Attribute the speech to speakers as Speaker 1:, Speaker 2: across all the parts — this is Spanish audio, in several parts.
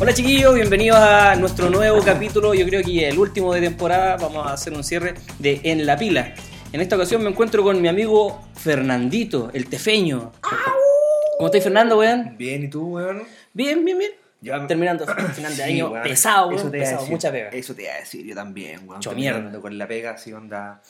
Speaker 1: Hola chiquillos, bienvenidos a nuestro nuevo capítulo, yo creo que el último de temporada, vamos a hacer un cierre de En la Pila. En esta ocasión me encuentro con mi amigo Fernandito, el tefeño. ¿Cómo estáis Fernando, weón?
Speaker 2: Bien, ¿y tú, weón?
Speaker 1: Bien, bien, bien.
Speaker 2: Ya-
Speaker 1: Terminando final de
Speaker 2: Sí,
Speaker 1: año,
Speaker 2: weón.
Speaker 1: pesado, weón,
Speaker 2: Eso te iba a
Speaker 1: pesado,
Speaker 2: decir.
Speaker 1: mucha pega.
Speaker 2: Eso te iba a decir yo también, weón.
Speaker 1: Cho
Speaker 2: Terminando
Speaker 1: mierda.
Speaker 2: Con la pega, así onda.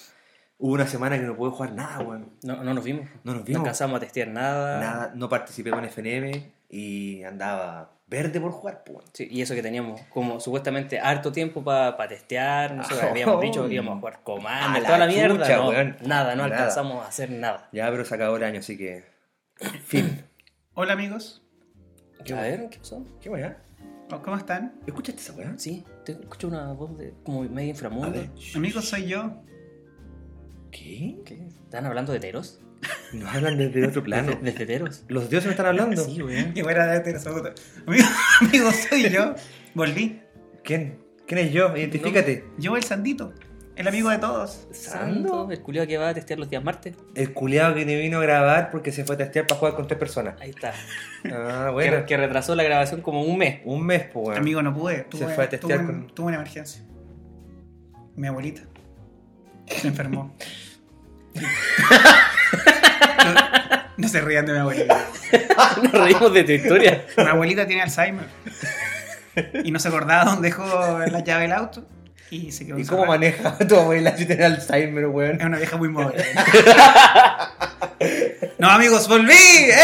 Speaker 2: Hubo una semana que no pude jugar nada, weón.
Speaker 1: No, no nos vimos.
Speaker 2: No nos vimos.
Speaker 1: No alcanzamos a testear nada.
Speaker 2: Nada, no participé con FNM y andaba verde por jugar, pues.
Speaker 1: Sí, y eso que teníamos como supuestamente harto tiempo para testear, no sé, habíamos dicho que íbamos a jugar
Speaker 2: Ah. A
Speaker 1: Commander,
Speaker 2: la
Speaker 1: toda la mierda,
Speaker 2: chucha,
Speaker 1: no,
Speaker 2: weón.
Speaker 1: nada, no
Speaker 2: Nada.
Speaker 1: alcanzamos a hacer nada.
Speaker 2: Ya, pero se acabó el año, así que. Fin.
Speaker 3: Hola amigos, Oh,
Speaker 1: a ver, ¿qué pasó?
Speaker 2: ¿Qué weá?
Speaker 3: ¿cómo están?
Speaker 2: ¿Escuchaste esa weá?
Speaker 1: Sí, te escucho una voz de como medio
Speaker 2: A
Speaker 1: inframundo.
Speaker 2: ver.
Speaker 3: Amigos soy yo.
Speaker 2: ¿Qué?
Speaker 1: ¿Qué? ¿Están hablando de teros?
Speaker 2: Nos hablan desde otro plano.
Speaker 1: ¿Desde teros?
Speaker 2: Los dioses nos están hablando.
Speaker 1: Sí, weón.
Speaker 3: Que fuera de este saludo. Amigos, amigos soy yo. Volví.
Speaker 2: ¿Quién? ¿Quién es yo? Identifícate.
Speaker 3: Yo el Sandito, el amigo de todos.
Speaker 1: Santo, el culiao que va a testear los días martes.
Speaker 2: El culiado que te vino a grabar porque se fue a testear para jugar con tres personas.
Speaker 1: Ahí está.
Speaker 2: Ah,
Speaker 1: Que-
Speaker 2: bueno.
Speaker 1: Que, retrasó la grabación como un mes.
Speaker 2: Un mes, pues, weón.
Speaker 3: Amigo, no pude. Tuve,
Speaker 2: Se fue a testear
Speaker 3: tuve,
Speaker 2: con-
Speaker 3: tuve una emergencia. Mi abuelita se enfermó. no, no se rían de mi abuelita.
Speaker 1: Ah, Nos reímos de tu historia.
Speaker 3: Mi abuelita tiene Alzheimer. Y no se acordaba dónde dejó la llave del auto. Y se quedó
Speaker 2: ¿Y cómo
Speaker 3: encerrada.
Speaker 2: maneja tu abuela si tiene Alzheimer, weón?
Speaker 3: Es una vieja muy móvil. no, amigos, volví. ¡Eh!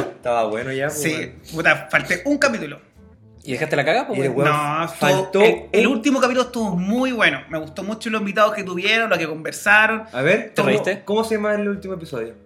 Speaker 2: Estaba bueno ya, pues,
Speaker 3: Sí,
Speaker 2: weón.
Speaker 3: puta, falté un capítulo.
Speaker 1: ¿Y dejaste la cagada? Pues,
Speaker 2: Y el
Speaker 1: weón?
Speaker 2: weón
Speaker 3: no, estuvo-
Speaker 2: faltó
Speaker 3: el, el
Speaker 2: un-
Speaker 3: último capítulo estuvo muy bueno. Me gustó mucho los invitados que tuvieron, los que conversaron.
Speaker 2: A ver,
Speaker 1: ¿Te
Speaker 2: ¿cómo,
Speaker 1: reíste?
Speaker 2: ¿cómo se llama el último episodio?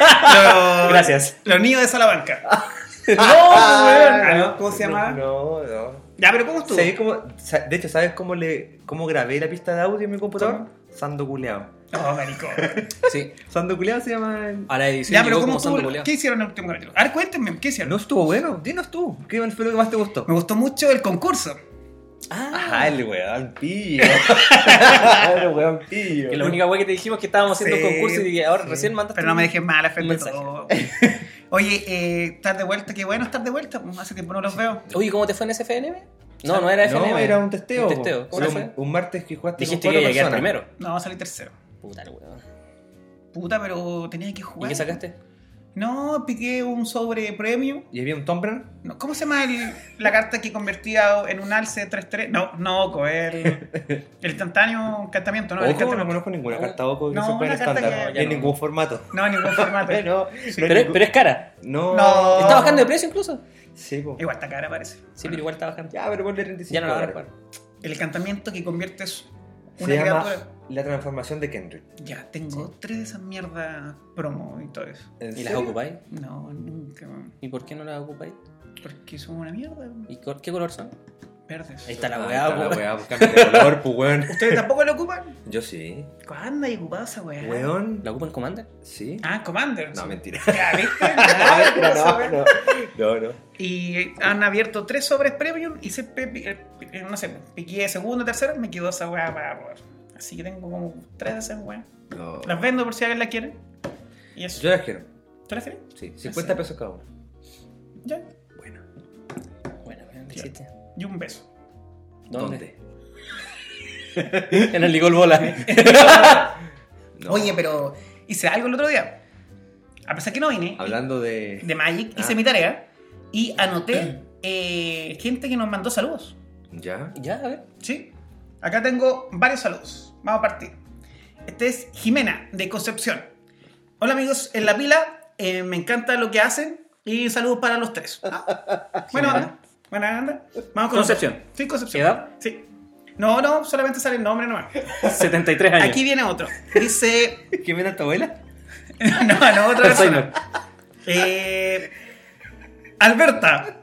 Speaker 3: Los,
Speaker 1: Gracias.
Speaker 3: Los niños de Salamanca.
Speaker 1: ¡No,
Speaker 2: Ah,
Speaker 3: weón.
Speaker 2: no,
Speaker 3: ¿Cómo se
Speaker 2: no,
Speaker 3: llamaba?
Speaker 2: No, no.
Speaker 3: Ya, pero ¿cómo estuvo?
Speaker 2: ¿Sabes cómo- sa- de hecho, ¿sabes cómo, le, cómo grabé la pista de audio en mi computador? Sando culeado.
Speaker 3: No, marico.
Speaker 1: weón! Sí,
Speaker 2: Sando culeado se llama... el-
Speaker 1: a la edición
Speaker 3: Ya, pero
Speaker 1: llegó
Speaker 3: ¿cómo
Speaker 1: como santo
Speaker 3: estuvo?
Speaker 1: culiao.
Speaker 3: ¿Qué hicieron en el último capítulo? A ver, cuéntenme, ¿qué hicieron?
Speaker 2: Ah, No estuvo bueno. Dinos tú. ¿Qué fue lo que más te gustó?
Speaker 3: Me gustó mucho el concurso.
Speaker 1: Ah,
Speaker 2: Ajá, el weón pillo. el weón pillo.
Speaker 1: que la única weá que te dijimos es que estábamos haciendo
Speaker 3: Sí,
Speaker 1: concurso y ahora
Speaker 3: sí.
Speaker 1: recién mandaste.
Speaker 3: Pero no me
Speaker 1: un-
Speaker 3: dejes mal,
Speaker 1: un
Speaker 3: Fernando.
Speaker 1: mensaje.
Speaker 3: Oye, eh, estar de vuelta, qué bueno estar de vuelta. pues, Hace tiempo no los veo.
Speaker 1: Oye, ¿cómo te fue en SFNM? No, no era SFNM.
Speaker 2: No, era un testeo.
Speaker 1: Un testeo. ¿Cómo
Speaker 2: Era
Speaker 1: te fue?
Speaker 2: un, un martes que jugaste
Speaker 1: Dijiste
Speaker 2: con
Speaker 1: que
Speaker 2: cuatro
Speaker 1: iba a quedar
Speaker 2: personas.
Speaker 1: primero.
Speaker 3: No, salí tercero.
Speaker 1: Puta la weón.
Speaker 3: Puta, pero tenía que
Speaker 1: ¿Y
Speaker 3: jugar.
Speaker 1: qué sacaste?
Speaker 3: No, piqué un sobre premio.
Speaker 2: ¿Y había un Tombran?
Speaker 3: No, ¿Cómo se llama el- la carta que convertía en un alce 3-3? No, no, Oco, el, el instantáneo encantamiento, ¿no? El
Speaker 2: Oco, no
Speaker 3: encantamiento.
Speaker 2: conozco ninguna
Speaker 1: No.
Speaker 2: carta Oco que
Speaker 3: No,
Speaker 2: se juegue en
Speaker 3: una carta
Speaker 2: estándar.
Speaker 1: que-
Speaker 2: ni en
Speaker 1: ya no.
Speaker 2: ningún formato.
Speaker 3: No, en ningún formato.
Speaker 2: no,
Speaker 1: Pero, pero es cara.
Speaker 2: no.
Speaker 3: No.
Speaker 1: Está bajando de precio incluso.
Speaker 2: Sí, po.
Speaker 3: Igual está cara, parece.
Speaker 1: Sí, pero igual está bajando.
Speaker 2: Ya, pero ponle 35
Speaker 1: Ya no la van a
Speaker 2: dólares.
Speaker 1: jugar.
Speaker 3: El encantamiento que conviertes una
Speaker 2: Se llama
Speaker 3: criatura.
Speaker 2: La transformación de Kendrick.
Speaker 3: Ya, tengo tres de esas mierdas promo y todo eso.
Speaker 2: ¿En
Speaker 1: ¿Y las
Speaker 2: serio?
Speaker 1: ocupáis?
Speaker 3: No, nunca, man.
Speaker 1: ¿Y por qué no las ocupáis?
Speaker 3: porque son una mierda, man.
Speaker 1: ¿Y co- qué color son?
Speaker 3: verdes.
Speaker 1: Ahí está la
Speaker 2: Ah,
Speaker 1: weá,
Speaker 2: está la
Speaker 1: weón.
Speaker 2: weá, pues, cambia de color, pues, weón.
Speaker 3: ¿Ustedes tampoco lo ocupan?
Speaker 2: Yo sí.
Speaker 3: ¿Cuándo hay ocupado esa weá?
Speaker 2: Weón.
Speaker 1: ¿La ocupan Commander?
Speaker 2: Sí.
Speaker 3: Ah, Commander.
Speaker 2: No, mentira.
Speaker 3: Ya, ¿viste?
Speaker 1: Ah,
Speaker 3: Nada,
Speaker 2: Mentira,
Speaker 3: esa weá.
Speaker 2: no, no. No, no.
Speaker 3: Y han abierto tres sobres premium y siempre, pi- eh, pi- eh, no sé, piqué segundo, tercero, me quedó esa weá para probar. Así que tengo como tres de esas weá.
Speaker 2: No.
Speaker 3: Las vendo por si alguien las quiere. Y eso.
Speaker 2: Yo las quiero.
Speaker 3: ¿Tú las quieres?
Speaker 2: Sí, 50
Speaker 3: sí.
Speaker 2: pesos cada uno.
Speaker 3: Ya.
Speaker 2: Bueno,
Speaker 1: Bueno, weón, ¿qué hiciste?
Speaker 3: Y un beso.
Speaker 1: ¿Dónde? en el Ligol Bola.
Speaker 2: No.
Speaker 3: Oye, pero hice algo el otro día. A pesar que no vine,
Speaker 2: Hablando de.
Speaker 3: de Magic, hice
Speaker 2: Ah.
Speaker 3: mi tarea y anoté eh, gente que nos mandó saludos.
Speaker 2: ¿Ya?
Speaker 1: ya, a ver.
Speaker 3: ¿Sí? Acá tengo varios saludos. Vamos a partir. Este es Jimena, de Concepción. Hola amigos, en la pila, eh, me encanta lo que hacen y saludos para los tres. Ah, Buena onda. Buena onda. Vamos con
Speaker 1: Concepción.
Speaker 3: otro. Sí, Concepción.
Speaker 1: ¿Edad?
Speaker 3: Sí. No, no, solamente sale el nombre nomás.
Speaker 1: 73 años.
Speaker 3: Aquí viene otro. Dice.
Speaker 2: ¿Qué viene a tu abuela?
Speaker 3: No, no, otra persona.
Speaker 1: Alzheimer.
Speaker 3: Eh, Alberta,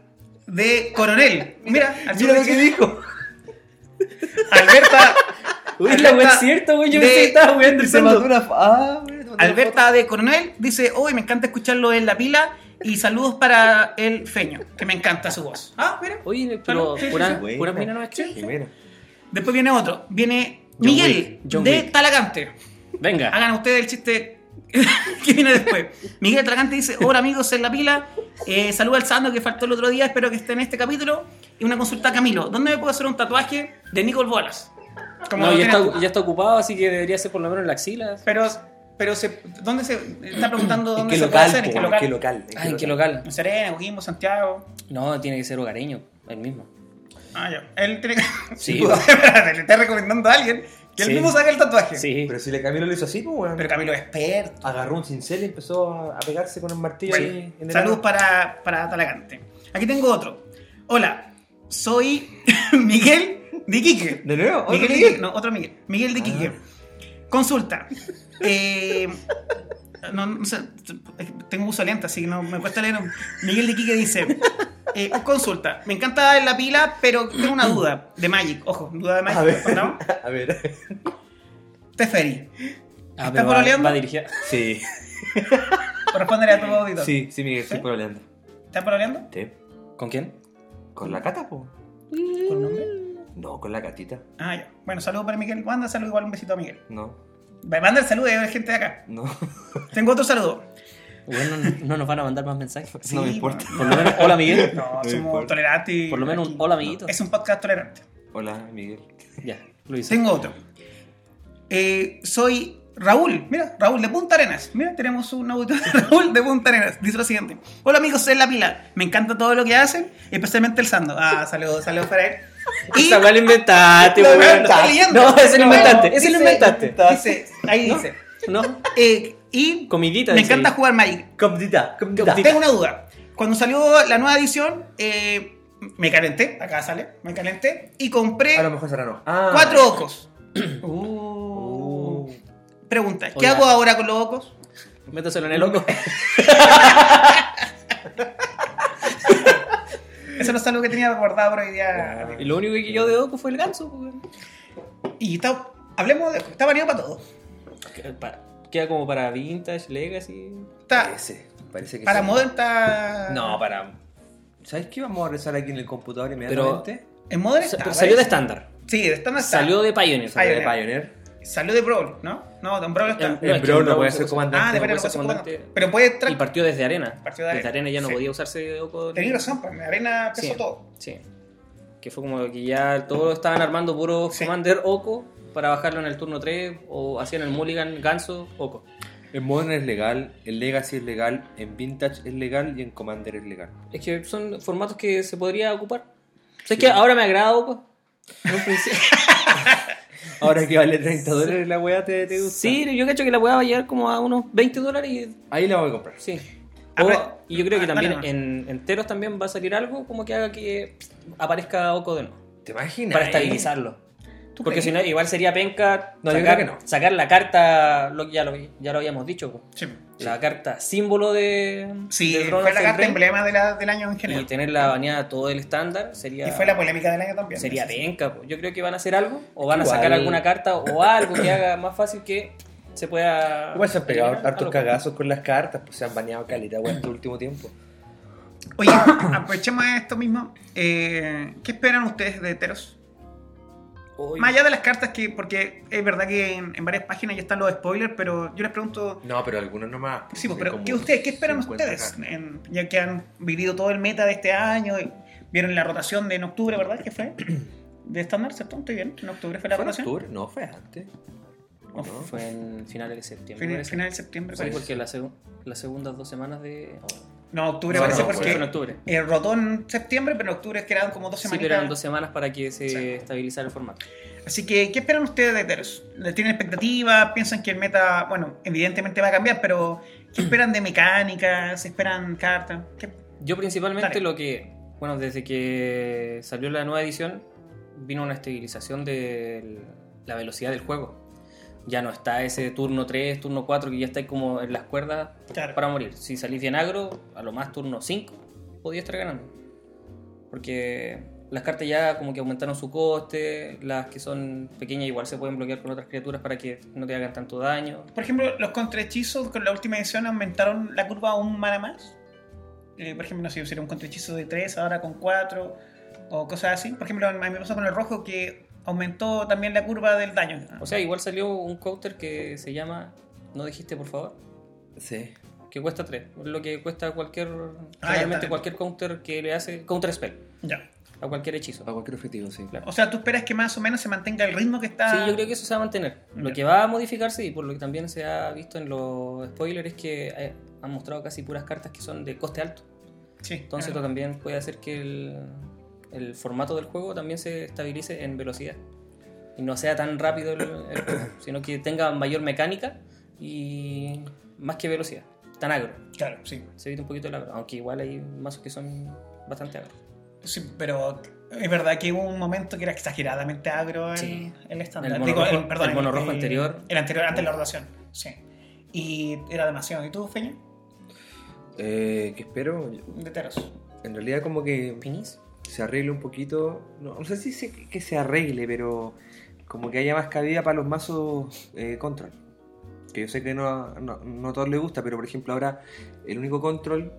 Speaker 3: de Coronel. Mira, al sur
Speaker 2: Mira
Speaker 3: de
Speaker 2: lo que
Speaker 3: Chile.
Speaker 2: dijo.
Speaker 3: Alberta.
Speaker 1: Uy, la weá
Speaker 3: Alberta
Speaker 1: es cierto, güey. Yo
Speaker 3: de-
Speaker 1: pensé que estaba weando
Speaker 2: Se
Speaker 1: diciendo.
Speaker 2: mandó una. Ah, mira, te mandó una
Speaker 3: Alberta de Coronel dice, hoy me encanta escucharlo en la pila y saludos para el feño, que me encanta su voz. Ah, mira.
Speaker 1: Oye, pero
Speaker 3: Sí, sí,
Speaker 1: pura,
Speaker 3: sí.
Speaker 2: Buena.
Speaker 1: pura mina no es
Speaker 2: foto. Jimena.
Speaker 3: Después viene otro, viene
Speaker 1: John
Speaker 3: Miguel
Speaker 1: Wick, John
Speaker 3: de
Speaker 1: Wick.
Speaker 3: Talagante.
Speaker 1: Venga.
Speaker 3: Hagan ustedes el chiste que viene después. Miguel Atragante dice, hola amigos en la pila, eh, saluda al Sando que faltó el otro día, espero que esté en este capítulo. Y una consulta a Camilo, ¿dónde me puedo hacer un tatuaje de Nicole Bolas? Como
Speaker 1: No,
Speaker 3: lo
Speaker 1: ya
Speaker 3: tienes
Speaker 1: está,
Speaker 3: tú.
Speaker 1: ya está ocupado, así que debería ser por lo menos en la axila.
Speaker 3: Pero, pero se, ¿dónde se está preguntando
Speaker 2: ¿En
Speaker 3: dónde
Speaker 2: qué
Speaker 3: se puede
Speaker 2: local?
Speaker 3: hacer? ¿En qué
Speaker 2: po?
Speaker 3: local?
Speaker 2: ¿En qué local?
Speaker 1: Ah, ¿en qué local?
Speaker 3: En Serena, Coquimbo, Santiago.
Speaker 1: No, tiene que ser hogareño, el mismo.
Speaker 3: Ah, ya. Él tiene que-
Speaker 1: Sí.
Speaker 3: Espérate, le está recomendando a alguien que él
Speaker 1: Sí.
Speaker 3: mismo saque el tatuaje.
Speaker 1: Sí.
Speaker 2: Pero si le Camilo lo hizo así, pues, weón.
Speaker 3: Pero Camilo es experto.
Speaker 2: Agarró un cincel y empezó a a pegarse con el martillo
Speaker 3: Bueno,
Speaker 2: ahí en el
Speaker 3: saludos
Speaker 2: ano.
Speaker 3: para, para Talagante. Aquí tengo otro. Hola, soy Miguel de Quique.
Speaker 2: ¿De nuevo? ¿Otro
Speaker 3: Miguel de
Speaker 2: Miguel? Ah.
Speaker 3: Quique, No, otro Miguel. Miguel de Quique. Consulta. Eh, no, no sé, es que tengo uso de lente, así que no me cuesta leer. Miguel de Quique dice: eh, Consulta. Me encanta la pila, pero tengo una duda de Magic. Ojo, duda de
Speaker 2: A
Speaker 3: Magic.
Speaker 2: ver,
Speaker 3: ¿no?
Speaker 2: a ver.
Speaker 3: Teferi.
Speaker 1: Ah,
Speaker 3: ¿Está
Speaker 1: pero va,
Speaker 3: pololeando?
Speaker 1: va dirigida.
Speaker 2: Sí,
Speaker 3: Corresponde a tu auditor.
Speaker 2: sí, sí, Miguel, sí,
Speaker 3: ¿Sí?
Speaker 2: por Oleander.
Speaker 3: ¿Estás pololeando?
Speaker 2: ¿Te?
Speaker 1: ¿Con quién?
Speaker 2: ¿Con la cata, po?
Speaker 3: ¿Con nombre?
Speaker 2: No, con la catita.
Speaker 3: Ah, ya. Bueno, saludos para Miguel. Manda saludos igual un besito a Miguel.
Speaker 2: No,
Speaker 3: Me Manda el saludo, hay gente de acá.
Speaker 2: no,
Speaker 3: Tengo otro saludo.
Speaker 1: Bueno, no, no nos van a mandar más mensajes.
Speaker 2: no me
Speaker 3: Sí,
Speaker 2: importa.
Speaker 1: Por lo menos, hola Miguel.
Speaker 3: No,
Speaker 2: No
Speaker 3: somos
Speaker 2: importa.
Speaker 3: tolerantes. y-
Speaker 1: Por lo menos un hola amiguito.
Speaker 3: Es un podcast tolerante.
Speaker 2: Hola, Miguel.
Speaker 1: Ya, lo hice.
Speaker 3: Tengo otro. Eh, soy Raúl. Mira, Raúl de Punta Arenas. Mira, tenemos un auditor de Raúl de Punta Arenas. Dice lo siguiente. Hola amigos, es La Pila. Me encanta todo lo que hacen, especialmente el Sando. Ah, saludos, saludos para él. Y-
Speaker 1: Esa weá la inventaste,
Speaker 3: No,
Speaker 1: weón.
Speaker 3: no, estoy leyendo.
Speaker 1: No, ese lo
Speaker 3: No,
Speaker 1: inventaste. Ese lo
Speaker 3: dice-
Speaker 1: inventaste.
Speaker 3: Dice, ahí
Speaker 1: ¿No?
Speaker 3: dice.
Speaker 1: No,
Speaker 3: eh, y
Speaker 1: comidita.
Speaker 3: me
Speaker 1: dice
Speaker 3: encanta
Speaker 1: ahí.
Speaker 3: jugar Magic.
Speaker 2: Comdita, comdita.
Speaker 3: Tengo una duda. Cuando salió la nueva edición, eh, me calenté, acá sale, me calenté y compré
Speaker 2: A lo mejor será no. Ah.
Speaker 3: cuatro ojos.
Speaker 2: Uh.
Speaker 3: Pregunta, ¿qué
Speaker 1: Hola.
Speaker 3: hago ahora con los ojos?
Speaker 1: Métaselo en el ojo.
Speaker 3: Eso no es algo que tenía guardado por hoy día.
Speaker 1: Y lo único que quedó de ojo fue el ganso, pues, weón.
Speaker 3: Y está, hablemos de. Está variado para todo.
Speaker 1: Que- pa- Queda como para Vintage, Legacy.
Speaker 3: Está,
Speaker 2: Parece, parece que
Speaker 3: para
Speaker 2: sí.
Speaker 3: Modern está.
Speaker 2: No, para. ¿Sabes qué? Vamos a rezar aquí en el computador inmediatamente.
Speaker 3: En Modern
Speaker 1: Sa-
Speaker 3: está.
Speaker 1: pero
Speaker 3: parece.
Speaker 1: salió de estándar.
Speaker 3: Sí, de estándar está.
Speaker 1: Salió de Pioneer.
Speaker 3: Ay,
Speaker 2: Pero...
Speaker 3: Pioneer.
Speaker 2: Pioneer.
Speaker 3: Salió de Brawl, ¿no? No, de Brawl está.
Speaker 1: Em,
Speaker 2: El
Speaker 1: es que
Speaker 2: Brawl
Speaker 1: el
Speaker 2: no puede
Speaker 1: se
Speaker 2: ser
Speaker 1: usa-
Speaker 2: comandante.
Speaker 3: ah, de
Speaker 1: no
Speaker 3: verdad,
Speaker 1: puede ser
Speaker 3: no
Speaker 1: comandante.
Speaker 3: Pero puede
Speaker 1: Y
Speaker 3: entrar.
Speaker 1: partió desde arena.
Speaker 3: Partió de
Speaker 1: desde
Speaker 3: arena,
Speaker 1: arena ya no
Speaker 3: sí.
Speaker 1: podía usarse de ojo.
Speaker 3: Tenía razón, pues, la arena pesó
Speaker 1: Sí.
Speaker 3: todo.
Speaker 1: Sí. Que fue como que ya todos estaban armando puro
Speaker 3: Sí.
Speaker 1: Commander Oco para bajarlo en el turno 3 o hacían el Mulligan Ganso Oco.
Speaker 2: En Modern es legal, en Legacy es legal, en Vintage es legal y en Commander es legal.
Speaker 1: Es que son formatos que se podría ocupar. O sea, es que ahora me agrada Oco. En un principio-
Speaker 2: Ahora que vale 30 dólares la weá, te, te gusta.
Speaker 1: sí, yo cacho que la weá va a llegar como a unos 20 dólares y
Speaker 2: Ahí la voy a comprar.
Speaker 1: Sí.
Speaker 3: Ah,
Speaker 1: O-
Speaker 3: pero-
Speaker 1: y yo creo que
Speaker 3: ah,
Speaker 1: también
Speaker 3: dale,
Speaker 1: en enteros también va a salir algo como que haga que aparezca Oco de nuevo.
Speaker 2: ¿Te imaginas?
Speaker 1: Para estabilizarlo.
Speaker 3: ¿Tú
Speaker 1: Porque
Speaker 3: crees?
Speaker 1: si no, igual sería penca
Speaker 2: No, yo
Speaker 1: sacar,
Speaker 2: creo que no.
Speaker 1: sacar la carta, lo que ya lo, ya lo habíamos dicho, po.
Speaker 3: Sí.
Speaker 1: la carta símbolo de,
Speaker 3: Sí,
Speaker 1: de Throne
Speaker 3: fue
Speaker 1: of
Speaker 3: la
Speaker 1: the
Speaker 3: carta
Speaker 1: Ring,
Speaker 3: emblema de la- del año en general.
Speaker 1: y tenerla baneada todo el estándar sería
Speaker 3: Y fue la polémica del año también.
Speaker 1: sería
Speaker 3: Sí, sí.
Speaker 1: penca. po. Yo creo que van a hacer algo o van a
Speaker 2: Igual.
Speaker 1: sacar alguna carta o algo que haga más fácil que se pueda.
Speaker 2: Igual se han pegado
Speaker 1: eliminar
Speaker 2: hartos
Speaker 1: algo.
Speaker 2: cagazos con las cartas, pues se han baneado caleta, weón, este último tiempo.
Speaker 3: Oye, aprovechemos esto mismo. Eh, ¿Qué esperan ustedes de Teros?
Speaker 1: Uy,
Speaker 3: Más allá de las cartas que, porque es verdad que en, en varias páginas ya están los spoilers, pero yo les pregunto,
Speaker 2: No, pero algunos nomás.
Speaker 3: sí, pues,
Speaker 2: Hay
Speaker 3: pero
Speaker 2: como
Speaker 3: ¿qué, ustedes, ¿qué esperan
Speaker 2: 50
Speaker 3: ustedes?
Speaker 2: cajas.
Speaker 3: En- ya que han vivido todo el meta de este año, y vieron la rotación de en octubre, ¿verdad? ¿Qué fue? De estándar, ¿cierto? Estoy bien, en octubre fue la
Speaker 2: ¿Fue en
Speaker 3: rotación.
Speaker 2: octubre? No, fue antes. ¿O no?
Speaker 1: Fue en finales de septiembre.
Speaker 3: Final,
Speaker 1: parece.
Speaker 3: final de septiembre.
Speaker 1: Sí,
Speaker 3: parece.
Speaker 1: porque la segu- las segundas dos semanas de.
Speaker 3: No, octubre
Speaker 2: No,
Speaker 3: parece
Speaker 2: no,
Speaker 3: porque
Speaker 1: fue en octubre.
Speaker 3: eh, rotó en septiembre, pero en octubre quedaron como dos
Speaker 1: Sí,
Speaker 3: semanas.
Speaker 1: pero eran dos semanas para que se
Speaker 3: Sí.
Speaker 1: estabilizara el formato.
Speaker 3: Así que, ¿qué esperan ustedes de Teros? ¿Le ¿Tienen expectativas? ¿Piensan que el meta, bueno, evidentemente va a cambiar, pero ¿qué esperan de mecánicas? ¿Esperan cartas? ¿Qué-
Speaker 1: Yo principalmente
Speaker 3: Dale.
Speaker 1: lo que. Bueno, desde que salió la nueva edición, vino una estabilización de la velocidad del juego. Ya no está ese turno 3, turno 4 que ya estáis como en las cuerdas
Speaker 3: Claro.
Speaker 1: para morir. Si salís bien agro, a lo más turno 5 podías estar ganando. Porque las cartas ya como que aumentaron su coste, las que son pequeñas igual se pueden bloquear con otras criaturas para que no te hagan tanto daño.
Speaker 3: Por ejemplo, los contrahechizos con la última edición aumentaron la curva a un mana más. Eh, por ejemplo, no sé, sería un contrahechizo de 3, ahora con 4, o cosas así. Por ejemplo, a mí me pasó con el rojo que aumentó también la curva del daño.
Speaker 1: O sea, igual salió un counter que se llama No dijiste por favor.
Speaker 2: Sí.
Speaker 1: que cuesta 3, lo que cuesta cualquier
Speaker 3: Ah, ya
Speaker 1: realmente
Speaker 3: está.
Speaker 1: cualquier counter que le hace counter spell
Speaker 3: Ah, Ya.
Speaker 1: a cualquier hechizo.
Speaker 2: A cualquier objetivo, sí.
Speaker 1: Claro.
Speaker 3: O sea, tú esperas que más o menos se mantenga el ritmo que está.
Speaker 1: Sí, yo creo que eso se va a mantener. Lo
Speaker 3: Ah. Ya.
Speaker 1: que va a modificarse y por lo que también se ha visto en los spoilers es que eh, han mostrado casi puras cartas que son de coste alto.
Speaker 3: Sí.
Speaker 1: Entonces
Speaker 3: Ah.
Speaker 1: esto también puede hacer que el, el formato del juego también se estabilice en velocidad. Y no sea tan rápido el, el juego, sino que tenga mayor mecánica y más que velocidad. Tan agro.
Speaker 3: Claro, sí.
Speaker 1: Se evita un poquito el agro. Aunque igual hay mazos que son bastante agro.
Speaker 3: Sí, pero es verdad que hubo un momento que era exageradamente agro el,
Speaker 1: Sí.
Speaker 3: el estándar.
Speaker 1: El mono rojo- el mono rojo anterior.
Speaker 3: El anterior, antes de la rotación. Sí. Y era demasiado. ¿Y tú, Feña?
Speaker 2: Eh, que espero.
Speaker 3: De Teros.
Speaker 2: En realidad, como que
Speaker 1: ¿Pinis?
Speaker 2: se arregle un poquito. No, no sé si se- que se arregle, pero como que haya más cabida para los mazos eh, control. Que yo sé que no, no, no a todos les gusta, pero por ejemplo, ahora el único control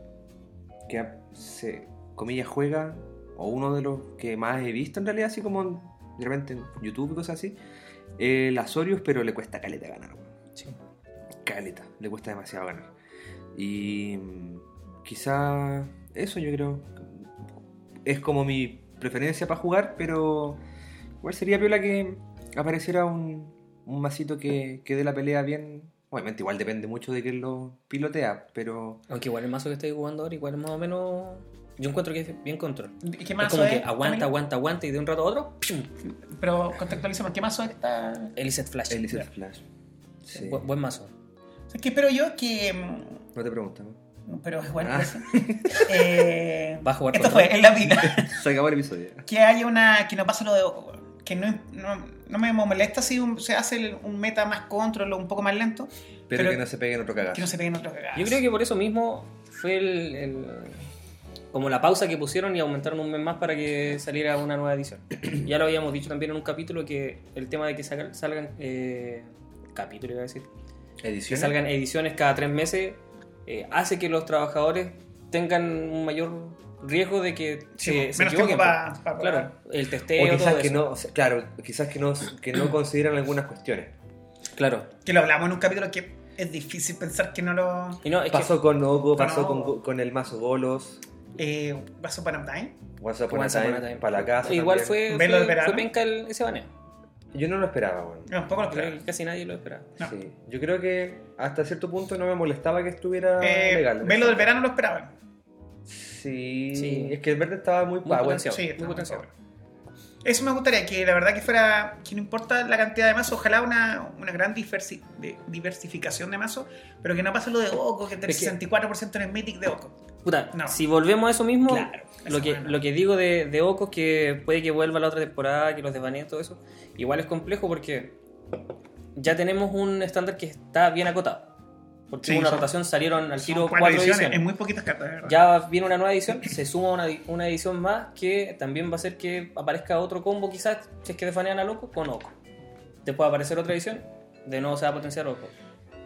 Speaker 2: que a- se, comillas, juega, o uno de los que más he visto en realidad, así como en- de repente en YouTube y cosas así, eh, el Azorius, pero le cuesta caleta ganar. weón
Speaker 1: Sí.
Speaker 2: caleta, le cuesta demasiado ganar. Y mm, quizá eso yo creo es como mi preferencia para jugar, pero igual sería piola que apareciera un, un masito que, que dé la pelea bien. Obviamente igual depende mucho de quién lo pilotea, pero
Speaker 1: Aunque igual el mazo que estoy jugando ahora, igual es más o menos. Yo encuentro que es bien control.
Speaker 3: ¿Y ¿Qué
Speaker 1: Es
Speaker 3: mazo eh,
Speaker 1: como
Speaker 3: es?
Speaker 1: que aguanta,
Speaker 3: Camilo?
Speaker 1: aguanta, aguanta y de un rato a otro, ¡pium!
Speaker 3: Pero contextualicemos, ¿qué mazo está?
Speaker 1: Elicet Flash.
Speaker 2: él es el
Speaker 3: Ya.
Speaker 2: Flash. Sí.
Speaker 1: Bu- buen mazo.
Speaker 3: O sea, que espero yo que. mm,
Speaker 2: No te pregunto. ¿no?
Speaker 3: Pero es bueno.
Speaker 2: Ah.
Speaker 3: eso. Eh,
Speaker 1: Va a jugar
Speaker 3: Esto
Speaker 1: con
Speaker 3: fue, en la vida.
Speaker 2: Se acabó el episodio.
Speaker 3: que haya una. Que no pase lo de Oco, weón. Que no, no, no me molesta si un- se hace el- un meta más control o un poco más lento.
Speaker 2: Pero, que no se pegue en otro cagazo.
Speaker 3: que no se peguen otros cagados.
Speaker 1: Yo creo que por eso mismo fue el, el- como la pausa que pusieron y aumentaron un mes más para que saliera una nueva edición. ya lo habíamos dicho también en un capítulo que el tema de que saca- salgan eh, capítulo iba a decir, que
Speaker 2: Edición.
Speaker 1: salgan ediciones cada tres meses eh, hace que los trabajadores tengan un mayor riesgo de que
Speaker 3: Sí,
Speaker 1: se,
Speaker 3: menos
Speaker 1: se equivoquen. pues.
Speaker 3: tiempo pa- pa-
Speaker 1: claro, el testeo,
Speaker 2: O
Speaker 1: todo
Speaker 2: quizás
Speaker 1: eso.
Speaker 2: que no, o sea, claro, quizás que no, que no consideran algunas cuestiones.
Speaker 1: Claro.
Speaker 3: Que lo hablamos en un capítulo que es difícil pensar que no lo.
Speaker 1: Y no, es que-
Speaker 2: pasó con Ogo, pasó
Speaker 3: No.
Speaker 2: con, Go- con el mazo Golos,
Speaker 3: Eh, ¿Vaso para Time?
Speaker 2: Once Upon,
Speaker 1: Once
Speaker 2: a,
Speaker 1: upon
Speaker 2: time,
Speaker 1: a time.
Speaker 2: para la casa.
Speaker 1: Igual
Speaker 2: también.
Speaker 1: fue,
Speaker 3: Velo de
Speaker 1: fue,
Speaker 3: verano.
Speaker 1: fue penca el- ese baneo.
Speaker 2: Yo no lo esperaba, bueno.
Speaker 3: No, un poco lo
Speaker 1: Creo
Speaker 3: esperaba.
Speaker 1: que casi nadie lo esperaba.
Speaker 3: No.
Speaker 2: Sí. Yo creo que hasta cierto punto no me molestaba que estuviera
Speaker 3: Eh,
Speaker 2: legal.
Speaker 3: Velo del verano lo esperaban.
Speaker 2: Sí.
Speaker 1: Sí.
Speaker 2: Es que el verde estaba muy,
Speaker 1: Muy
Speaker 2: power.
Speaker 1: potenciado.
Speaker 3: Sí, está
Speaker 1: muy
Speaker 3: muy
Speaker 1: potenciado.
Speaker 3: bueno. Eso me gustaría, que la verdad que fuera, que no importa la cantidad de mazos, ojalá una, una gran diversi- de- diversificación de mazos, pero que no pase lo de Oco, que el
Speaker 1: Es que-
Speaker 3: 64% en el Mythic de Oco.
Speaker 1: Puta,
Speaker 3: No.
Speaker 1: si volvemos a eso mismo,
Speaker 3: Claro,
Speaker 1: lo,
Speaker 3: eso
Speaker 1: que,
Speaker 3: bueno.
Speaker 1: lo que digo de, de Oco es que puede que vuelva la otra temporada, que los desvaneen y todo eso. Igual es complejo porque ya tenemos un estándar que está bien acotado. Porque
Speaker 3: Sí,
Speaker 1: hubo una
Speaker 3: son-
Speaker 1: rotación salieron al
Speaker 3: Son
Speaker 1: tiro cuatro,
Speaker 3: cuatro
Speaker 1: ediciones.
Speaker 3: Es muy poquitas cartas, de verdad.
Speaker 1: Ya viene una nueva edición, se suma una, una edición más que también va a hacer que aparezca otro combo quizás, si es que desvanean a Loco, con Oco. Después va a aparecer otra edición, de nuevo se va a potenciar Oco.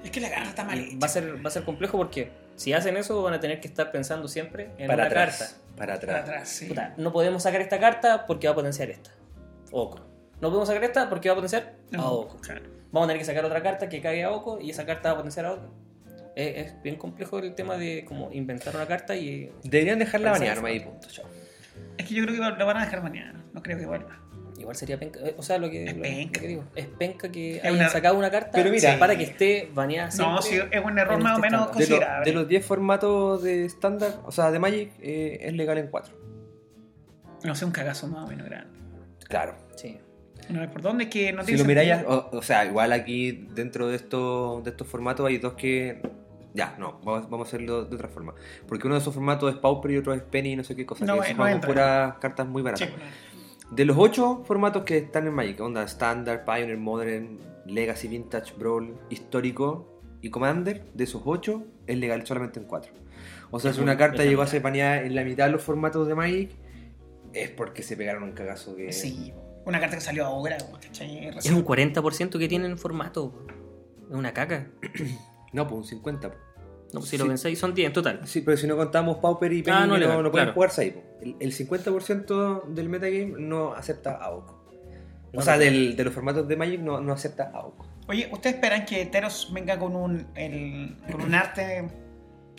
Speaker 3: Es que la carta está mal
Speaker 1: Y
Speaker 3: hecha.
Speaker 1: Va a, ser, va a ser complejo porque si hacen eso van a tener que estar pensando siempre en
Speaker 2: Para
Speaker 1: una
Speaker 2: atrás,
Speaker 1: carta.
Speaker 2: para
Speaker 3: Para
Speaker 2: atrás.
Speaker 3: atrás, sí.
Speaker 1: Puta, no podemos sacar esta carta porque va a potenciar esta. Oco. No podemos sacar esta porque va a potenciar
Speaker 3: No,
Speaker 1: a Oco.
Speaker 3: claro.
Speaker 1: Vamos a tener que sacar otra carta que caiga a Oco y esa carta va a potenciar a Oco. Es, es bien complejo el tema de como inventar una carta y.
Speaker 2: Deberían dejarla
Speaker 1: Parece
Speaker 2: banear,
Speaker 1: eso.
Speaker 2: ahí punto. Chao.
Speaker 3: Es que yo creo que lo van a dejar mañana, no creo que vuelva.
Speaker 1: Igual sería penca. eh, O sea, lo que,
Speaker 3: Es
Speaker 1: lo-
Speaker 3: penca.
Speaker 1: lo que digo. Es penca que
Speaker 3: Es
Speaker 1: hayan
Speaker 3: una-
Speaker 1: sacado una carta
Speaker 2: Pero mira-
Speaker 1: para que esté baneada.
Speaker 3: No, sí,
Speaker 1: siempre
Speaker 3: es un error
Speaker 1: en
Speaker 3: más o
Speaker 1: este
Speaker 3: menos
Speaker 1: estándar.
Speaker 2: De, lo-
Speaker 3: considerable.
Speaker 2: de los 10 formatos de estándar, o sea, de Magic, eh, es legal en 4.
Speaker 3: No sé, un cagazo más o menos grande.
Speaker 2: Claro.
Speaker 1: Sí.
Speaker 3: No sé por dónde es que no
Speaker 2: si
Speaker 3: tiene
Speaker 2: lo miráis,
Speaker 3: sentido.
Speaker 2: o, o sea, igual aquí dentro de estos, de estos formatos hay dos que. Ya, no, vamos, vamos a hacerlo de otra forma. Porque uno de esos formatos es Pauper y otro es Penny y no sé qué cosa.
Speaker 3: No,
Speaker 2: que
Speaker 3: eh,
Speaker 2: se
Speaker 3: no
Speaker 2: juegan
Speaker 3: entra.
Speaker 2: con puras cartas muy baratas.
Speaker 3: Sí, pues, bueno.
Speaker 2: De los ocho formatos que están en Magic, onda Standard, Pioneer, Modern, Legacy, Vintage, Brawl, Histórico y Commander, de esos ocho es legal solamente en cuatro. O sea, si una carta llegó a ser baneada en la mitad de los formatos de Magic, es porque se pegaron un cagazo que...
Speaker 3: Sí, una carta que salió ahora, ¿cachai?
Speaker 1: Eh, Es un 40% que tienen formato. po. Es una caca.
Speaker 2: No, pues un 50. pues.
Speaker 1: No, si lo
Speaker 2: Sí.
Speaker 1: pensáis, son 10 en total.
Speaker 2: Sí, pero si no contamos Pauper y Penny,
Speaker 1: Ah, no,
Speaker 2: no,
Speaker 1: legal,
Speaker 2: no pueden
Speaker 1: claro.
Speaker 2: jugarse ahí. po. El, el 50% del metagame no acepta a Oco. O
Speaker 1: No,
Speaker 2: sea,
Speaker 1: no.
Speaker 2: del- de los formatos de Magic no, no acepta a Oco.
Speaker 3: Oye, ¿ustedes esperan que Teros venga con un, el- con un arte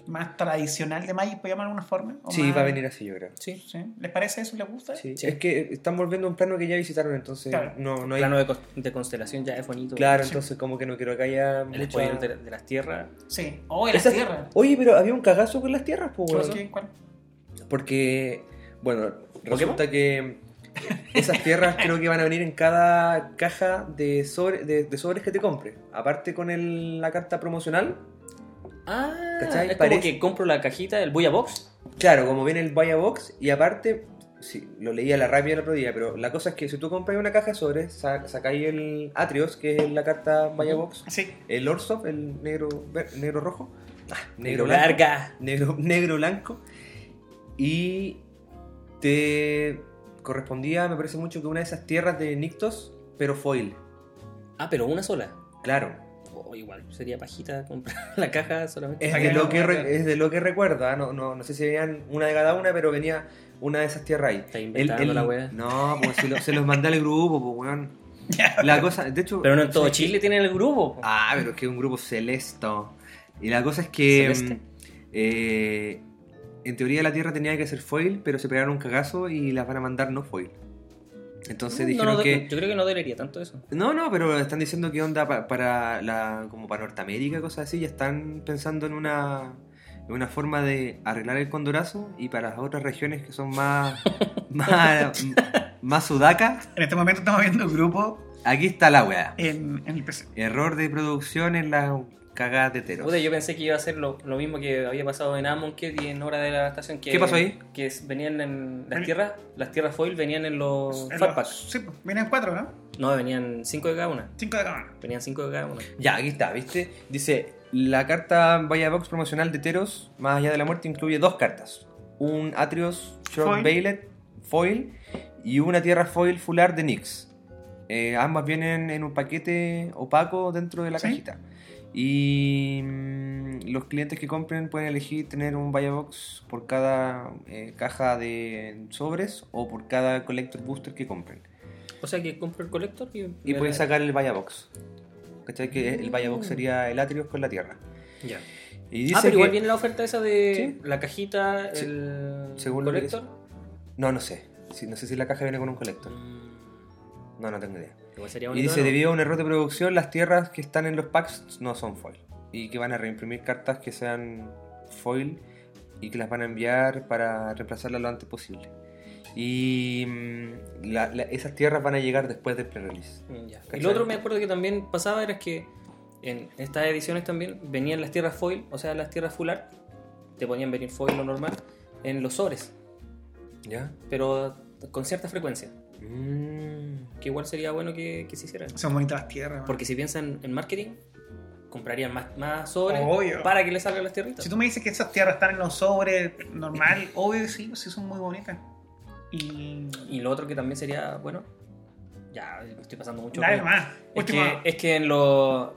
Speaker 3: más tradicional de Magic, por llamarlo de alguna forma? ¿O
Speaker 2: Sí,
Speaker 3: más-
Speaker 2: va a venir así, yo creo.
Speaker 3: Sí, sí. ¿Les parece eso? ¿Les gusta?
Speaker 2: Sí.
Speaker 1: Sí.
Speaker 2: Es que están volviendo a un plano que ya visitaron, entonces
Speaker 3: Claro.
Speaker 2: no, no hay...
Speaker 1: plano de, cos- de constelación ya es bonito.
Speaker 2: Claro, entonces como que no quiero que haya...
Speaker 1: El
Speaker 2: mucha-
Speaker 1: spoiler de, de las tierras.
Speaker 3: Sí. Oh, y las
Speaker 2: Esas-
Speaker 3: tierras.
Speaker 2: Oye, pero había un cagazo con las tierras, pues.
Speaker 3: ¿Por
Speaker 2: weón.
Speaker 3: qué? ¿Cuál?
Speaker 2: Porque, bueno,
Speaker 1: ¿Pokémon?
Speaker 2: resulta que esas tierras creo que van a venir en cada caja de, sobre- de, de sobres que te compre. Aparte con el- la carta promocional.
Speaker 1: Ah,
Speaker 2: ¿Cachai?
Speaker 1: es
Speaker 2: Parece-
Speaker 1: como que compro la cajita del Buya Box.
Speaker 2: Claro, como viene el Buy a Box y aparte, sí, lo leí a la rápida el otro día, pero la cosa es que si tú compras una caja de sobres, sa- sacáis el Atrios, que es la carta Buy a Box,
Speaker 3: Sí.
Speaker 2: el Orsov, el negro, ver- negro rojo, ah,
Speaker 1: Negro
Speaker 2: negro blanco,
Speaker 1: larga.
Speaker 2: negro, negro blanco. Y te correspondía, me parece mucho, que una de esas tierras de Nictos, pero foil.
Speaker 1: Ah, pero una sola.
Speaker 2: Claro.
Speaker 1: O igual, sería pajita comprar la caja solamente.
Speaker 2: Es
Speaker 3: Para
Speaker 2: de,
Speaker 3: que
Speaker 2: lo
Speaker 3: no
Speaker 2: que re-
Speaker 3: muera.
Speaker 2: es de lo que recuerdo. ah, No, no, no sé si veían una de cada una, pero venía una de esas tierras ahí.
Speaker 1: Está inventando la wea.
Speaker 2: No, pues si lo- se los mandé al grupo, pues weón. La cosa, de hecho.
Speaker 1: Pero no en todo Chile tienen el grupo. po.
Speaker 2: Ah, pero es que es un grupo celesto. Y la cosa es que.
Speaker 1: Celeste.
Speaker 2: mm, eh, en teoría la Tierra tenía que ser foil, pero se pegaron un cagazo y las van a mandar no foil. Entonces
Speaker 1: Ah, No,
Speaker 2: dijeron
Speaker 1: no,
Speaker 2: que.
Speaker 1: Yo creo que no dolería tanto eso.
Speaker 2: No, no, pero están diciendo que onda pa- para la, como para Norteamérica, cosas así, ya están pensando en una, en una forma de arreglar el condorazo y para las otras regiones que son más, más, más sudacas,
Speaker 3: En este momento estamos viendo un grupo
Speaker 2: aquí está la weá.
Speaker 3: en, en el PC.
Speaker 2: Error de producción en las cagadas de teros.
Speaker 1: Puta, yo pensé que iba a ser lo, lo mismo que había pasado en Amonkhet y en Hora de la Estación. Que,
Speaker 2: ¿Qué pasó ahí?
Speaker 1: Que es- venían en las
Speaker 3: Ven-
Speaker 1: tierras, las tierras foil venían en los
Speaker 3: En los-
Speaker 1: fatpacks.
Speaker 3: Sí, pues, vienen cuatro, ¿no?
Speaker 1: No, venían cinco de cada una.
Speaker 3: Cinco de cada uno.
Speaker 1: Venían cinco de cada una.
Speaker 2: Ya, aquí está, ¿viste? Dice, la carta Vaya Box promocional de Teros, más allá de la muerte, incluye dos cartas. Un Atrios Short
Speaker 3: Foil.
Speaker 2: Bailet Foil y una Tierra Foil Fular de Nix. Eh, ambas vienen en un paquete opaco dentro de la
Speaker 3: Sí.
Speaker 2: cajita. Y mm, los clientes que compren pueden elegir tener un Vaya Box por cada eh, caja de sobres o por cada Collector Booster que compren.
Speaker 1: O sea que compro el colector y.
Speaker 2: Y
Speaker 1: me-
Speaker 2: pueden sacar el Vaya Box. ¿Cachai? Que el Vaya Box sería el Atrios con la Tierra.
Speaker 1: Ya.
Speaker 2: Y dice
Speaker 1: Mm. Ah, pero igual
Speaker 2: que-
Speaker 1: viene la oferta esa de
Speaker 2: Sí.
Speaker 1: la cajita,
Speaker 2: Sí.
Speaker 1: el
Speaker 2: Según lo que
Speaker 1: colector.
Speaker 2: No, no sé. Sí, no sé si la caja viene con un colector.
Speaker 1: Mm,
Speaker 2: No, no tengo idea.
Speaker 1: Igual sería
Speaker 2: Y
Speaker 1: bonito,
Speaker 2: dice,
Speaker 1: ¿no?
Speaker 2: debido a un error de producción, las tierras que están en los packs no son foil. Y que van a reimprimir cartas que sean foil y que las van a enviar para reemplazarlas lo antes posible. Y mm, la- la- esas tierras van a llegar después del pre-release.
Speaker 1: Mm, ya. Y
Speaker 2: ¿Cachai?
Speaker 1: lo otro me acuerdo que también pasaba era que en estas ediciones también venían las tierras foil, o sea, las tierras full art, te ponían venir foil lo normal, en los sobres,
Speaker 2: ¿Ya?
Speaker 1: pero con cierta frecuencia,
Speaker 2: Mm.
Speaker 1: que igual sería bueno que, que se hiciera.
Speaker 3: Son bonitas las tierras. ¿no?
Speaker 1: Porque si piensan en marketing, comprarían más, más sobres
Speaker 3: Obvio.
Speaker 1: para que le salgan las tierritas.
Speaker 3: Si tú me dices que esas tierras están en los sobres normal, obvio que sí, pues sí son muy bonitas. Y.
Speaker 1: Y lo otro que también sería, bueno, ya me estoy pasando mucho.
Speaker 3: Dale
Speaker 1: pero-
Speaker 3: más.
Speaker 1: Es
Speaker 3: Último.
Speaker 1: que, es que en los,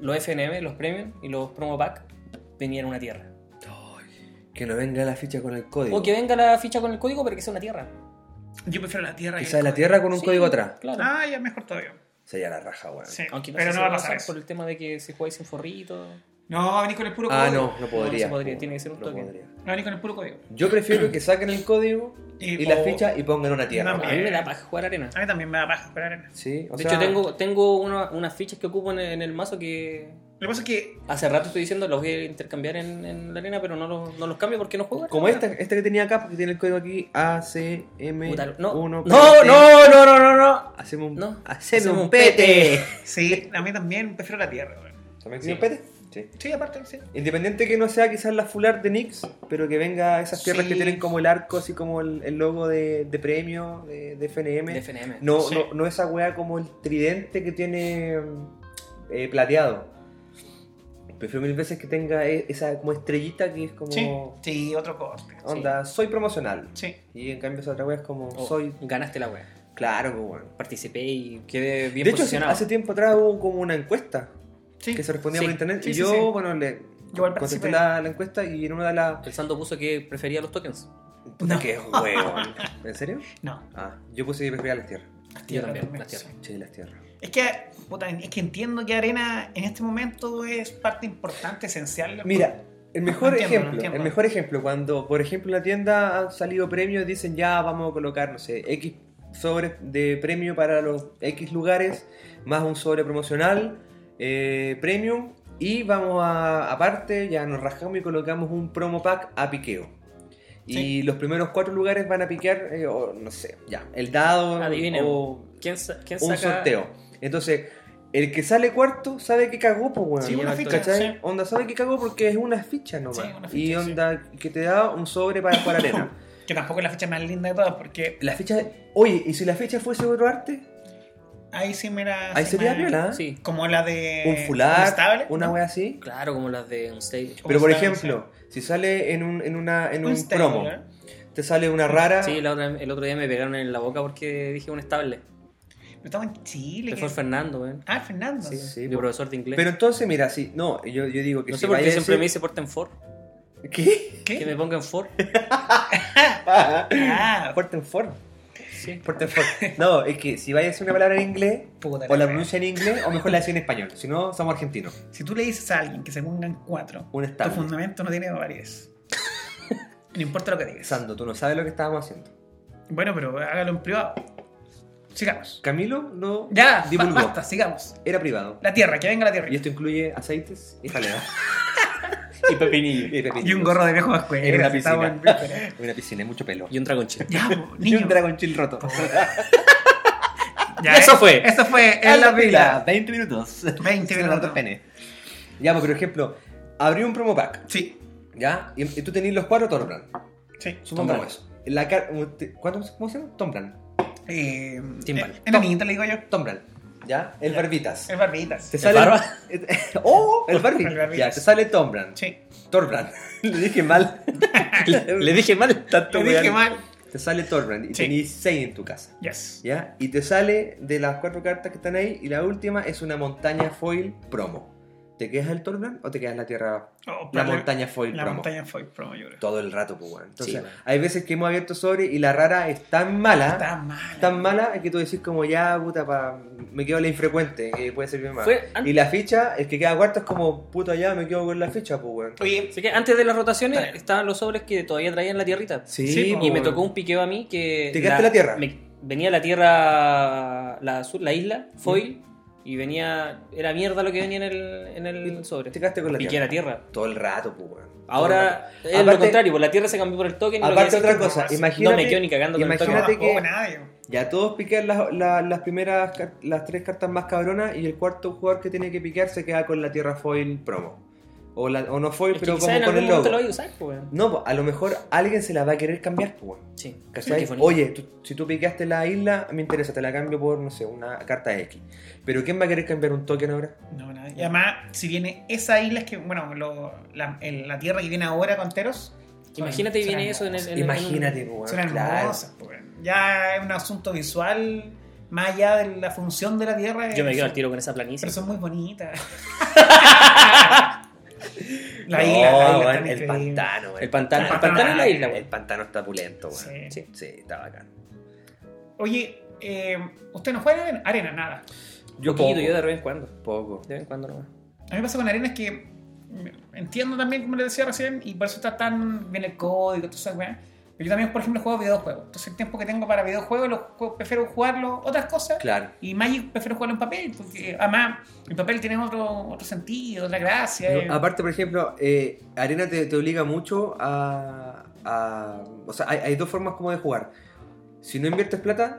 Speaker 1: los FNM, los premium y los promo pack, venían una tierra.
Speaker 2: Que no venga la ficha con el código.
Speaker 1: O Oh, que venga la ficha con el código, pero que sea una tierra.
Speaker 3: Yo prefiero la tierra. que
Speaker 2: Quizás
Speaker 3: el
Speaker 2: eh, la
Speaker 3: código.
Speaker 2: tierra con un
Speaker 1: Sí,
Speaker 2: código atrás.
Speaker 1: Claro.
Speaker 3: Ah, ya mejor todavía.
Speaker 2: Sería la raja, weón.
Speaker 3: Sí.
Speaker 1: Aunque no
Speaker 3: pero
Speaker 1: sé si
Speaker 3: no va a
Speaker 1: va
Speaker 3: pasar
Speaker 1: por
Speaker 3: eso.
Speaker 1: el tema de que se juegue sin forrito.
Speaker 3: No, venís con el puro
Speaker 2: Ah,
Speaker 3: código.
Speaker 2: no, no podría.
Speaker 1: se podría, tiene que ser un
Speaker 2: No
Speaker 1: token.
Speaker 2: podría.
Speaker 3: No venís con el puro código.
Speaker 2: Yo prefiero que saquen el código y,
Speaker 3: Y-
Speaker 2: la
Speaker 3: o-
Speaker 2: ficha y pongan una tierra.
Speaker 3: No,
Speaker 1: A mí me da para jugar arena.
Speaker 3: A mí también me da paja esperar arena.
Speaker 2: Sí, o
Speaker 1: de
Speaker 2: sea,
Speaker 1: hecho, tengo, tengo una- unas fichas que ocupo en el, en el mazo que
Speaker 3: Lo que pasa es que.
Speaker 1: hace rato estoy diciendo los voy a intercambiar en, en la arena, pero no los, no los cambio porque no juego.
Speaker 2: Como
Speaker 1: arena.
Speaker 2: esta, esta que tenía acá, porque tiene el código aquí ACM1.
Speaker 1: Puta, no. No,
Speaker 2: no, no, no, no. Hacemos un,
Speaker 1: No.
Speaker 2: haceme
Speaker 1: Haceme
Speaker 2: un
Speaker 1: un
Speaker 2: pete.
Speaker 3: Sí, a mí también prefiero la tierra. güey.
Speaker 2: ¿También
Speaker 1: Sí.
Speaker 2: tiene un pete? Sí.
Speaker 3: Sí, aparte, sí.
Speaker 2: Independiente que no sea quizás la fular de Nix, pero que venga esas tierras
Speaker 3: Sí.
Speaker 2: que tienen como el arco, así como el, el logo de, de premio de, de FNM.
Speaker 1: De FNM.
Speaker 2: No,
Speaker 3: Sí.
Speaker 2: no, no esa weá como el tridente que tiene mm, eh, plateado. Prefiero mil veces que tenga e- esa como estrellita que es como
Speaker 3: Sí, sí, otro corte.
Speaker 2: onda, soy promocional.
Speaker 3: Sí.
Speaker 2: Y en cambio esa otra weá es como
Speaker 1: Oh,
Speaker 2: soy.
Speaker 1: Ganaste la wea.
Speaker 2: Claro, pues, weón.
Speaker 1: Participé y quedé bien
Speaker 2: De hecho,
Speaker 1: posicionado.
Speaker 2: hace tiempo atrás hubo como una encuesta
Speaker 3: Sí.
Speaker 2: que se respondía
Speaker 1: Sí,
Speaker 2: por internet.
Speaker 3: sí,
Speaker 2: y
Speaker 3: sí,
Speaker 2: yo,
Speaker 3: sí.
Speaker 2: bueno, le
Speaker 3: Igual
Speaker 2: contesté
Speaker 3: participé.
Speaker 2: la, la encuesta y en una de las.
Speaker 1: El Sando puso que prefería los tokens.
Speaker 2: Puta,
Speaker 3: No.
Speaker 2: que es weón. ¿En serio?
Speaker 3: No.
Speaker 2: Ah, yo puse que prefería las tierras.
Speaker 1: Yo también, las
Speaker 3: sí.
Speaker 1: tierras.
Speaker 2: Sí, las tierras.
Speaker 3: Es que, puta, es que entiendo que Arena en este momento es parte importante, esencial.
Speaker 2: Mira, el mejor
Speaker 3: No entiendo, no
Speaker 2: ejemplo,
Speaker 3: entiendo.
Speaker 2: el mejor ejemplo, cuando por ejemplo en la tienda han salido premios, dicen ya vamos a colocar, no sé, X sobres de premio para los X lugares, más un sobre promocional, eh, premium, y vamos a, aparte, ya nos rascamos y colocamos un promo pack a piqueo. Y
Speaker 3: Sí.
Speaker 2: los primeros cuatro lugares van a piquear, eh, o no sé, ya, el dado
Speaker 1: Adivinen.
Speaker 2: o
Speaker 1: ¿Quién, sa- quién
Speaker 2: un
Speaker 1: saca-
Speaker 2: sorteo. Entonces, el que sale cuarto sabe que cagó, pues, weón.
Speaker 3: Sí, una
Speaker 2: ¿Cachai?
Speaker 3: ficha, sí.
Speaker 2: Onda sabe que cagó porque es una ficha nomás.
Speaker 3: Sí,
Speaker 2: y
Speaker 3: una ficha, sí.
Speaker 2: onda que te da un sobre para jugar arena.
Speaker 3: Que tampoco es la fecha más linda de todas, porque
Speaker 2: La ficha. Oye, ¿y si la ficha fuese otro arte?
Speaker 3: ahí sí mira.
Speaker 2: Ahí
Speaker 3: sí
Speaker 2: sería
Speaker 3: me-
Speaker 2: viola.
Speaker 1: Ah, Sí,
Speaker 3: Como la de.
Speaker 2: Un fular,
Speaker 3: Estable,
Speaker 2: una
Speaker 3: ¿no?
Speaker 2: wea así.
Speaker 1: claro, como las de un stage.
Speaker 2: Pero por
Speaker 3: Unstable,
Speaker 2: ejemplo, si sale en un, en una, en un,
Speaker 3: stable,
Speaker 2: promo,
Speaker 3: ¿eh?
Speaker 2: te sale una rara.
Speaker 1: Sí, la otra- el otro día me pegaron en la boca porque dije un estable.
Speaker 3: Pero estamos en Chile.
Speaker 1: Que
Speaker 3: que-
Speaker 1: fue Fernando, weón.
Speaker 3: Ah, Fernando.
Speaker 1: Sí,
Speaker 2: sí,
Speaker 1: mi
Speaker 2: po.
Speaker 1: profesor de inglés.
Speaker 2: Pero entonces, mira, sí, no, yo, yo digo que
Speaker 1: no
Speaker 2: si
Speaker 1: sé por
Speaker 2: vaya
Speaker 1: qué
Speaker 2: a
Speaker 1: siempre me
Speaker 2: decir-
Speaker 1: dice porten for.
Speaker 2: ¿Qué?
Speaker 1: Que
Speaker 3: ¿Qué?
Speaker 1: me pongan for.
Speaker 3: Ah,
Speaker 2: Fuerte en Ford.
Speaker 1: Sí.
Speaker 2: Fuerte en Ford. No, es que si vaya a decir una palabra en inglés,
Speaker 3: puta
Speaker 2: O la
Speaker 3: wea.
Speaker 2: pronuncia en inglés o mejor la decía en español. Si no, somos argentinos.
Speaker 3: Si tú le dices a alguien que se pongan cuatro,
Speaker 2: Un
Speaker 3: tu
Speaker 2: estable.
Speaker 3: fundamento no tiene validez. no importa lo que digas.
Speaker 2: Sando, tú no sabes lo que estábamos haciendo.
Speaker 3: Bueno, pero hágalo en privado. Sigamos.
Speaker 2: Camilo no
Speaker 3: Ya, ba-
Speaker 2: divulgó.
Speaker 3: basta, sigamos.
Speaker 2: Era privado.
Speaker 3: La tierra, que venga la tierra.
Speaker 2: Y esto incluye aceites y jalea.
Speaker 1: Y pepinillo.
Speaker 2: y, pepinillos.
Speaker 3: Y un gorro de viejo vasco.
Speaker 2: En una piscina.
Speaker 3: Estamos en Brisbane.
Speaker 2: Y una piscina, y mucho pelo.
Speaker 1: Y un dragonchito.
Speaker 3: Ya, po,
Speaker 2: Y
Speaker 3: niño.
Speaker 2: un dragon chill roto.
Speaker 3: Ya,
Speaker 1: Eso
Speaker 3: eh,
Speaker 1: fue.
Speaker 3: Eso fue
Speaker 2: En
Speaker 3: en la pila.
Speaker 2: 20 minutos.
Speaker 3: 20
Speaker 2: Son hartos
Speaker 3: minutos.
Speaker 2: pene. Ya, pues, por ejemplo, abrí un promo pack.
Speaker 3: Sí,
Speaker 2: ¿Ya? Y, y tú tenías los cuatro Tom Brand.
Speaker 3: sí.
Speaker 2: Supongamos
Speaker 1: Brand.
Speaker 2: eso. La car- ¿Cuánto, ¿Cómo se llama? Tom Brand.
Speaker 3: Eh,
Speaker 1: Timbal.
Speaker 3: eh, En la niñita le digo yo.
Speaker 2: Tom Brand. ¿Ya? El Barbitas.
Speaker 3: Es barbitas.
Speaker 2: Te sale.
Speaker 1: barba?
Speaker 2: ¡Oh! El Barbie.
Speaker 3: El Barbie.
Speaker 2: Ya, te sale Tom Brand.
Speaker 3: Sí.
Speaker 2: Torbrand. Le dije mal.
Speaker 1: Le dije mal tanto,
Speaker 3: Te dije
Speaker 1: weón.
Speaker 3: mal.
Speaker 2: Te sale Torbrand y
Speaker 3: Sí.
Speaker 2: tenés 6 en tu casa.
Speaker 3: Yes.
Speaker 2: ¿Ya? Y te sale de las cuatro cartas que están ahí y la última es una montaña foil promo. ¿Te quedas el Torbrand o te quedas la tierra?
Speaker 3: Oh,
Speaker 2: La
Speaker 3: pero-
Speaker 2: montaña foil
Speaker 3: La
Speaker 2: promo.
Speaker 3: montaña fue promo, yo creo.
Speaker 2: Todo el rato, pues, weón. Entonces,
Speaker 1: Sí, weón.
Speaker 2: hay veces que hemos abierto sobre y la rara es tan mala.
Speaker 3: Está mal.
Speaker 2: Tan mala que tú decís como ya, puta, pa, me quedo la infrecuente, que puede servir más.
Speaker 1: Fue an-
Speaker 2: Y la ficha, el que queda cuarto es como, puta, ya me quedo con la ficha, pues, weón.
Speaker 3: Oye,
Speaker 1: Así que antes de las rotaciones
Speaker 3: Dale.
Speaker 1: estaban los sobres que todavía traían la tierrita.
Speaker 3: Sí,
Speaker 1: Y me tocó un piqueo a mí que.
Speaker 2: ¿Te quedaste la tierra?
Speaker 1: me- venía la tierra, la azul, la isla, foil, y venía. Era mierda lo que venía en el, en el sobre.
Speaker 2: Te quedaste con la
Speaker 1: Piqué
Speaker 2: tierra.
Speaker 1: la tierra.
Speaker 2: Todo el rato, pues, weón. Todo el rato.
Speaker 1: Ahora es lo
Speaker 2: Aparte-
Speaker 1: contrario, pues la tierra se cambió por el token. y lo que
Speaker 2: Aparte
Speaker 1: decís
Speaker 2: otra
Speaker 1: tú,
Speaker 2: cosa,
Speaker 1: no,
Speaker 2: imagínate,
Speaker 1: No me quedo ni cagando con el token.
Speaker 2: imagínate que-
Speaker 3: imagínate que. nadie.
Speaker 2: Ya todos piquean las, la- las primeras, car- las tres cartas más cabronas y el cuarto jugador que tiene que piquear se queda con la tierra foil promo. O, la, o no foil,
Speaker 1: Es que
Speaker 2: pero
Speaker 1: quizás en
Speaker 2: como con
Speaker 1: algún
Speaker 2: el
Speaker 1: momento
Speaker 2: logo.
Speaker 1: lo voy a usar, pues, weón.
Speaker 2: No, po, a lo mejor alguien se la va a querer cambiar, pues, weón.
Speaker 1: Sí.
Speaker 2: ¿Cachai?
Speaker 1: Qué bonito.
Speaker 2: Oye, tú- si tú piqueaste la isla, me interesa, te la cambio por, no sé, una carta X. Pero ¿quién va a querer cambiar un token ahora?
Speaker 3: No, nadie. Y además, si viene esa isla, es que, bueno, lo- la, el- la tierra que viene ahora con Teros.
Speaker 1: Imagínate
Speaker 3: será
Speaker 1: viene eso en el. en el- en un-
Speaker 2: Imagínate, po, weón.
Speaker 3: Son
Speaker 2: claro.
Speaker 3: hermosas, po, weón. Ya es un asunto visual, más allá de la función de la tierra.
Speaker 1: Yo me
Speaker 3: es-
Speaker 1: quedo al tiro con esa
Speaker 3: Pero
Speaker 1: planicie.
Speaker 3: son muy bonitas. la
Speaker 2: No,
Speaker 3: isla, la isla
Speaker 2: weón,
Speaker 3: está
Speaker 2: el
Speaker 3: increíble.
Speaker 2: pantano, weón.
Speaker 1: El pantano,
Speaker 3: el pantano es la
Speaker 1: isla, weón.
Speaker 2: El pantano está pulento, weón.
Speaker 3: Sí.
Speaker 2: sí, está bacán.
Speaker 3: Oye, eh, ¿usted no juega en arena? Nada.
Speaker 1: Yo
Speaker 2: poco,
Speaker 1: poquito, yo de vez en cuando.
Speaker 2: poco.
Speaker 1: De vez en cuando nomás.
Speaker 3: A mí me pasa con Arena es que mm, entiendo también, como le decía recién, y por eso está tan bien el código, todas esas weas. Pero yo también, por ejemplo, juego videojuegos. Entonces, el tiempo que tengo para videojuegos, los juegos, prefiero jugarlo otras cosas.
Speaker 2: Claro.
Speaker 3: Y Magic prefiero jugarlo en papel, porque además, el papel tiene otro, otro sentido, otra gracia. eh.
Speaker 2: No, aparte, por ejemplo, eh, Arena te, te obliga mucho a, a- O sea, hay, hay dos formas como de jugar. Si no inviertes plata,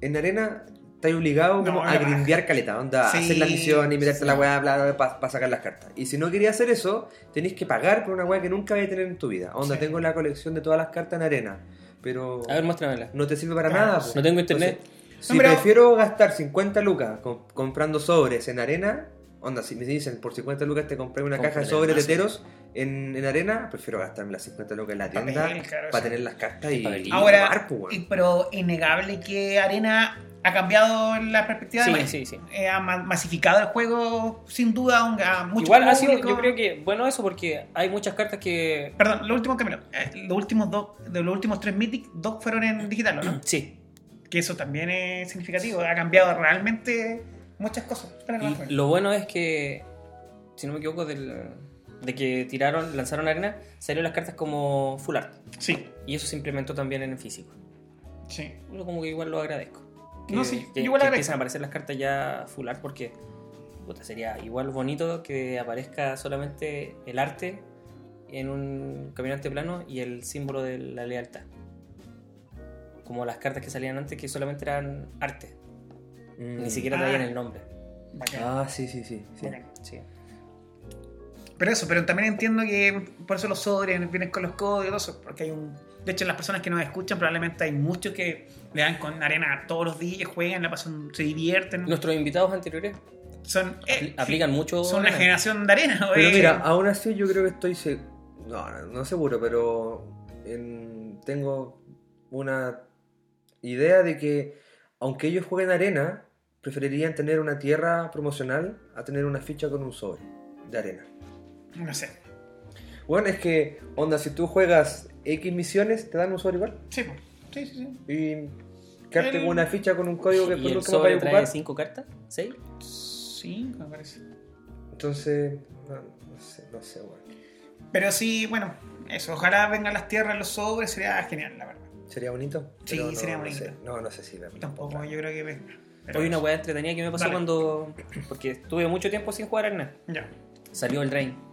Speaker 2: en Arena estás obligado como
Speaker 3: No,
Speaker 2: a
Speaker 3: la baja.
Speaker 2: grindear caleta, onda,
Speaker 3: Sí,
Speaker 2: hacer la misión y mirarte
Speaker 3: sí.
Speaker 2: la weá, bla, bla, para sacar las cartas. Y si no querías hacer eso, tenés que pagar por una weá que nunca vais a tener en tu vida. Onda,
Speaker 3: Sí.
Speaker 2: tengo la colección de todas las cartas en Arena, pero
Speaker 1: A ver, muéstramela.
Speaker 2: no te sirve para
Speaker 3: Claro,
Speaker 2: nada.
Speaker 3: sí.
Speaker 2: po.
Speaker 1: No tengo internet.
Speaker 2: Si
Speaker 3: No, pero-
Speaker 2: prefiero gastar 50 lucas com- comprando sobres en arena, onda, si me dicen por 50 lucas te compré una
Speaker 1: Compré
Speaker 2: caja de
Speaker 1: el
Speaker 2: sobres de
Speaker 1: mazo.
Speaker 2: teros en, en arena, prefiero gastarme las 50 lucas en la
Speaker 3: Papel,
Speaker 2: tienda
Speaker 3: claro,
Speaker 2: para
Speaker 3: sí.
Speaker 2: tener las cartas y,
Speaker 1: Papelito.
Speaker 2: y
Speaker 3: Ahora,
Speaker 2: jugar, pues, weón.
Speaker 3: y- pero innegable que Arena ha cambiado la perspectiva de
Speaker 1: Sí,
Speaker 3: Magic.
Speaker 1: sí, sí.
Speaker 3: Eh, ha ma- masificado el juego, sin duda, a un- a mucho
Speaker 1: Igual ha sido,
Speaker 3: público.
Speaker 1: yo creo que bueno eso porque hay muchas cartas que.
Speaker 3: Perdón, lo último, Camilo. Eh, los últimos dos, de los últimos tres Mythic, dos fueron en digital, ¿o ¿no?
Speaker 1: Sí,
Speaker 3: Que eso también es significativo. Ha cambiado realmente Muchas cosas. Espera, no,
Speaker 1: Y lo bueno es que, si no me equivoco, del- de que tiraron, lanzaron arena, salieron las cartas como full art.
Speaker 3: Sí,
Speaker 1: Y eso se implementó también en el físico.
Speaker 3: sí.
Speaker 1: Yo como que igual lo agradezco. Que,
Speaker 3: No, sí,
Speaker 1: que-
Speaker 3: igual
Speaker 1: que
Speaker 3: agradezco.
Speaker 1: empiezan a aparecer las cartas ya full art porque puta, sería igual bonito que aparezca solamente el arte en un caminante plano y el símbolo de la lealtad. Como las cartas que salían antes que solamente eran arte, ni siquiera
Speaker 3: Ah.
Speaker 1: traían el nombre.
Speaker 3: Bacán,
Speaker 2: Mm. Ah, sí, sí, sí. sí.
Speaker 3: bacán.
Speaker 1: Sí.
Speaker 3: Pero eso, pero también entiendo que por eso los sodres vienen con los códigos, todo eso, porque hay un... De hecho, las personas que nos escuchan probablemente hay muchos que le dan con arena todos los días, juegan, la pasan, se divierten.
Speaker 1: Nuestros invitados anteriores
Speaker 3: son,
Speaker 1: apli-
Speaker 3: eh,
Speaker 1: aplican mucho.
Speaker 3: son una generación de arena.
Speaker 2: Pero
Speaker 3: eh.
Speaker 2: mira, aún así yo creo que estoy. se- No, no, no seguro, pero en- tengo una idea de que, aunque ellos jueguen arena, preferirían tener una tierra promocional a tener una ficha con un sobre de arena.
Speaker 3: No sé.
Speaker 2: Bueno, es que, onda, si tú juegas X misiones, te dan un sobre igual.
Speaker 3: Sí, po. sí, sí. sí.
Speaker 2: Y quedarte
Speaker 3: El-
Speaker 2: con una ficha con un código que
Speaker 1: ¿Y
Speaker 2: tú
Speaker 1: el
Speaker 2: nunca más vas a
Speaker 1: sobre trae
Speaker 2: ocupar.
Speaker 1: cinco cartas? ¿Seis?
Speaker 3: Sí, me parece.
Speaker 2: Entonces, no, no sé, no sé, bueno.
Speaker 3: Pero sí, bueno, eso. Ojalá vengan las tierras, los sobres, sería genial, la verdad.
Speaker 2: ¿Sería bonito?
Speaker 3: Sí,
Speaker 2: Pero
Speaker 3: sería
Speaker 2: no
Speaker 3: bonito.
Speaker 2: sé. No, no sé si me-
Speaker 3: Tampoco, yo creo que venga. Pero-
Speaker 1: Hoy una weá entretenida que me pasó
Speaker 3: Dale.
Speaker 1: cuando. Porque estuve mucho tiempo sin jugar arena.
Speaker 3: Ya.
Speaker 1: Salió el Drain.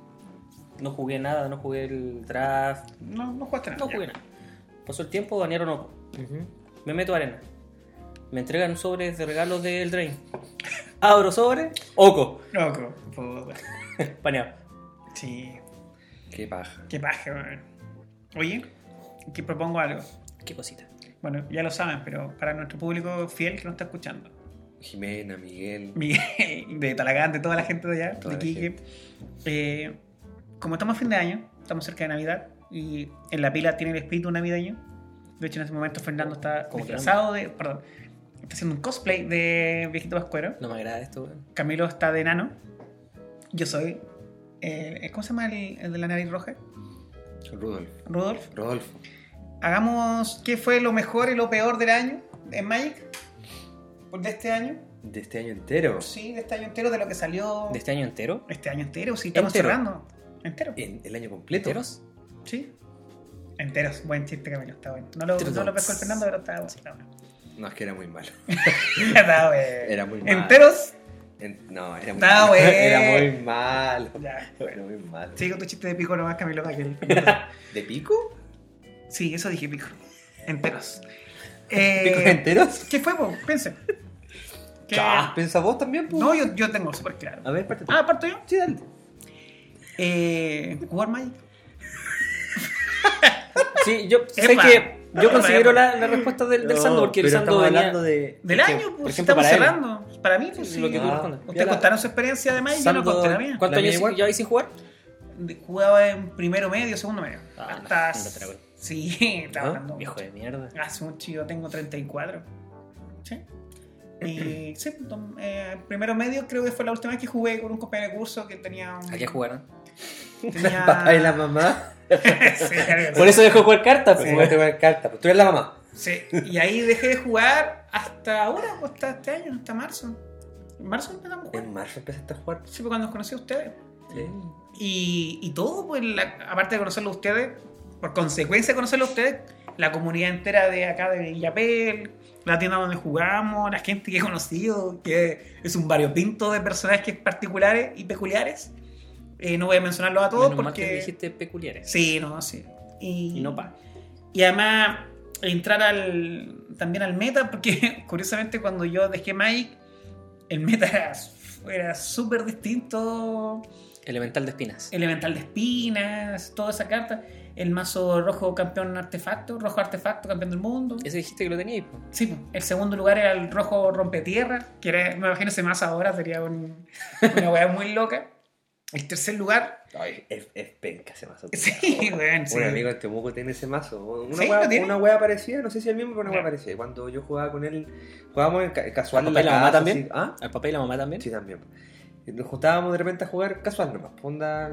Speaker 1: No jugué nada, no jugué el draft,
Speaker 3: No, no jugaste nada.
Speaker 1: no
Speaker 3: ya.
Speaker 1: jugué nada. Pasó el tiempo, ganaron no.
Speaker 2: Ujú.
Speaker 1: Me meto a arena. Me entregan sobres de regalos del Drain. Abro sobre, Oco.
Speaker 3: Loco, puta.
Speaker 1: Paneado.
Speaker 3: Sí,
Speaker 2: Qué paja.
Speaker 3: qué paja, weón. Oye, que propongo algo.
Speaker 1: Qué cosita.
Speaker 3: Bueno, ya lo saben, pero para nuestro público fiel que nos está escuchando.
Speaker 2: Jimena, Miguel.
Speaker 3: Miguel, de Talagante, toda la gente de allá,
Speaker 2: Toda
Speaker 3: de
Speaker 2: la
Speaker 3: Quique. Eh, como estamos a fin de año, estamos cerca de Navidad y en la pila tiene el espíritu navideño. De hecho, en este momento Fernando está
Speaker 1: Como que
Speaker 3: disfrazado de. Perdón, está haciendo un cosplay de Viejito Vascuero.
Speaker 1: No me agrada esto, weón.
Speaker 3: Camilo está de enano. Yo soy. eh, ¿Cómo se llama el, el de la nariz roja?
Speaker 2: Rudolf.
Speaker 3: Rudolf.
Speaker 2: Rodolfo.
Speaker 3: Hagamos qué fue lo mejor y lo peor del año en Magic. De este año.
Speaker 2: De este año entero.
Speaker 3: Sí, de este año entero, de lo que salió.
Speaker 1: ¿De este año entero?
Speaker 3: Este año entero, sí, estamos
Speaker 1: Entero. Eh.
Speaker 3: cerrando. Entero.
Speaker 2: En- el año completo.
Speaker 1: ¿Enteros?
Speaker 3: Sí. Enteros. Buen chiste, Camilo. Está bueno. No lo,
Speaker 1: Entero.
Speaker 3: no lo pescó el Fernando, pero está bueno. Está bueno.
Speaker 2: No, es que era muy malo.
Speaker 3: Está bueno.
Speaker 2: Era muy malo.
Speaker 3: Enteros.
Speaker 2: En- no, era muy
Speaker 3: Está
Speaker 2: malo.
Speaker 3: bueno.
Speaker 2: Era muy malo.
Speaker 3: Ya.
Speaker 2: Era muy malo.
Speaker 3: Sigue con tu chiste de pico nomás, Camilo. para que el Fernando-
Speaker 2: ¿De pico?
Speaker 3: sí, eso dije pico. Enteros.
Speaker 2: ¿Picos
Speaker 3: Eh,
Speaker 2: enteros?
Speaker 3: ¿Qué fue, po? Piensen. ¿Qué?
Speaker 2: Ya, ¿Piensa vos también, pues?
Speaker 3: No, yo, yo tengo súper claro.
Speaker 2: A ver, parte.
Speaker 3: Ah, parto yo.
Speaker 2: sí, dale.
Speaker 3: Eh, jugar Magic.
Speaker 1: Sí, yo sé
Speaker 3: Epa.
Speaker 1: que. Yo considero
Speaker 3: Epa.
Speaker 1: la, la respuesta del, del Sando porque el
Speaker 2: pero
Speaker 1: Sando
Speaker 2: estamos
Speaker 1: venía.
Speaker 2: hablando de.
Speaker 3: Del
Speaker 1: Es que,
Speaker 3: año,
Speaker 1: por
Speaker 3: pues.
Speaker 1: ejemplo,
Speaker 3: estamos
Speaker 1: para él.
Speaker 3: cerrando. Para mí, pues sí.
Speaker 1: Lo que tú
Speaker 2: Ah.
Speaker 1: respondes.
Speaker 3: Ustedes
Speaker 2: Ya la-
Speaker 3: contaron su experiencia de Magic y yo no
Speaker 1: Sando-
Speaker 3: conté la mía.
Speaker 1: ¿Cuántos
Speaker 2: La mía
Speaker 1: años
Speaker 2: igual.
Speaker 1: lleváis sin jugar?
Speaker 3: de- jugaba en primero medio, segundo medio.
Speaker 1: Ah,
Speaker 3: Hasta.
Speaker 1: no, no te la voy.
Speaker 3: sí,
Speaker 2: ¿Ah?
Speaker 3: estaba hablando.
Speaker 1: Viejo de mierda.
Speaker 3: Hace mucho, yo tengo 34. Sí. Y sí, tom- eh, primero medio creo que fue la última vez que jugué con un compañero de curso que tenía un.
Speaker 1: ¿A qué jugaron?
Speaker 3: tenía-
Speaker 2: Papá y la mamá.
Speaker 3: Ah, Sí, algo así.
Speaker 1: Por eso dejó jugar cartas,
Speaker 2: Sí.
Speaker 1: pues, weón.
Speaker 2: Te voy a dar carta. Pues tú eres la mamá.
Speaker 3: Sí, y ahí dejé de jugar hasta ahora, pues, hasta este año, hasta marzo. En marzo empezamos a jugar.
Speaker 2: En marzo empezaste a jugar.
Speaker 3: Sí, pues, cuando los conocí a ustedes.
Speaker 2: Sí.
Speaker 3: Y, y todo, pues, la- aparte de conocerlo a ustedes, por consecuencia de conocerlo a ustedes, la comunidad entera de acá de Villapel, la tienda donde jugamos, la gente que he conocido, que es un variopinto de personajes particulares y peculiares. Eh, no voy a mencionarlos a todos
Speaker 1: Menos mal que
Speaker 3: porque.
Speaker 1: dijiste peculiares.
Speaker 3: Sí, no, sí. Y,
Speaker 1: Y no pa.
Speaker 3: y además, entrar al, también al meta, porque curiosamente cuando yo dejé Magic, el meta era, era súper distinto.
Speaker 1: Elemental de espinas.
Speaker 3: Elemental de espinas, toda esa carta. El mazo rojo campeón artefacto, rojo artefacto campeón del mundo.
Speaker 1: Ese dijiste que lo teníais, po.
Speaker 3: Sí, po. el segundo lugar era el rojo rompetierra, que era, me imagino ese mazo ahora sería un- una weá muy loca. El tercer lugar,
Speaker 2: Ay, es, es penca ese mazo.
Speaker 3: sí, weón, sí.
Speaker 2: Un amigo en Temuco tiene ese mazo. Una,
Speaker 3: Sí, lo
Speaker 2: wea,
Speaker 3: tiene.
Speaker 2: una wea parecida, no sé si el mismo, pero una
Speaker 3: Ya.
Speaker 2: wea parecida. Cuando yo jugaba con él, jugábamos en ca-
Speaker 1: ¿Al
Speaker 2: casual en
Speaker 1: papá y la mamá
Speaker 2: casa,
Speaker 1: también?
Speaker 2: así- ¿Ah?
Speaker 1: ¿Al papá y la mamá también?
Speaker 2: Sí, también. Y Nos juntábamos de repente a jugar casual nomás. pues, Onda,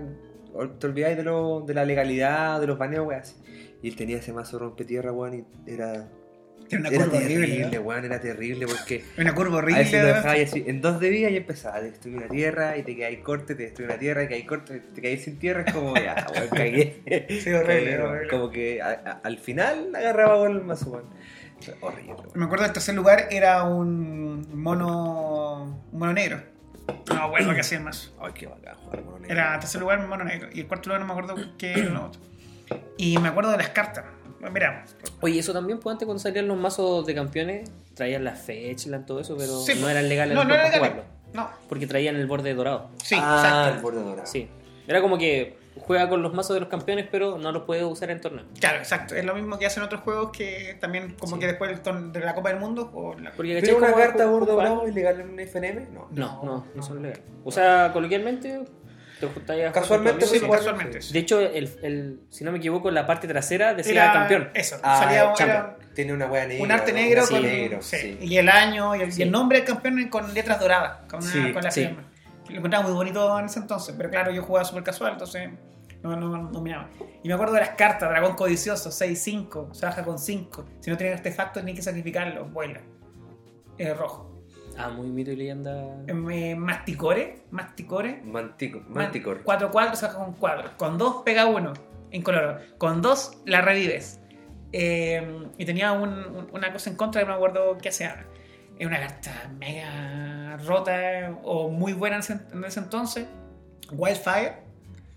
Speaker 2: o- te olvidáis de, lo, de la legalidad, de los baneos, weas. así. Y él tenía ese mazo rompetierra, weón, y era
Speaker 3: Tiene una
Speaker 2: Era
Speaker 3: curva horrible.
Speaker 2: terrible,
Speaker 3: ¿no?
Speaker 2: weón, era terrible porque
Speaker 3: Una curva
Speaker 2: a
Speaker 3: horrible.
Speaker 2: veces lo dejaba y así, en dos de vida y empezaba a destruir una tierra y te quedáis corte, te destruye una tierra, y caí corte, te caí sin tierra, es como ya, weón, cagué.
Speaker 3: Sí, horrible,
Speaker 2: Cagué,
Speaker 3: horrible.
Speaker 2: Como que a- a- al final agarraba gol el mazo, weón. Horrible, weón.
Speaker 3: Me acuerdo del tercer lugar era un mono. un mono negro. No me acuerdo qué hacía más.
Speaker 2: Ay, qué bacán, jugar con un
Speaker 3: Era tercer lugar mono negro. Y el cuarto lugar no me acuerdo qué era lo otro. Y me acuerdo de las cartas. Bueno, Mira,
Speaker 1: Oye, eso también, pues antes cuando salían los mazos de campeones, traían la Fetchland, todo eso, pero
Speaker 3: Sí,
Speaker 1: no
Speaker 3: pues.
Speaker 1: eran legales
Speaker 3: no, no
Speaker 1: para
Speaker 3: era legal.
Speaker 1: jugarlo.
Speaker 3: No,
Speaker 1: Porque traían el borde dorado.
Speaker 3: sí,
Speaker 2: ah, el
Speaker 3: exacto.
Speaker 2: borde dorado.
Speaker 1: Sí. Era como que juega con los mazos de los campeones, pero no los puede usar en torneo.
Speaker 3: Claro, exacto. Es lo mismo que hacen otros juegos que también, como
Speaker 1: Sí.
Speaker 3: que después del torneo- de la Copa del Mundo. O la...
Speaker 1: Porque ¿cachai
Speaker 2: ¿Pero una
Speaker 1: cómo va a
Speaker 2: carta
Speaker 1: ju-
Speaker 2: borde
Speaker 1: jugar?
Speaker 2: dorado ilegal en un FNM? No.
Speaker 1: No, no, no son legales. O sea, coloquialmente, te juntáis a jugar
Speaker 2: Casualmente,
Speaker 1: con
Speaker 3: Sí, pues.
Speaker 1: tu amigo.
Speaker 2: jugar-
Speaker 3: casualmente.
Speaker 1: De hecho, el, el- si no me equivoco, la parte trasera decía
Speaker 3: Era
Speaker 1: campeón.
Speaker 3: Eso,
Speaker 2: Ah,
Speaker 3: salía
Speaker 1: champion.
Speaker 3: era
Speaker 2: Tiene una wea negra.
Speaker 3: un arte
Speaker 2: ¿no?
Speaker 3: negro,
Speaker 2: Sí,
Speaker 3: con,
Speaker 2: negro,
Speaker 3: sí,
Speaker 2: sí.
Speaker 3: y el año y el, y el
Speaker 1: Sí.
Speaker 3: nombre del campeón con letras doradas, con, una-
Speaker 1: Sí,
Speaker 3: con la
Speaker 1: sí.
Speaker 3: firma. Lo encontraba muy bonito en ese entonces, pero claro, yo jugaba súper casual, entonces no, no, no dominaba. Y me acuerdo de las cartas, dragón codicioso, 6-5, se baja con 5. Si no tienen artefactos, ni que sacrificarlo, vuela. Es rojo.
Speaker 1: Ah, muy mito y leyenda.
Speaker 3: Eh, Masticores, masticores.
Speaker 2: Mantico, Manticor.
Speaker 3: 4-4 saca con 4. Con 2 pega 1. Incoloro. Con 2 la revives. Eh, y tenía un- un- una cosa en contra que no me acuerdo qué hacía. Era una carta mega rota o muy buena en ese, en ese entonces. Wildfire.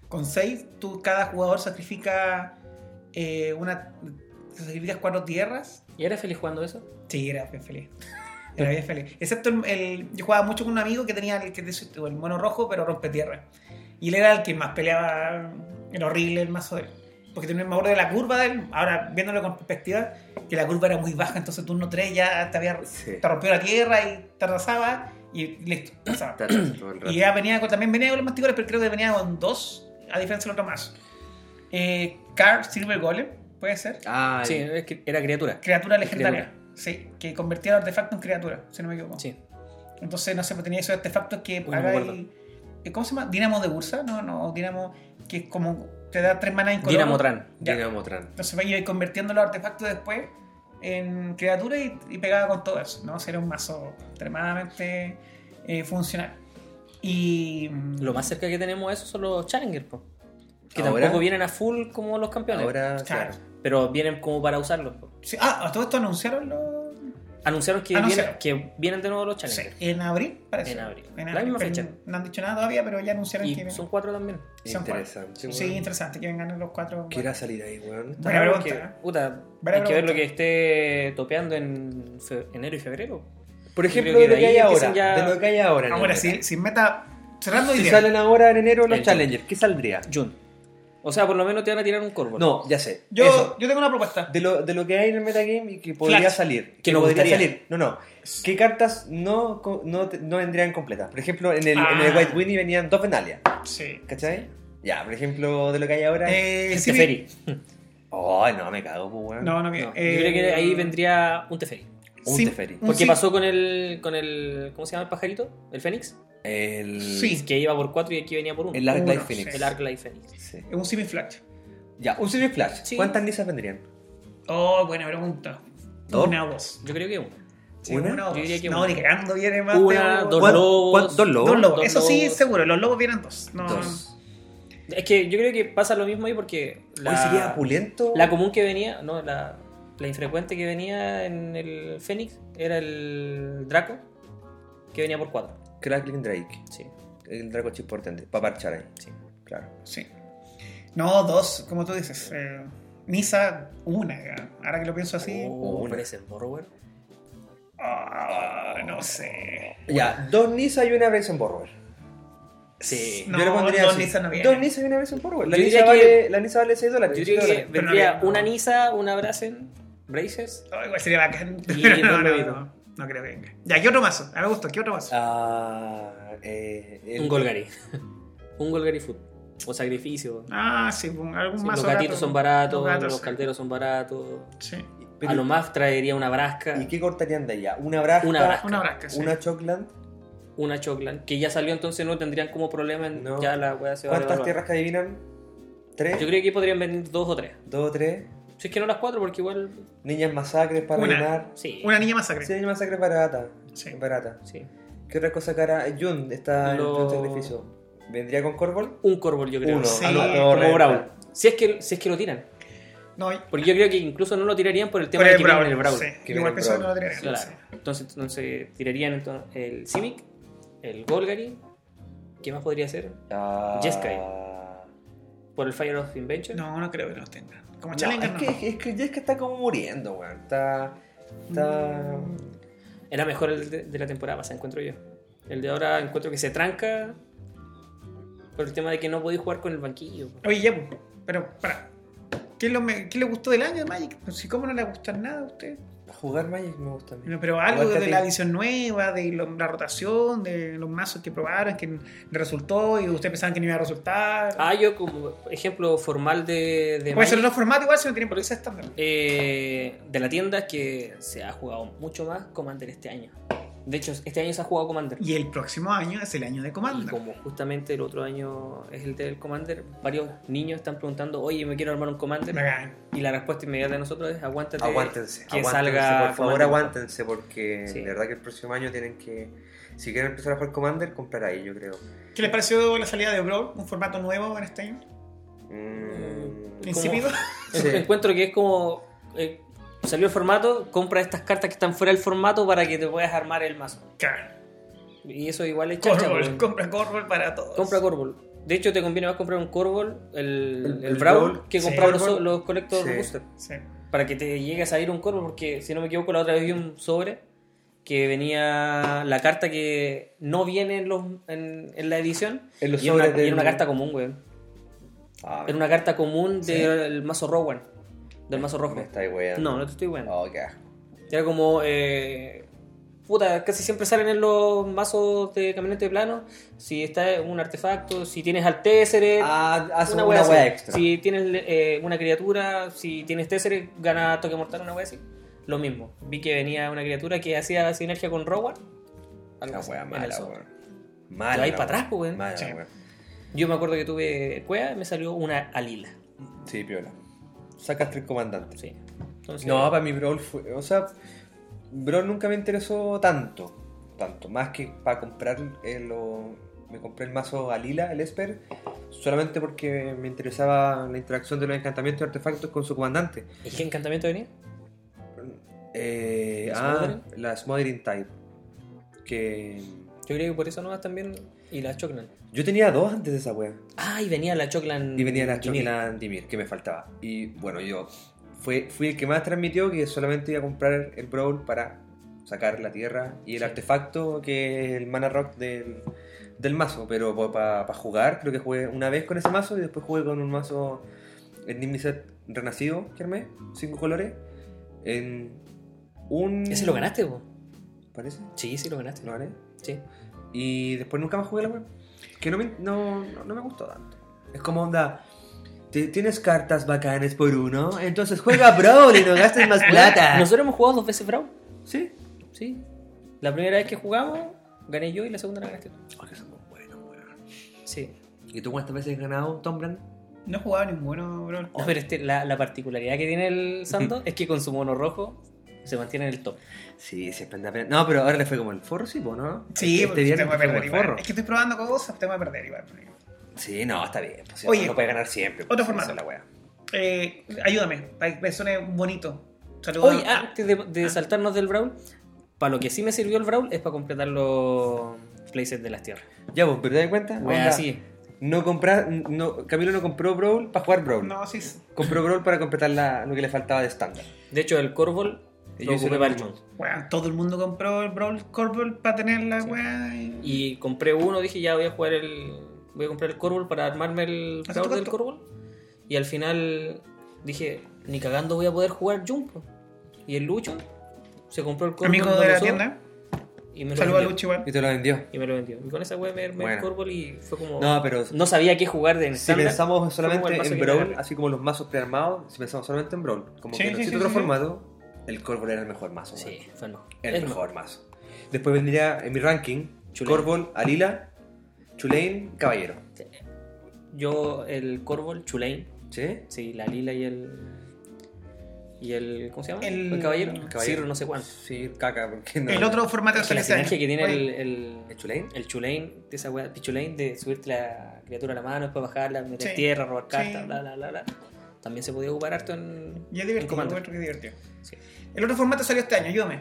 Speaker 3: Con 6, tú cada jugador sacrifica eh, una. Sacrificas cuatro tierras.
Speaker 1: ¿Y era feliz jugando eso?
Speaker 3: Sí, era bien feliz. Era bien feliz. Excepto el, el- Yo jugaba mucho con un amigo que tenía el, que decís tú, el mono rojo, pero rompe tierra. Y él era el que más peleaba. Era horrible el mazo de él. Porque tenía el acuerdo de la curva de él. Ahora, viéndolo con perspectiva, que la curva era muy baja, entonces turno 3 ya te había.
Speaker 2: Sí.
Speaker 3: Te rompió la tierra y te arrasaba y listo. pasaba.
Speaker 2: Está rato todo el rato.
Speaker 3: Y ya venía con, también venía con los masticores, pero creo que venía con dos, a diferencia del otro más. Eh, Carl Silver Golem, puede ser
Speaker 2: Ah,
Speaker 1: Sí,
Speaker 2: el-
Speaker 1: es que era criatura.
Speaker 3: criatura legendaria. Sí, que convertía el artefacto en criatura, si no me equivoco.
Speaker 1: Sí.
Speaker 3: Entonces, no sé, pues tenía esos artefactos que
Speaker 1: Uy, no me
Speaker 3: haga
Speaker 1: acuerdo.
Speaker 3: y- eh, ¿Cómo se llama? Dinamo de Bursa, no, no, Dinamo, que es como te da tres manas en color.
Speaker 1: Dinamo Tran.
Speaker 3: Ya.
Speaker 2: Dinamo Tran.
Speaker 3: Entonces va a ir convirtiendo los artefactos después en criatura y, y pegaba con todo eso, ¿no? O sea, era un mazo extremadamente eh, funcional. Y. mm,
Speaker 1: Lo más cerca que tenemos a eso son los Challenger, po. Que
Speaker 2: Ahora-
Speaker 1: tampoco vienen a full como los campeones.
Speaker 2: Ahora,
Speaker 3: Claro.
Speaker 2: claro.
Speaker 1: Pero vienen como para usarlos. po.
Speaker 3: sí, ah, a todo esto anunciaron los.
Speaker 1: Anunciaron que,
Speaker 3: Anunciaron.
Speaker 1: Vienen, que vienen de nuevo los
Speaker 3: Ah, Sí,
Speaker 1: Challenger.
Speaker 3: en abril, parece.
Speaker 1: En abril.
Speaker 3: En
Speaker 1: La
Speaker 3: abril,
Speaker 1: misma
Speaker 3: pero
Speaker 1: fecha.
Speaker 3: No han dicho nada todavía, pero ya anunciaron que
Speaker 1: Y
Speaker 3: vienen.
Speaker 1: son cuatro también.
Speaker 3: Son cuatro.
Speaker 2: Interesante,
Speaker 3: Sí,
Speaker 2: weón.
Speaker 3: interesante que vengan los cuatro.
Speaker 2: ¿Qué irá a salir ahí, weón?
Speaker 3: Buena pregunta,
Speaker 1: Porque,
Speaker 3: ¿eh?
Speaker 1: puta,
Speaker 3: Buena
Speaker 1: hay que ver
Speaker 3: pregunta.
Speaker 1: lo que esté topeando en fe- enero y febrero.
Speaker 2: Por
Speaker 1: Yo
Speaker 2: ejemplo,
Speaker 1: creo que
Speaker 2: de lo
Speaker 1: de
Speaker 2: que
Speaker 1: ahí
Speaker 2: hay
Speaker 1: empiezan
Speaker 2: ahora.
Speaker 1: ya-
Speaker 2: De lo que hay ahora. en
Speaker 3: Ahora,
Speaker 2: enero.
Speaker 3: si, si meta. Cerrando
Speaker 2: Si
Speaker 3: idea.
Speaker 2: salen ahora en enero los
Speaker 1: El-
Speaker 2: Challengers, ¿qué saldría?
Speaker 1: Jun. O sea, por lo menos te van a tirar un corvo.
Speaker 2: No, ya sé.
Speaker 3: Yo,
Speaker 2: Eso.
Speaker 3: yo tengo una propuesta.
Speaker 2: De lo, de lo que hay en el metagame y que podría
Speaker 3: Flash.
Speaker 2: salir.
Speaker 1: Que nos
Speaker 2: podría
Speaker 1: gustaría.
Speaker 2: salir. No, no. ¿Qué cartas no, co- no, te- no vendrían completas? Por ejemplo, en el, en el
Speaker 3: Ah.
Speaker 2: White Winnie venían dos Venalia.
Speaker 3: Sí.
Speaker 2: ¿Cachai? Ya, por ejemplo, de lo que hay ahora.
Speaker 3: Eh, sí,
Speaker 1: Teferi.
Speaker 2: Oh, no, me cago, pues, weón.
Speaker 3: No, no,
Speaker 1: No,
Speaker 3: bien.
Speaker 1: yo creo que ahí vendría un Teferi.
Speaker 2: Un
Speaker 3: sí,
Speaker 2: Teferi.
Speaker 3: eh, un
Speaker 1: Porque
Speaker 3: sí-
Speaker 1: pasó con el, con el. ¿Cómo se llama el pajarito? ¿El Fénix?
Speaker 2: El.
Speaker 3: Sí.
Speaker 1: Que iba por cuatro y aquí venía por uno.
Speaker 2: El Arc
Speaker 3: Uno,
Speaker 2: Light Phoenix.
Speaker 3: sí.
Speaker 1: El Arclight Fénix.
Speaker 2: Sí.
Speaker 3: Un Simi Flash.
Speaker 2: Ya, un Sirius Flash.
Speaker 1: Sí.
Speaker 2: ¿Cuántas lisas vendrían?
Speaker 3: Oh, buena pregunta.
Speaker 2: ¿Dos?
Speaker 3: Una o dos.
Speaker 1: Yo creo que uno.
Speaker 3: Sí,
Speaker 2: ¿Una?
Speaker 3: una o
Speaker 1: Yo diría
Speaker 3: dos.
Speaker 1: que
Speaker 3: No,
Speaker 1: una.
Speaker 3: ni cagando viene más.
Speaker 1: Una,
Speaker 3: de-
Speaker 1: dos
Speaker 2: ¿Cuán-
Speaker 1: lobos.
Speaker 2: cuán- ¿Dos lobos?
Speaker 3: Dos lobos.
Speaker 1: dos
Speaker 3: Eso sí,
Speaker 1: lobos.
Speaker 3: seguro. Los lobos vienen dos. No,
Speaker 2: Dos.
Speaker 1: Es que yo creo que pasa lo mismo ahí porque. La,
Speaker 2: Hoy sería pulento.
Speaker 1: la común que venía, no, la, la infrecuente que venía en el Fénix era el Draco, que venía por cuatro.
Speaker 2: Crackling Drake.
Speaker 1: Sí,
Speaker 2: El Draco es importante. Para parchar ahí.
Speaker 1: sí.
Speaker 2: Claro.
Speaker 3: Sí. No, dos, como tú dices. Eh, Misa, una. ya. Ahora que lo pienso así.
Speaker 1: Oh,
Speaker 2: una.
Speaker 1: parece el Borrower.
Speaker 3: ah, no sé.
Speaker 2: Ya, dos Nisa y una Brazen Borrower.
Speaker 1: Sí.
Speaker 3: No,
Speaker 2: Yo le pondría
Speaker 3: dos
Speaker 2: así.
Speaker 3: Nisa no vienen.
Speaker 2: Dos Nisa y una Brazen Borrower. La
Speaker 1: Yo
Speaker 2: Nisa,
Speaker 1: diría
Speaker 2: vale,
Speaker 1: que-
Speaker 2: la Nisa vale 6 dólares.
Speaker 1: Yo creo
Speaker 2: siete
Speaker 1: que
Speaker 2: dólares.
Speaker 3: Pero no
Speaker 1: vendría
Speaker 3: había-
Speaker 1: una Nisa, una Brazen, Braces.
Speaker 3: Oh, igual sería bacán.
Speaker 1: Y
Speaker 3: Pero
Speaker 1: dos
Speaker 3: no, no,
Speaker 1: lobitos.
Speaker 3: no, no creo que venga. Ya, ¿qué otro mazo? A mí me gustó, ¿qué otro mazo?
Speaker 2: Ah, eh, el-
Speaker 1: Un Golgari. un Golgari Food. O sacrificio.
Speaker 3: Ah, sí, un- algún
Speaker 1: Sí,
Speaker 3: mazo.
Speaker 1: los gatitos
Speaker 3: barato.
Speaker 1: son baratos, los,
Speaker 3: gatos, sí.
Speaker 1: calderos son baratos.
Speaker 3: Sí.
Speaker 2: Pero-
Speaker 1: a lo más traería una brasca,
Speaker 2: ¿Y qué cortarían de allá? Una braja.
Speaker 1: Una braja.
Speaker 3: Una brasca, sí.
Speaker 2: Una Chocland.
Speaker 1: una choclan, que ya salió entonces no tendrían como problema, en-
Speaker 2: No.
Speaker 1: ya la weá se va a
Speaker 2: ¿Cuántas
Speaker 1: devaluar.
Speaker 2: tierras que adivinan? ¿Tres?
Speaker 1: Yo creo que podrían venir dos o tres.
Speaker 2: ¿Dos o tres?
Speaker 1: Si es que no las cuatro, porque igual.
Speaker 2: Niñas masacres para
Speaker 3: Una.
Speaker 2: ganar.
Speaker 1: Sí.
Speaker 3: Una niña masacre.
Speaker 2: Sí, niñas masacres barata.
Speaker 3: Sí.
Speaker 2: es Barata.
Speaker 1: Sí.
Speaker 2: ¿Qué otra cosa cara? Jun está
Speaker 1: Lo-
Speaker 2: en tu sacrificio. ¿Vendría con Corbol?
Speaker 1: Un Corbol, yo creo.
Speaker 2: Uno.
Speaker 3: Sí.
Speaker 2: Ah, no, no,
Speaker 1: Como
Speaker 2: renta.
Speaker 1: Brawl. Si es, que, si es que lo tiran.
Speaker 3: No,
Speaker 1: Porque yo creo que incluso no lo tirarían por el tema
Speaker 3: por
Speaker 1: de
Speaker 3: el
Speaker 1: que viene
Speaker 3: Brawl.
Speaker 1: el Brawl.
Speaker 3: sí.
Speaker 2: Que viene
Speaker 3: Igual
Speaker 2: el
Speaker 3: pensaba que no
Speaker 2: Brawl.
Speaker 3: lo tiraría.
Speaker 1: Claro.
Speaker 3: sí.
Speaker 1: Entonces, entonces tirarían entonces el Simic, el Golgari. ¿Qué más podría ser?
Speaker 2: Ah.
Speaker 1: Jeskai. Por el Fire of Invention.
Speaker 3: No, no creo que los tenga. Como
Speaker 2: No,
Speaker 3: Challenger,
Speaker 2: es,
Speaker 3: no.
Speaker 2: que, es, que, es que Jeskai está como muriendo, weón. Está. Está.
Speaker 1: Era mejor el de, de la temporada pasada, encuentro yo. El de ahora encuentro que se tranca por el tema de que no podéis jugar con el banquillo.
Speaker 3: Oye, ya, pues, pero para. ¿Qué, es lo me- qué le gustó del año de Magic? Pues, si ¿Cómo no le gusta nada a usted?
Speaker 2: Jugar Magic me gusta a mí.
Speaker 1: Eh,
Speaker 3: Bueno, pero algo
Speaker 2: Aguántate.
Speaker 3: de la edición nueva, de lo- la rotación, de los mazos que probaron, que resultó y ustedes pensaban que no iba a resultar.
Speaker 1: Ah, yo como ejemplo formal de... de
Speaker 3: Puede ser
Speaker 1: Magic,
Speaker 3: otro formato igual, si no tienen por qué ser estándar.
Speaker 1: eh, de la tienda es que se ha jugado mucho más Commander este año. De hecho, este año se ha jugado Commander.
Speaker 3: Y el próximo año es el año de
Speaker 1: Y
Speaker 3: Commander.
Speaker 1: como justamente el otro año es el del Commander, varios niños están preguntando, oye, me quiero armar un Commander.
Speaker 3: Bacán.
Speaker 1: Y la respuesta inmediata de nosotros es, aguántate.
Speaker 2: Aguántense,
Speaker 1: que
Speaker 2: aguántense,
Speaker 1: salga
Speaker 2: por favor
Speaker 1: Commander.
Speaker 2: aguántense porque
Speaker 1: Sí.
Speaker 2: de verdad que el próximo año tienen que, si quieren empezar a jugar Commander, comprar ahí yo creo.
Speaker 3: ¿Qué les pareció la salida de Brawl? ¿Un formato nuevo en este año?
Speaker 2: Mm,
Speaker 1: ¿Cómo?
Speaker 3: ¿Insípido?
Speaker 2: Sí.
Speaker 1: Encuentro que es como. eh, salió el formato, compra estas cartas que están fuera del formato para que te puedas armar el mazo.
Speaker 3: Claro.
Speaker 1: Y eso igual es chacha.
Speaker 3: Corbol,
Speaker 1: weón.
Speaker 3: compra Corbol para todos.
Speaker 1: Compra Corbol. De hecho, te conviene más comprar un Corbol, el,
Speaker 2: El-
Speaker 1: el,
Speaker 2: el
Speaker 1: Brawl,
Speaker 2: Brawl,
Speaker 1: que
Speaker 3: sí.
Speaker 1: comprar los,
Speaker 2: Corbol.
Speaker 1: los Collector
Speaker 2: Sí.
Speaker 1: Booster.
Speaker 3: Sí.
Speaker 1: Para que te llegue a salir un Corbol, porque si no me equivoco, la otra vez vi un sobre que venía la carta que no viene en, los, en, en la edición.
Speaker 2: En los
Speaker 1: y era una,
Speaker 2: sobres
Speaker 1: y era una
Speaker 2: del-
Speaker 1: carta común, weón.
Speaker 2: ah,
Speaker 1: Era una carta común
Speaker 3: Sí.
Speaker 1: del mazo Rowan. Del mazo rojo.
Speaker 2: me estáis weando.
Speaker 1: No, no te estoy weando.
Speaker 2: Oh, qué asco.
Speaker 1: Era como. eh, puta, casi siempre salen en los mazos de camionete plano. Si está un artefacto, si tienes al Tesseret.
Speaker 2: Ah, hace una,
Speaker 1: Eh, wea
Speaker 2: wea,
Speaker 1: así.
Speaker 2: extra.
Speaker 1: Si tienes eh, una criatura, si tienes Tesseret, gana toque mortal, una wea así. Lo mismo. Vi que venía una criatura que hacía sinergia con Rowan. Algo
Speaker 2: Una
Speaker 1: así,
Speaker 2: wea
Speaker 1: en el
Speaker 2: mala,
Speaker 1: sobre.
Speaker 2: weón. Mala.
Speaker 1: Te vais
Speaker 2: la
Speaker 1: pa'
Speaker 2: wea.
Speaker 1: atrás, pues, weón.
Speaker 2: Mala,
Speaker 3: Sí.
Speaker 2: weón.
Speaker 1: Yo me acuerdo que tuve cueva y me salió una Alila.
Speaker 2: Sí, piola. Sacaste el comandante.
Speaker 1: Sí. Entonces,
Speaker 2: No, para mí Brawl fue. O sea, Brawl nunca me interesó tanto. Tanto. Más que para comprar eh, lo- Me compré el mazo Alila, el Esper, solamente porque me interesaba la interacción de los encantamientos y artefactos con su comandante.
Speaker 1: ¿Y qué encantamiento venía?
Speaker 2: Eh,
Speaker 1: ¿La
Speaker 2: ah,
Speaker 1: Smothering?
Speaker 2: la Smothering Type. Que.
Speaker 1: Yo creo que por eso nomás también. Y la Choclan.
Speaker 2: Yo tenía dos antes de esa wea.
Speaker 1: Ah, y venía la Choclan.
Speaker 2: Y venía la
Speaker 1: Dimir.
Speaker 2: Choclan Dimir, que me faltaba. Y bueno, yo fue, fui el que más transmitió que solamente iba a comprar el Brawl para sacar la tierra y el
Speaker 1: Sí.
Speaker 2: artefacto que es el mana rock del, del mazo. Pero para jugar, creo que jugué una vez con ese mazo y después jugué con un mazo en Nimbiset renacido que armé, cinco colores. En un.
Speaker 1: ¿Ese lo ganaste, vos?
Speaker 2: Parece.
Speaker 1: Sí, sí, lo ganaste.
Speaker 2: Lo gané.
Speaker 1: Sí.
Speaker 2: Y después nunca más jugué la web. Que no me, no, no, no me gustó tanto. Es como onda. "Ti- Tienes cartas bacanes por uno, entonces juega Brawl y no gastes más plata.
Speaker 1: Nosotros hemos jugado dos veces Brawl.
Speaker 2: ¿Sí?
Speaker 1: Sí. La primera vez que jugamos, gané yo y la segunda la ganaste tú.
Speaker 2: Porque somos buenos, weón.
Speaker 1: Sí.
Speaker 2: ¿Y tú cuántas veces has ganado, Tom Brand?
Speaker 3: No jugaba ninguno, Brawl.
Speaker 2: Oh.
Speaker 1: No, pero este, la, la particularidad que tiene el Sando es que con su mono rojo se mantiene en el top.
Speaker 2: Sí, siempre anda pena. No, pero ahora le fue como el forro, sí, po, ¿no?
Speaker 3: Sí,
Speaker 2: este
Speaker 3: porque te
Speaker 2: viernes
Speaker 3: voy a
Speaker 2: fue como
Speaker 3: perder
Speaker 2: el
Speaker 3: igual.
Speaker 2: forro.
Speaker 3: Es que estoy probando cosas, te voy a perder igual.
Speaker 2: Sí, no, está bien. Pues,
Speaker 3: Oye,
Speaker 2: Oye, no puede ganar siempre.
Speaker 3: otro
Speaker 2: pues,
Speaker 3: formato.
Speaker 2: esa es la wea.
Speaker 3: Eh, ayúdame, para que suene bonito. Saludos.
Speaker 1: Oye,
Speaker 2: ah.
Speaker 1: ah. antes de, de saltarnos del Brawl, para lo que sí me sirvió el Brawl es para completar los playsets de las tierras.
Speaker 2: Ya, vos, pero te das cuenta.
Speaker 1: Wea,
Speaker 2: Onda,
Speaker 1: así.
Speaker 2: No compras. No, Camilo no compró Brawl para jugar Brawl.
Speaker 3: No, sí. sí.
Speaker 2: Compró Brawl para completar la- lo que le faltaba de estándar.
Speaker 1: De hecho, el Corvol
Speaker 2: Y
Speaker 1: lo
Speaker 2: yo hice
Speaker 1: ocupé
Speaker 2: lo
Speaker 1: para el
Speaker 2: mismo.
Speaker 1: Jones.
Speaker 3: Weón, todo el mundo compró el Brawl Corbol para tener la weá. Y...
Speaker 1: Y compré uno, dije ya voy a jugar el. Voy a comprar el Corbol para armarme el
Speaker 3: ¿Hace
Speaker 1: Brawl del
Speaker 3: cuánto?
Speaker 1: Corbol. Y al final dije, ni cagando voy a poder jugar Jump. Y el Lucho se compró el Corbol.
Speaker 3: Amigo
Speaker 1: lo
Speaker 3: de la
Speaker 1: usó
Speaker 3: tienda.
Speaker 1: Y me lo
Speaker 3: Saludos a
Speaker 1: vendió.
Speaker 3: Lucho igual.
Speaker 2: Y te lo vendió.
Speaker 1: Y me lo vendió. Y con esa wea me armé el
Speaker 2: Bueno.
Speaker 1: Corbol y fue como.
Speaker 2: No,
Speaker 1: No,
Speaker 2: pero
Speaker 1: sabía qué jugar de
Speaker 2: si
Speaker 1: estándar.
Speaker 2: pensamos
Speaker 1: Fue
Speaker 2: solamente
Speaker 1: como el mazo
Speaker 2: en
Speaker 1: que
Speaker 2: Brawl,
Speaker 1: me
Speaker 2: así como los mazos prearmados, si pensamos solamente en Brawl, como
Speaker 3: Sí,
Speaker 2: que no
Speaker 3: sí,
Speaker 2: existe
Speaker 3: sí,
Speaker 2: otro
Speaker 3: sí, sí.
Speaker 2: formato, el Corbol era el mejor mazo.
Speaker 1: Sí,
Speaker 2: weón.
Speaker 1: fue no.
Speaker 2: El,
Speaker 1: Es no.
Speaker 2: mejor mazo. Después vendría en mi ranking
Speaker 1: Chulane.
Speaker 2: Corbol, Alila, Chulain, Caballero.
Speaker 1: Yo, el Corbol, Chulain.
Speaker 2: ¿Sí?
Speaker 1: Sí, la Lila y el. y el. ¿Cómo se llama?
Speaker 3: El-
Speaker 1: El, caballero.
Speaker 3: el
Speaker 2: caballero.
Speaker 1: Sir no sé cuánto.
Speaker 2: Sí, caca, porque no.
Speaker 3: El otro formato
Speaker 1: Es que la
Speaker 3: hace
Speaker 1: sinergia que tiene
Speaker 3: Oye,
Speaker 1: el, el,
Speaker 2: ¿El Chulain?
Speaker 1: el chulain, de esa weá, pichulain, de subirte la criatura a la mano, después bajarla, meter
Speaker 3: Sí.
Speaker 1: tierra, robar cartas,
Speaker 3: Sí.
Speaker 1: bla, bla, bla, bla. También se podía ocupar harto en.
Speaker 3: Y es
Speaker 1: en
Speaker 3: divertido,
Speaker 1: Commander.
Speaker 3: encuentro que es divertido.
Speaker 1: Sí.
Speaker 3: El otro formato salió este año, ayúdame.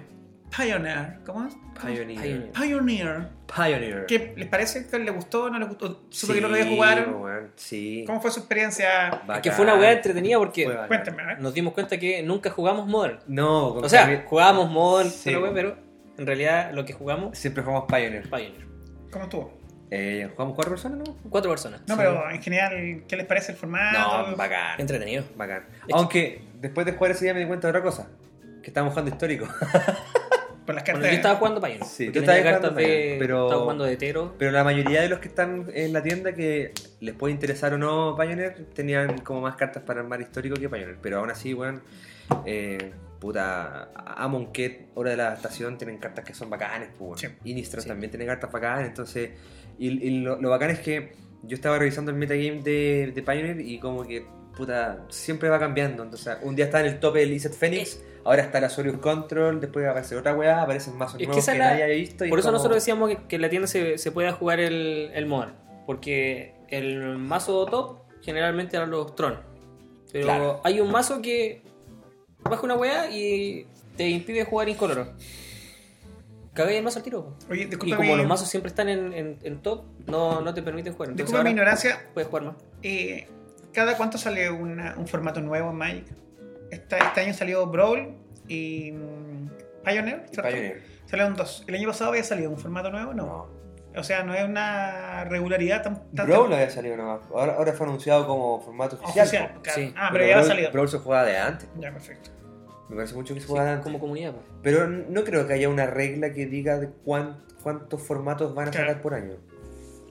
Speaker 3: Pioneer. ¿Cómo es?
Speaker 1: Pioneer.
Speaker 3: Pioneer.
Speaker 2: Pioneer.
Speaker 3: ¿Qué les parece? ¿Les gustó? ¿No les gustó? Supe
Speaker 2: Sí,
Speaker 3: que el otro día jugaron.
Speaker 2: weón, Sí.
Speaker 3: ¿Cómo fue su experiencia?
Speaker 1: Es que fue una weá entretenida porque
Speaker 2: Fue bacán.
Speaker 3: Cuéntame, a ver.
Speaker 1: nos dimos cuenta que nunca jugamos Modern.
Speaker 2: No, con
Speaker 1: O sea,
Speaker 2: Javier-
Speaker 1: jugábamos Modern,
Speaker 2: Sí.
Speaker 1: pero, weá, pero en realidad lo que jugamos
Speaker 2: Siempre jugamos Pioneer.
Speaker 1: es Pioneer.
Speaker 3: ¿Cómo estuvo?
Speaker 2: Eh, ¿Jugamos cuatro personas, no?
Speaker 1: Cuatro personas.
Speaker 3: No, pero en general, ¿qué les parece el formato?
Speaker 2: No, bacán.
Speaker 1: Entretenido.
Speaker 2: Bacán.
Speaker 1: que-
Speaker 2: Aunque después de jugar ese día me di cuenta de otra cosa. Que estábamos jugando histórico.
Speaker 3: Por las cartas.
Speaker 1: Bueno, yo estaba jugando Pioneer.
Speaker 2: Sí,
Speaker 1: porque
Speaker 2: tú
Speaker 1: tenía
Speaker 2: estabas
Speaker 1: cartas
Speaker 2: jugando
Speaker 1: de.
Speaker 2: Pioneer, pero-
Speaker 1: Estaba jugando de Tero.
Speaker 2: Pero la mayoría de los que están en la tienda que les puede interesar o no Pioneer, tenían como más cartas para armar histórico que Pioneer. Pero aún así, weón, eh, puta, Amon Ket, Hora de la Estación, tienen cartas que son bacanes, pues,
Speaker 3: Sí.
Speaker 2: weón. Innistrad
Speaker 1: Sí.
Speaker 2: también tiene cartas bacanes, entonces... Y, y lo, lo bacán es que yo estaba revisando el metagame de, de Pioneer y como que, puta, siempre va cambiando. Entonces, un día está en el tope el Iset Phoenix, ahora está la Sorius Control, después aparece otra weá, aparecen más
Speaker 1: que
Speaker 2: nuevos que,
Speaker 1: esa la-
Speaker 2: nadie haya visto. y
Speaker 1: Por
Speaker 2: es
Speaker 1: eso
Speaker 2: como-
Speaker 1: nosotros decíamos que, que en la tienda se, se pueda jugar el, el Modern. Porque el mazo top generalmente eran los Tron. Pero
Speaker 2: Claro.
Speaker 1: hay un mazo que baja una weá y te impide jugar incoloro. Cagáis el mazo al tiro.
Speaker 3: Oye,
Speaker 1: Y
Speaker 3: disculpa
Speaker 1: como
Speaker 3: mi-
Speaker 1: los mazos siempre están en, en- en top, no, no te permiten jugar. Entonces
Speaker 3: disculpa mi
Speaker 1: ahora
Speaker 3: ignorancia.
Speaker 1: puedes jugar más.
Speaker 3: eh, ¿Cada cuánto sale una- un formato nuevo en Magic? Esta- este año salió Brawl y mm, Pioneer.
Speaker 2: Y
Speaker 3: ¿cierto?
Speaker 2: Pioneer.
Speaker 3: Salieron dos. ¿El año pasado había salido un formato nuevo? No.
Speaker 2: No.
Speaker 3: O sea, no es una regularidad tan, tan-
Speaker 2: Brawl no había salido nomás. Ahora, ahora fue anunciado como formato oficial.
Speaker 3: oficial. claro.
Speaker 1: Sí.
Speaker 3: Ah, pero ya había
Speaker 2: Brawl-
Speaker 3: salido.
Speaker 2: Brawl se jugaba de antes.
Speaker 3: Ya, perfecto.
Speaker 2: Me parece mucho que se
Speaker 1: Sí,
Speaker 2: jugaba de antes.
Speaker 1: como comunidad. pues.
Speaker 2: Pero no creo que haya una regla que diga de cuán- cuántos formatos van a
Speaker 3: Claro.
Speaker 2: sacar por año.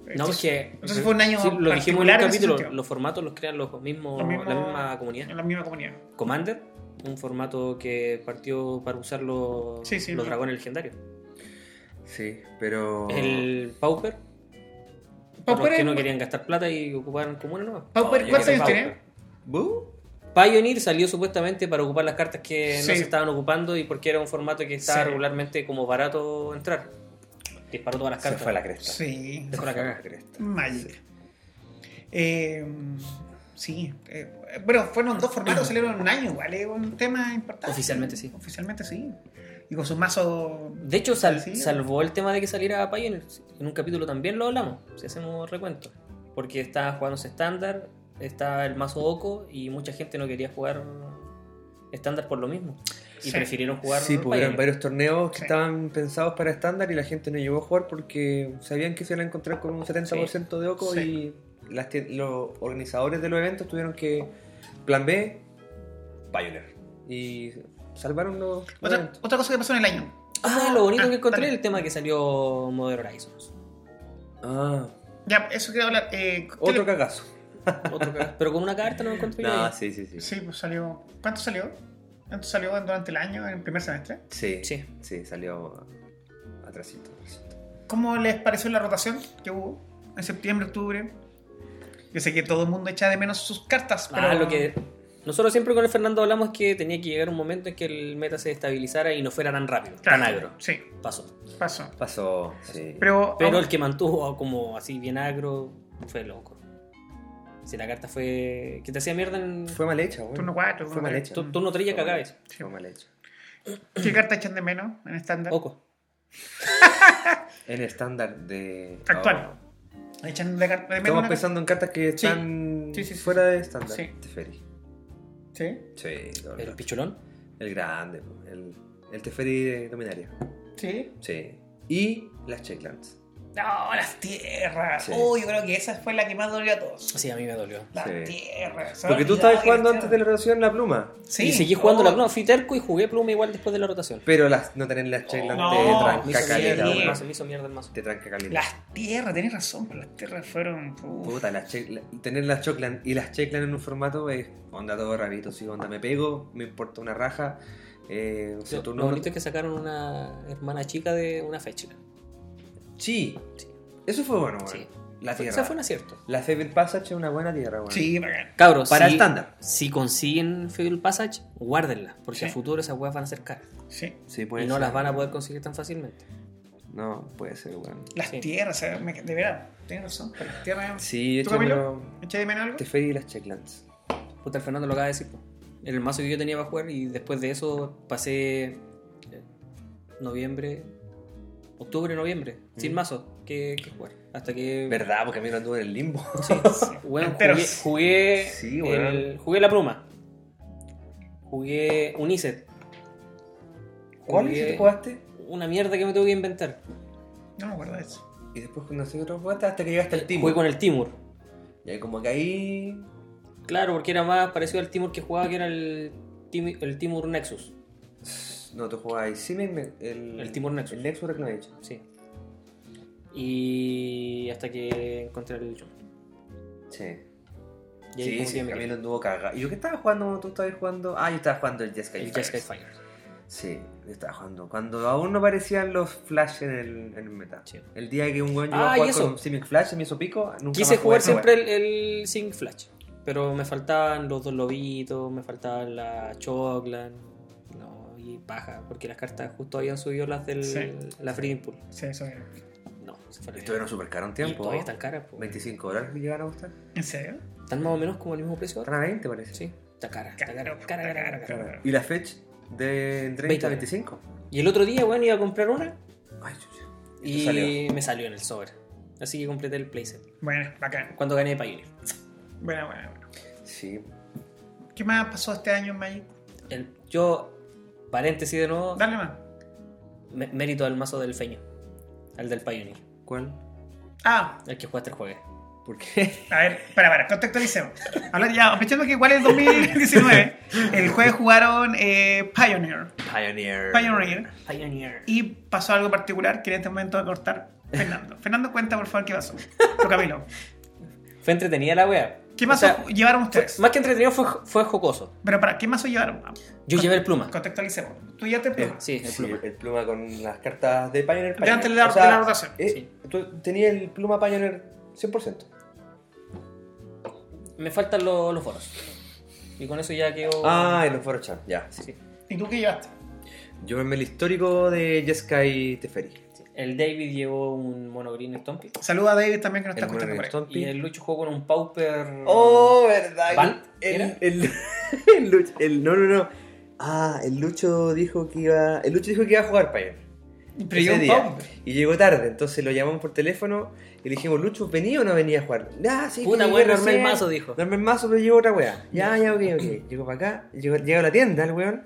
Speaker 1: No,
Speaker 3: Entonces,
Speaker 1: es que.
Speaker 3: Eh, entonces fue un año
Speaker 1: Sí, lo dijimos en
Speaker 3: particular
Speaker 1: el
Speaker 3: en ese
Speaker 1: capítulo,
Speaker 3: sentido.
Speaker 1: los formatos los crean los mismos,
Speaker 3: Los mismos-
Speaker 1: la misma comunidad.
Speaker 3: en la misma comunidad.
Speaker 1: Commander, un formato que partió para usar los,
Speaker 3: Sí, sí,
Speaker 1: los
Speaker 3: lo-
Speaker 1: dragones legendarios.
Speaker 2: Sí, pero.
Speaker 1: El Pauper,
Speaker 3: Pauper,
Speaker 1: porque
Speaker 3: es-
Speaker 1: no querían gastar plata y ocupaban comunes nomás.
Speaker 3: Pauper,
Speaker 2: No, yo
Speaker 3: ¿cuántos
Speaker 2: creo
Speaker 3: años
Speaker 1: que
Speaker 3: tiene?
Speaker 2: ¿Bu?
Speaker 1: Pioneer salió supuestamente para ocupar las cartas que
Speaker 3: Sí.
Speaker 1: no se estaban ocupando y porque era un formato que estaba
Speaker 3: Sí.
Speaker 1: regularmente como barato entrar. Disparó todas las
Speaker 2: Se
Speaker 1: cartas.
Speaker 2: fue a la cresta.
Speaker 3: Sí,
Speaker 1: Dejó
Speaker 2: Se
Speaker 1: la
Speaker 2: fue a
Speaker 1: cagada.
Speaker 2: la cresta.
Speaker 3: Magic. Eh, sí. eh, bueno, fueron dos formatos, salieron en un año, ¿vale? Un tema importante.
Speaker 1: Oficialmente sí.
Speaker 3: Oficialmente sí. Y con sus mazos.
Speaker 1: De hecho, sal-
Speaker 3: Sí.
Speaker 1: salvó el tema de que saliera Pioneer. En un capítulo también lo hablamos, si hacemos recuento. Porque estaba jugándose estándar, estaba el mazo Oco y mucha gente no quería jugar estándar por lo mismo. Y
Speaker 3: Sí.
Speaker 1: prefirieron jugar
Speaker 2: Sí, pues
Speaker 1: Pioneer.
Speaker 2: eran varios torneos que
Speaker 3: Sí.
Speaker 2: estaban pensados para estándar y la gente no llegó a jugar porque sabían que se iban a encontrar con un 70% de oco
Speaker 3: Sí.
Speaker 2: y las tien- los organizadores de los eventos tuvieron que. Plan B, Pioneer. Y salvaron los. los
Speaker 3: Otra,
Speaker 2: eventos.
Speaker 3: otra cosa que pasó en el año.
Speaker 1: Ah, lo bonito
Speaker 3: Ah,
Speaker 1: que encontré
Speaker 3: dale.
Speaker 1: el tema que salió Modern Horizons.
Speaker 2: Ah,
Speaker 3: Ya, eso quiero hablar. eh, ¿qué
Speaker 2: otro
Speaker 3: le-
Speaker 2: cagazo.
Speaker 1: Otro que- pero con una carta no lo encontré.
Speaker 2: No,
Speaker 1: yo.
Speaker 2: sí, sí, sí.
Speaker 3: Sí, pues salió. ¿Cuánto salió? ¿Cuánto salió durante el año, en el primer semestre?
Speaker 2: Sí,
Speaker 1: Sí.
Speaker 2: sí. salió atrasito. atrasito.
Speaker 3: ¿Cómo les pareció la rotación que hubo en septiembre, octubre? Yo sé que todo el mundo echa de menos sus cartas, pero.
Speaker 1: Ah, lo que. Nosotros siempre con el Fernando hablamos que tenía que llegar un momento en que el meta se estabilizara y no fuera tan rápido,
Speaker 3: Claro,
Speaker 1: tan agro.
Speaker 3: Sí,
Speaker 1: Pasó.
Speaker 3: pasó.
Speaker 2: Pasó, sí.
Speaker 3: Pero.
Speaker 2: Ah,
Speaker 1: Pero
Speaker 3: aún-
Speaker 1: el que mantuvo como así bien agro fue loco. Si la carta fue. que te hacía mierda en.
Speaker 2: Fue mal hecha, güey.
Speaker 3: Turno cuatro,
Speaker 2: Fue
Speaker 3: turno
Speaker 2: mal
Speaker 3: tres.
Speaker 2: hecha.
Speaker 1: tu- turno 3 ya
Speaker 2: Fue mal
Speaker 1: cagabes.
Speaker 2: hecha, Fue mal hecha.
Speaker 3: ¿Qué carta echan de menos en estándar?
Speaker 1: Oco.
Speaker 2: En estándar de.
Speaker 3: Actual. Echan de, car- de menos.
Speaker 2: Estamos
Speaker 3: una
Speaker 2: pensando en cartas que
Speaker 3: Sí.
Speaker 2: están
Speaker 3: Sí, sí, sí,
Speaker 2: fuera de estándar.
Speaker 3: Sí.
Speaker 2: Teferi.
Speaker 3: carta. Sí,
Speaker 2: Sí, todo el
Speaker 1: Pero el
Speaker 2: rato.
Speaker 1: picholón.
Speaker 2: el grande, po. el, el Teferi de Dominaria.
Speaker 3: sí.
Speaker 2: Sí. Y las Checklands.
Speaker 3: No, las tierras.
Speaker 2: Sí.
Speaker 3: Uy, yo creo que esa fue la que más dolió a todos.
Speaker 1: Sí, a mí me dolió.
Speaker 3: Las
Speaker 2: Sí.
Speaker 3: tierras.
Speaker 2: Porque tú
Speaker 3: Ay,
Speaker 2: estabas
Speaker 3: ay,
Speaker 2: jugando
Speaker 3: las
Speaker 2: antes de la
Speaker 3: tierras.
Speaker 2: rotación la pluma.
Speaker 3: Sí.
Speaker 1: Y seguí jugando la
Speaker 3: Oh,
Speaker 1: pluma. Fui terco y jugué pluma igual después de la rotación.
Speaker 2: Pero las, no tener las Checklands
Speaker 3: no.
Speaker 2: te
Speaker 1: Me
Speaker 2: tranca
Speaker 1: hizo mierda
Speaker 2: caleta,
Speaker 1: el
Speaker 3: güey.
Speaker 2: weón.
Speaker 1: mazo, me hizo mierda el mazo.
Speaker 2: Te tranca caleta.
Speaker 3: Las tierras, tenés razón, pero las tierras fueron. uf.
Speaker 2: Puta, las check- la- tener las choclan y las checlan en un formato es onda todo rabito, sí, onda me pego, me importa una raja. Eh, o sea,
Speaker 1: Lo,
Speaker 2: tú
Speaker 1: lo
Speaker 2: no-
Speaker 1: bonito es que sacaron una hermana chica de una fecha.
Speaker 2: Sí.
Speaker 1: Sí.
Speaker 2: Eso fue bueno, weón.
Speaker 1: Sí.
Speaker 2: La
Speaker 1: Fue-
Speaker 2: tierra.
Speaker 1: Esa fue un acierto.
Speaker 2: La Seven Passage es una buena tierra, weón.
Speaker 3: Sí, bacán.
Speaker 4: Cabros,
Speaker 2: Para
Speaker 4: si-
Speaker 2: estándar.
Speaker 4: Si consiguen Fatal Passage, guárdenla, porque
Speaker 3: Sí.
Speaker 4: a futuro esas weas van a ser caras.
Speaker 3: Sí.
Speaker 2: Sí, puede
Speaker 1: Y no
Speaker 2: ser.
Speaker 1: las van a poder conseguir tan fácilmente.
Speaker 2: No, puede ser, weón.
Speaker 3: Las
Speaker 1: Sí.
Speaker 3: tierras, eh, me- de verdad, tienes razón. pero Las tierras.
Speaker 2: Sí,
Speaker 3: ¿Tú,
Speaker 2: esto
Speaker 3: Camilo?
Speaker 2: lo...
Speaker 3: ¿Eché de menos algo?
Speaker 2: Teferi y las Checklands.
Speaker 1: Puta, el Fernando lo acaba de decir. po. El mazo que yo tenía para jugar y después de eso pasé eh, noviembre, octubre, noviembre,
Speaker 2: Mm.
Speaker 1: sin mazo que, que jugar. Hasta que...
Speaker 2: ¿Verdad? Porque Camilo anduvo en el limbo.
Speaker 1: Sí, bueno, jugué,
Speaker 3: Enteros.
Speaker 1: jugué,
Speaker 2: Sí, weón.
Speaker 1: el- jugué la pluma. Jugué Unicet.
Speaker 2: ¿Cuál
Speaker 1: Jugué
Speaker 2: te eh, jugaste?
Speaker 1: Una mierda que me tuve que inventar.
Speaker 3: No me acuerdo de eso.
Speaker 2: Y después no sé qué otro jugaste hasta que llegaste al Timur.
Speaker 1: Jugué con el Timur.
Speaker 2: Y ahí como que ahí...
Speaker 1: Claro, porque era más parecido al Timur que jugaba, que era el, Tim- el Timur Nexus.
Speaker 2: No, tú jugabas ahí. Sí, me- me- el...
Speaker 1: El Timur Nexus.
Speaker 2: El Nexus Reclamation.
Speaker 1: Sí. Y hasta que encontré el Jump.
Speaker 2: Sí.
Speaker 1: Y ahí
Speaker 2: Sí,
Speaker 1: como
Speaker 2: sí,
Speaker 1: que me
Speaker 2: Camilo anduvo cagado. ¿Y yo qué estaba jugando? ¿Tú estabas jugando? Ah, yo estaba jugando el Jeskai
Speaker 1: quedé. El Jeskai Fire.
Speaker 2: Sí, yo estaba jugando. Cuando aún no aparecían los Flash en el, en el meta.
Speaker 1: Sí.
Speaker 2: El día que un weón llegó
Speaker 1: Ah,
Speaker 2: a
Speaker 1: y
Speaker 2: jugar
Speaker 1: eso.
Speaker 2: con Simic Flash y me hizo pico, nunca
Speaker 1: Quise
Speaker 2: más
Speaker 1: jugar
Speaker 2: jugué esa
Speaker 1: siempre el, el Sync Flash, pero me faltaban los dos lobitos, me faltaban la Choclan, no, y paja, porque las cartas justo habían subido las del
Speaker 3: Sí.
Speaker 1: la Freedom Pool.
Speaker 3: Sí, eso era.
Speaker 1: No, se
Speaker 2: weá.
Speaker 1: fue
Speaker 2: Estuvieron súper caro un tiempo.
Speaker 1: Y todavía están caras, po.
Speaker 2: 25 dólares llegan a gustar.
Speaker 3: ¿En serio?
Speaker 1: Están más o menos como el mismo precio
Speaker 2: Están
Speaker 1: ahora.
Speaker 2: a 20 parece.
Speaker 1: Sí, está cara, está cara,
Speaker 3: Caro,
Speaker 1: cara, cara, cara, cara.
Speaker 3: caro.
Speaker 2: Y la fetch de 30 a 25.
Speaker 1: Y el otro día, bueno, iba a comprar una
Speaker 2: Ay, chucha. Y,
Speaker 1: y
Speaker 2: te salió.
Speaker 1: me salió en el sobre. Así que completé el playset.
Speaker 3: Bueno, bacán.
Speaker 1: Cuando gané Pioneer.
Speaker 3: Bueno, bueno, bueno.
Speaker 2: Sí.
Speaker 3: ¿Qué más pasó este año en Magic?
Speaker 1: El- yo, paréntesis de nuevo,
Speaker 3: Dale más.
Speaker 1: mé- mérito al mazo del feño, al del Pioneer,
Speaker 2: ¿Cuál?
Speaker 3: Ah,
Speaker 1: el que jugaste el jueves.
Speaker 2: ¿Por qué?
Speaker 3: a ver, para, para, contextualicemos. Hablar ya, aprovechando que igual es 2019, el jueves jugaron eh, Pioneer.
Speaker 2: Pioneer.
Speaker 3: Pioneer.
Speaker 1: Pioneer.
Speaker 3: Y pasó algo particular que en este momento va a cortar Fernando. Fernando, cuenta por favor qué pasó. Tú, Camilo.
Speaker 1: Fue entretenida la wea.
Speaker 3: ¿Qué
Speaker 1: O
Speaker 3: mazo
Speaker 1: sea,
Speaker 3: llevaron
Speaker 1: fue-
Speaker 3: ustedes?
Speaker 1: más que entretenido fue, fue jocoso.
Speaker 3: Pero para, ¿qué mazo llevaron?
Speaker 1: Yo llevé el pluma.
Speaker 3: Contextualicemos. Tú ya te
Speaker 2: Eh,
Speaker 3: plumas.
Speaker 1: Sí, el
Speaker 2: Sí,
Speaker 1: pluma.
Speaker 2: el pluma con las cartas de Pioneer.
Speaker 3: De antes de la- de la rotación.
Speaker 2: eh,
Speaker 1: Sí.
Speaker 2: Tú tenías el pluma Pioneer 100%.
Speaker 1: Me faltan lo- los foros. Y con eso ya quedó.
Speaker 2: Ah, en los foros chat, ya.
Speaker 1: Sí.
Speaker 3: ¿Y tú qué llevaste?
Speaker 2: Yo me el histórico de Jeskai Teferi.
Speaker 1: El David llevó un mono green Stompy.
Speaker 3: Saluda a David también que
Speaker 1: Ah,
Speaker 3: nos está
Speaker 2: El
Speaker 3: escuchando por
Speaker 2: Monarch
Speaker 3: ahí.
Speaker 2: Stompy.
Speaker 1: Y el Lucho jugó con un Pauper.
Speaker 2: Oh, verdad.
Speaker 1: ¿Van?
Speaker 2: El,
Speaker 1: ¿Era?
Speaker 2: el, el Lucho- el- no, no, no. Ah, el Lucho dijo que iba. El Lucho dijo que iba a jugar Pioneer.
Speaker 3: Pero yo
Speaker 2: ese
Speaker 3: un
Speaker 2: día.
Speaker 3: pavo.
Speaker 2: Y llegó tarde, entonces lo llamamos por teléfono y le dijimos, Lucho, ¿venía o no venía a jugar? Ah, sí,
Speaker 1: Puta,
Speaker 2: que
Speaker 1: weón, armé
Speaker 2: llegué
Speaker 1: el
Speaker 2: recién,
Speaker 1: mazo", dijo.
Speaker 2: Armé el mazo, pero llegó otra weá. Ya, ya, ok, ok. Llegó para acá, llegó, llegó a la tienda el weón.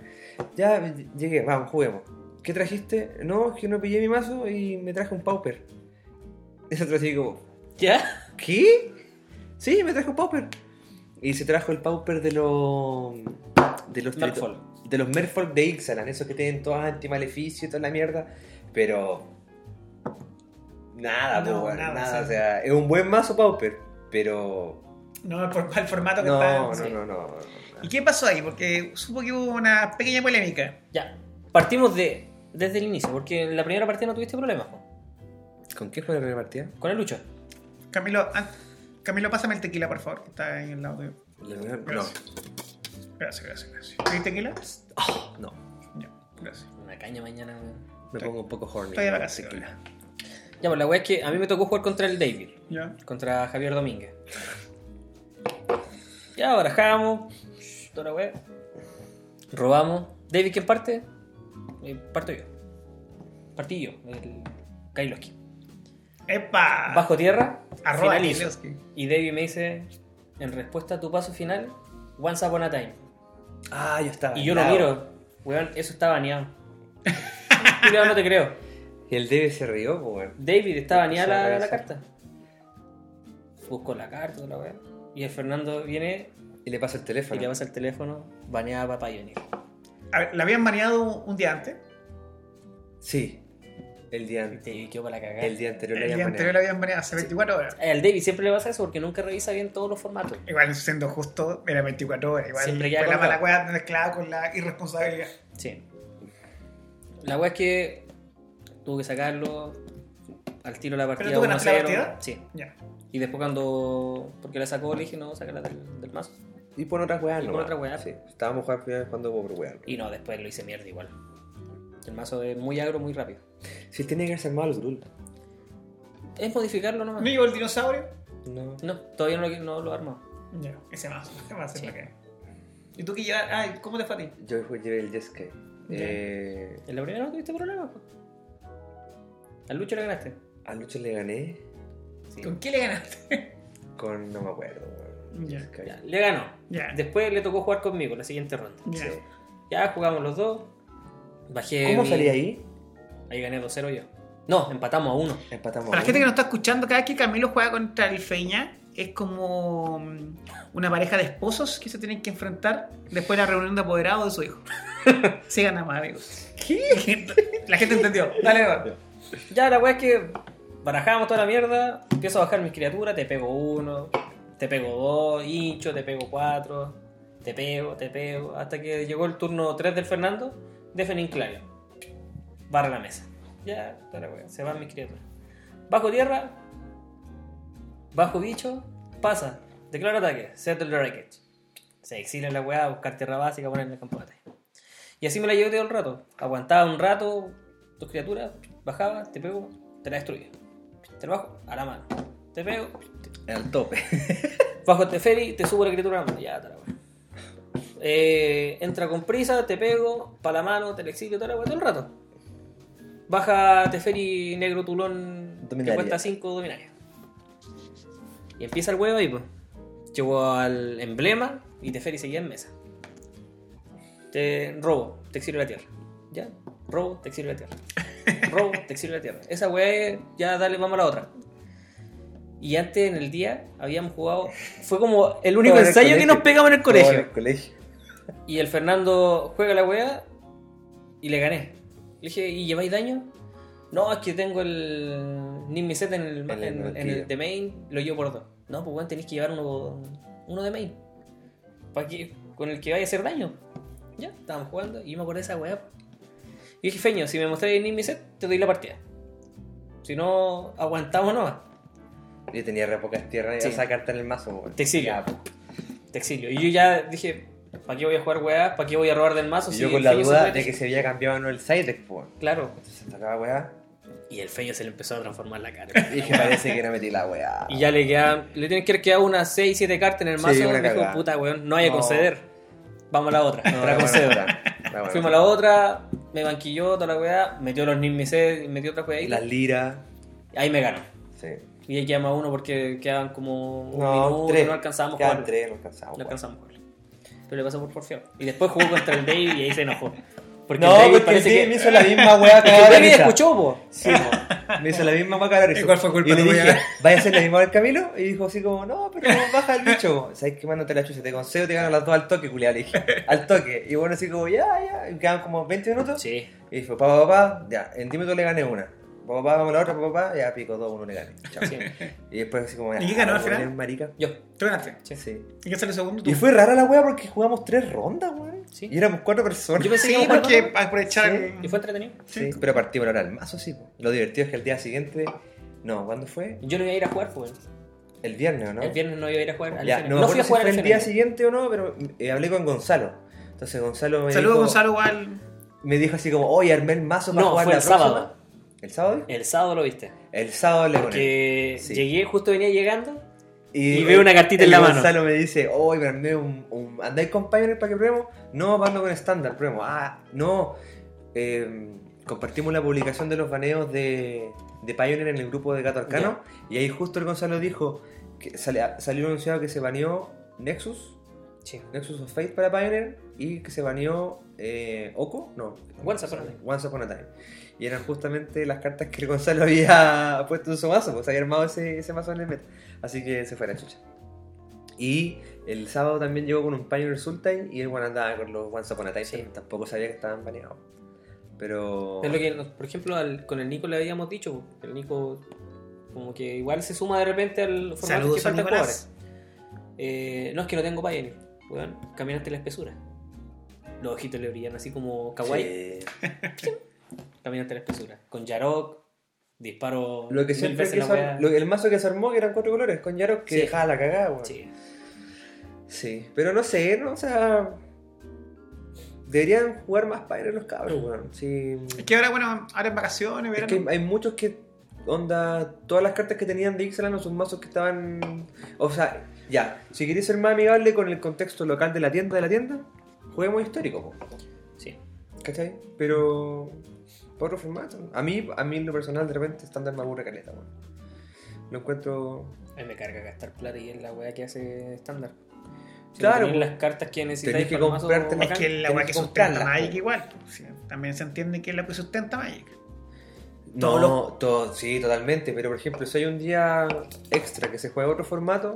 Speaker 2: Ya, llegué, vamos, juguemos. ¿Qué trajiste? No, es que no pillé mi mazo y me traje un pauper. Ese otro así como,
Speaker 1: ¿Ya?
Speaker 2: ¿qué? Sí, me trajo un pauper. Y se trajo el pauper de los. de los trito-
Speaker 1: Merfolk.
Speaker 2: De los Merfolk de Ixalan, esos que tienen todas antimaleficio y toda la mierda. Pero. Nada,
Speaker 3: No,
Speaker 2: po, weón,
Speaker 3: nada,
Speaker 2: nada,
Speaker 3: sí.
Speaker 2: O sea, es un buen mazo pauper, pero.
Speaker 3: No, por por el formato que está.
Speaker 2: No, no,
Speaker 3: sí.
Speaker 2: no, no, no.
Speaker 3: ¿Y qué pasó ahí? Porque supo que hubo una pequeña polémica.
Speaker 1: Ya. Partimos de, desde el inicio, porque en la primera partida no tuviste problemas po,
Speaker 2: ¿Con qué fue la primera partida?
Speaker 1: con el Lucho.
Speaker 3: Camilo, ah, Camilo, pásame el tequila, por favor, que está ahí al lado tuyo.
Speaker 2: La primera- No,
Speaker 3: Gracias. Gracias, gracias, gracias. ¿Tienes tequila?
Speaker 2: Oh, no.
Speaker 3: Ya, gracias.
Speaker 1: Una caña mañana, weón.
Speaker 2: Me pongo un poco horny.
Speaker 3: Estoy de
Speaker 2: con
Speaker 3: vacaciones.
Speaker 2: tequila.
Speaker 1: Ya, pues la wea es que a mí me tocó jugar contra el David.
Speaker 3: Ya.
Speaker 1: contra Javier Domínguez. Ya barajamos, shh, toda la wea. Robamos. David, ¿quién parte? Eh, parto yo. Partí yo, el Kailoski.
Speaker 2: Ah.
Speaker 3: ¡Epa!
Speaker 1: Bajo tierra,
Speaker 3: Arroba
Speaker 1: finalizo.
Speaker 3: Kailoski.
Speaker 1: Y David me dice, en respuesta a tu paso final, Once Upon a Time.
Speaker 2: Ah, yo estaba.
Speaker 1: Y yo
Speaker 2: al
Speaker 1: lo
Speaker 2: lado.
Speaker 1: miro, weón, eso está baneado. Culiao, no te creo.
Speaker 2: El Debe se rió, po, weón.
Speaker 1: David, está baneada
Speaker 2: Se
Speaker 1: la,
Speaker 2: agradece.
Speaker 1: la carta. Busco la carta, toda la wea. Y el Fernando viene
Speaker 2: Y le pasa el
Speaker 1: Y
Speaker 2: teléfono.
Speaker 1: le vas al teléfono, baneada para Pioneer.
Speaker 3: A ver, la habían mareado un día antes.
Speaker 2: Sí. El día antes.
Speaker 1: Te quedó para la cagada.
Speaker 2: El día anterior
Speaker 3: El
Speaker 2: lo
Speaker 3: día
Speaker 2: habían
Speaker 3: anterior la
Speaker 2: baneado.
Speaker 3: habían mareado hace 24 horas.
Speaker 1: Al David siempre le pasa eso porque nunca revisa bien todos los formatos.
Speaker 3: Igual, siendo justo, era 24 horas. Igual
Speaker 1: Siempre queda
Speaker 3: fue la mala
Speaker 1: colgado.
Speaker 3: cueva mezclada con la irresponsabilidad.
Speaker 1: Sí. La wea es que tuvo que sacarlo. al tiro la partida 1
Speaker 3: tú
Speaker 1: a
Speaker 3: ganaste la
Speaker 1: 0.
Speaker 3: partida?
Speaker 1: Sí.
Speaker 3: Ya.
Speaker 1: Y después cuando. Porque la sacó, le dije, no, sácala del, del mazo.
Speaker 2: Y por otras weas,
Speaker 1: Y
Speaker 2: no.
Speaker 1: pon otras weas.
Speaker 2: Sí, estábamos jugando cuando por weas.
Speaker 1: Y no, después lo hice mierda igual. El mazo es muy agro, muy rápido.
Speaker 2: Si tiene que haberse armado el grul.
Speaker 1: Es modificarlo nomás.
Speaker 3: ¿No llegó el dinosaurio?
Speaker 2: No.
Speaker 1: No, todavía no, lo- no lo armo.
Speaker 3: Ya. Ese más. ¿Qué más
Speaker 1: Sí.
Speaker 3: es lo que ¿Y tú qué llevas? Ay, ¿cómo te fue a ti?
Speaker 2: Yo fui- llevé el Jeske. Eh,
Speaker 1: ¿En la primera no tuviste problemas? po? Al Lucho le ganaste.
Speaker 2: anoche le gané
Speaker 1: Sí.
Speaker 3: ¿Con qué le ganaste?
Speaker 2: con. No me acuerdo, weón.
Speaker 3: Ya.
Speaker 2: Jeskai.
Speaker 1: Ya, le ganó.
Speaker 3: Ya.
Speaker 1: Después le tocó jugar conmigo la siguiente ronda.
Speaker 3: Ya.
Speaker 2: Sí.
Speaker 1: Ya jugamos los dos. Bajé.
Speaker 2: ¿Cómo
Speaker 1: Eh, mi-
Speaker 2: salí ahí?
Speaker 1: Ahí gané 2-0 yo. No, empatamos a uno.
Speaker 2: Empatamos.
Speaker 3: Para
Speaker 2: a
Speaker 3: la gente que
Speaker 2: uno.
Speaker 3: no está escuchando, cada vez que Camilo juega contra el Feña, es como mm, una pareja de esposos que se tienen que enfrentar después de la reunión de apoderados de su hijo. Se gana más, amigos. ¿Qué? La gente entendió. Dale, Eduardo.
Speaker 1: Ya la weá es que barajamos toda la mierda, empiezo a bajar mis criaturas, te pego uno, te pego dos, hincho, te pego cuatro, te pego, te pego, hasta que llegó el turno 3 del Fernando, de Fenin Clario. Barra la mesa. Ya, toda la weá, se van mis criaturas. Bajo tierra, bajo bicho, pasa, declaro ataque, settle the wreckage. Se exila la weá, buscar tierra básica, poner en el campo de batalla. Y así me la llevé todo el rato. Aguantaba un rato, tus criaturas, bajaba, te pego, te la destruye. Te la bajo, a la mano. Te pego,
Speaker 2: Al tope.
Speaker 1: bajo te Teferi, te subo la criatura a la mano. Ya, te la bajo. Eh, entra con prisa, te pego, pa' la mano, te la exilio, toda la wea, todo el rato. Baja Teferi negro tulón
Speaker 2: Dominaria.
Speaker 1: que cuesta 5 dominaria. Y empieza el huevo ahí, pues. Llegó al emblema y Teferi seguía en mesa. Te robo, te exilio la tierra. Ya, robo, te exilio la tierra. Robo, te exilio la tierra. Esa weá es- ya dale, vamos a la otra. Y antes en el día habíamos jugado. Fue como el único
Speaker 2: Todo en el
Speaker 1: ensayo que
Speaker 2: colegio.
Speaker 1: nos pegamos en el
Speaker 2: Todo en
Speaker 1: colegio.
Speaker 2: el colegio.
Speaker 1: Y el Fernando juega la weá y le gané. Le dije, ¿y lleváis daño? No, es que tengo el Nimiset en el,
Speaker 2: En el
Speaker 1: en, en
Speaker 2: martillo.
Speaker 1: el de main, lo llevo por dos. No, pues weón, tenéis que llevar uno, uno de main. ¿Para que, con el que vaya a hacer daño. Ya, estábamos jugando y yo me acordé de esa weá. Y dije, Feño, si me mostráis el Nimiset, te doy la partida. Si no, aguantamos nomás.
Speaker 2: Yo tenía re pocas tierras
Speaker 1: Sí.
Speaker 2: y esa carta en el mazo, weón.
Speaker 1: Te exilio.
Speaker 2: Ya, po.
Speaker 1: Te exilio. Y yo ya dije, ¿para qué voy a jugar weá? ¿Para qué voy a robar del mazo?
Speaker 2: Y
Speaker 1: si
Speaker 2: yo
Speaker 1: el
Speaker 2: con la
Speaker 1: Feño se
Speaker 2: duda
Speaker 1: puede-
Speaker 2: de que se había cambiado o no el Sidex, weón.
Speaker 1: Claro,
Speaker 2: Se sacaba weá.
Speaker 1: Y el feño se le empezó a transformar la cara.
Speaker 2: Y dije, parece que no metí la weá.
Speaker 1: y ya le quedan, le tienen que haber quedado unas 6, 7 cartas en el
Speaker 2: Sí,
Speaker 1: mazo.
Speaker 2: una
Speaker 1: dijo,
Speaker 2: cagada.
Speaker 1: puta, weón, no hay que
Speaker 2: No.
Speaker 1: conceder. Vamos a la otra.
Speaker 2: No,
Speaker 1: te la
Speaker 2: la
Speaker 1: concedo.
Speaker 2: buena otra, la buena
Speaker 1: Fuimos a
Speaker 2: otra.
Speaker 1: la otra, me banquilló toda la weá, metió los Nismised, metió otra weá
Speaker 2: Y
Speaker 1: ahí.
Speaker 2: las liras.
Speaker 1: Ahí me ganó.
Speaker 2: Sí.
Speaker 1: Y ahí quedamos a uno porque quedaban como un minuto, no alcanzamos
Speaker 2: Ya,
Speaker 1: jugarlo.
Speaker 2: tres, no alcanzamos.
Speaker 1: No
Speaker 2: weón.
Speaker 1: alcanzamos jugarlo. Pero le pasó por porfiado. Y después jugó contra el Dave y ahí se enojó. Porque
Speaker 2: No,
Speaker 1: el Dave
Speaker 2: porque el
Speaker 1: parece
Speaker 2: Dave
Speaker 1: que.
Speaker 2: me hizo la misma weá que
Speaker 1: el
Speaker 2: ahora.
Speaker 1: Dave escuchó, po.
Speaker 2: Sí, po. me hizo la misma weá que ahora.
Speaker 3: ¿Y cuál fue culpa
Speaker 2: Y le
Speaker 3: tuya?
Speaker 2: dije, ¿vaya a hacer la misma del Camilo? Y dijo así como, no, pero baja el bicho. ¿Sabes qué? Mándate la chucha, te concedo, te gano las dos al toque, culiao, le dije. Al toque. Y bueno, así como, ya, ya. Y quedan como 20 minutos.
Speaker 1: Sí.
Speaker 2: Y dijo, papá, papá, ya, en 10 minutos le gané una. Papá, papá, vamos a la otra, papá, papá, ya pico, dos, uno le gané. Chao.
Speaker 1: Sí.
Speaker 2: Y después así como,
Speaker 3: ¿Y qué ganó al final?
Speaker 2: "Ah, marica.
Speaker 1: Yo.
Speaker 3: Tú ganaste.
Speaker 2: Sí.
Speaker 3: ¿Y qué sale segundo? Tú.
Speaker 2: Y fue rara la wea porque jugamos tres rondas, weón.
Speaker 1: Sí.
Speaker 2: Y éramos cuatro personas.
Speaker 1: Yo pensé que
Speaker 3: Sí,
Speaker 1: íbamos a jugar
Speaker 3: porque
Speaker 1: con-
Speaker 3: aprovechar.
Speaker 1: Y fue entretenido.
Speaker 2: Sí, pero partimos ahora el mazo, sí. po. Lo divertido es que el día siguiente. No, ¿cuándo fue?
Speaker 1: Yo no iba a ir a jugar, pues.
Speaker 2: El viernes, ¿o ¿no?
Speaker 1: El viernes no iba a ir a jugar. al
Speaker 2: Ya,
Speaker 1: escenario.
Speaker 2: no, me
Speaker 1: no
Speaker 2: acuerdo
Speaker 1: fui a
Speaker 2: si
Speaker 1: jugar al
Speaker 2: fue el día
Speaker 1: escenario.
Speaker 2: siguiente o no, pero eh, hablé con Gonzalo. Entonces Gonzalo me,
Speaker 3: Saludos,
Speaker 2: dijo,
Speaker 3: Gonzalo, igual.
Speaker 2: me dijo así como, oye, armé el mazo para
Speaker 1: No,
Speaker 2: jugar
Speaker 1: fue
Speaker 2: la
Speaker 1: el
Speaker 2: próxima".
Speaker 1: sábado.
Speaker 2: ¿El sábado?
Speaker 1: El sábado lo viste.
Speaker 2: El sábado le poné.
Speaker 1: Que
Speaker 2: sí.
Speaker 1: llegué, justo venía llegando. y veo una cartita en
Speaker 2: el
Speaker 1: la mano.
Speaker 2: Gonzalo me dice, oye, me armé un, un... ¿Andáis con Pioneer para que probemos? No, pues ando con estándar, probemos. Ah, no. Eh, compartimos la publicación de los baneos de, de Pioneer en el grupo de Gato Arcano. Y ahí justo el Gonzalo dijo, que sale- salió anunciado que se baneó Nexus,
Speaker 1: Sí.
Speaker 2: Nexus of Fate para Pioneer y que se baneó eh, Oco, no.
Speaker 1: Once Upon a Time.
Speaker 2: Once Upon a Time. Y eran justamente las cartas que el Gonzalo había puesto en su mazo, pues había armado ese, ese mazo en el meta. Así que se fue a la chucha. Y el sábado también llegó con un Pioneer Sultan y el bueno andaba con los Once Upon a Time,
Speaker 1: Sí.
Speaker 2: pero tampoco sabía que estaban baneados. Pero...
Speaker 1: Es lo que, nos- por ejemplo, al- con el Nico le habíamos dicho. po. El Nico, como que igual se suma de repente al formato que
Speaker 3: Saludos a
Speaker 1: falta jugar.
Speaker 3: Nicolás.
Speaker 1: Eh, no es que no tengo Pioneer. Weón, caminaste la espesura. Los ojitos le brillan así como kawaii.
Speaker 2: Sí.
Speaker 1: Caminaste la espesura. Con Yarok, Disparo
Speaker 2: Lo que
Speaker 1: mil
Speaker 2: siempre
Speaker 1: veces
Speaker 2: que
Speaker 1: la
Speaker 2: se
Speaker 1: weá.
Speaker 2: ar- lo- el mazo que se armó, que eran cuatro colores, con Yaros, que
Speaker 1: Sí.
Speaker 2: dejaba la cagada, weón.
Speaker 1: Sí.
Speaker 2: Sí, pero no sé, no, o sea. Deberían jugar más Pyre los cabros, weón. Sí.
Speaker 3: Es que ahora, bueno, ahora en vacaciones,
Speaker 2: Es
Speaker 3: verano.
Speaker 2: que hay muchos que. Onda, todas las cartas que tenían de Ixalan o sus mazos que estaban. O sea, ya. Si queréis ser más amigable con el contexto local de la tienda de la tienda, juguemos histórico, po.
Speaker 1: Sí.
Speaker 2: ¿Cachai? Pero. Por otro formato. A mí, a mí en lo personal, de repente, estándar me aburre caleta, weón. Lo encuentro.
Speaker 1: A mí me carga gastar plata y es la weá que hace estándar. Si no
Speaker 2: Claro,
Speaker 1: tenéis las cartas que necesitáis
Speaker 2: Tenés que
Speaker 1: para el mazo
Speaker 2: comprarte las
Speaker 1: bacán,
Speaker 3: Es que la
Speaker 2: tenés
Speaker 3: weá
Speaker 2: que
Speaker 3: que sustenta
Speaker 2: comprarla,
Speaker 3: Magic
Speaker 2: po.
Speaker 3: igual. Sí, también se entiende que es la que sustenta Magic.
Speaker 2: No,
Speaker 1: Todos
Speaker 2: to- sí, totalmente. Pero por ejemplo, si hay un día extra que se juega otro formato,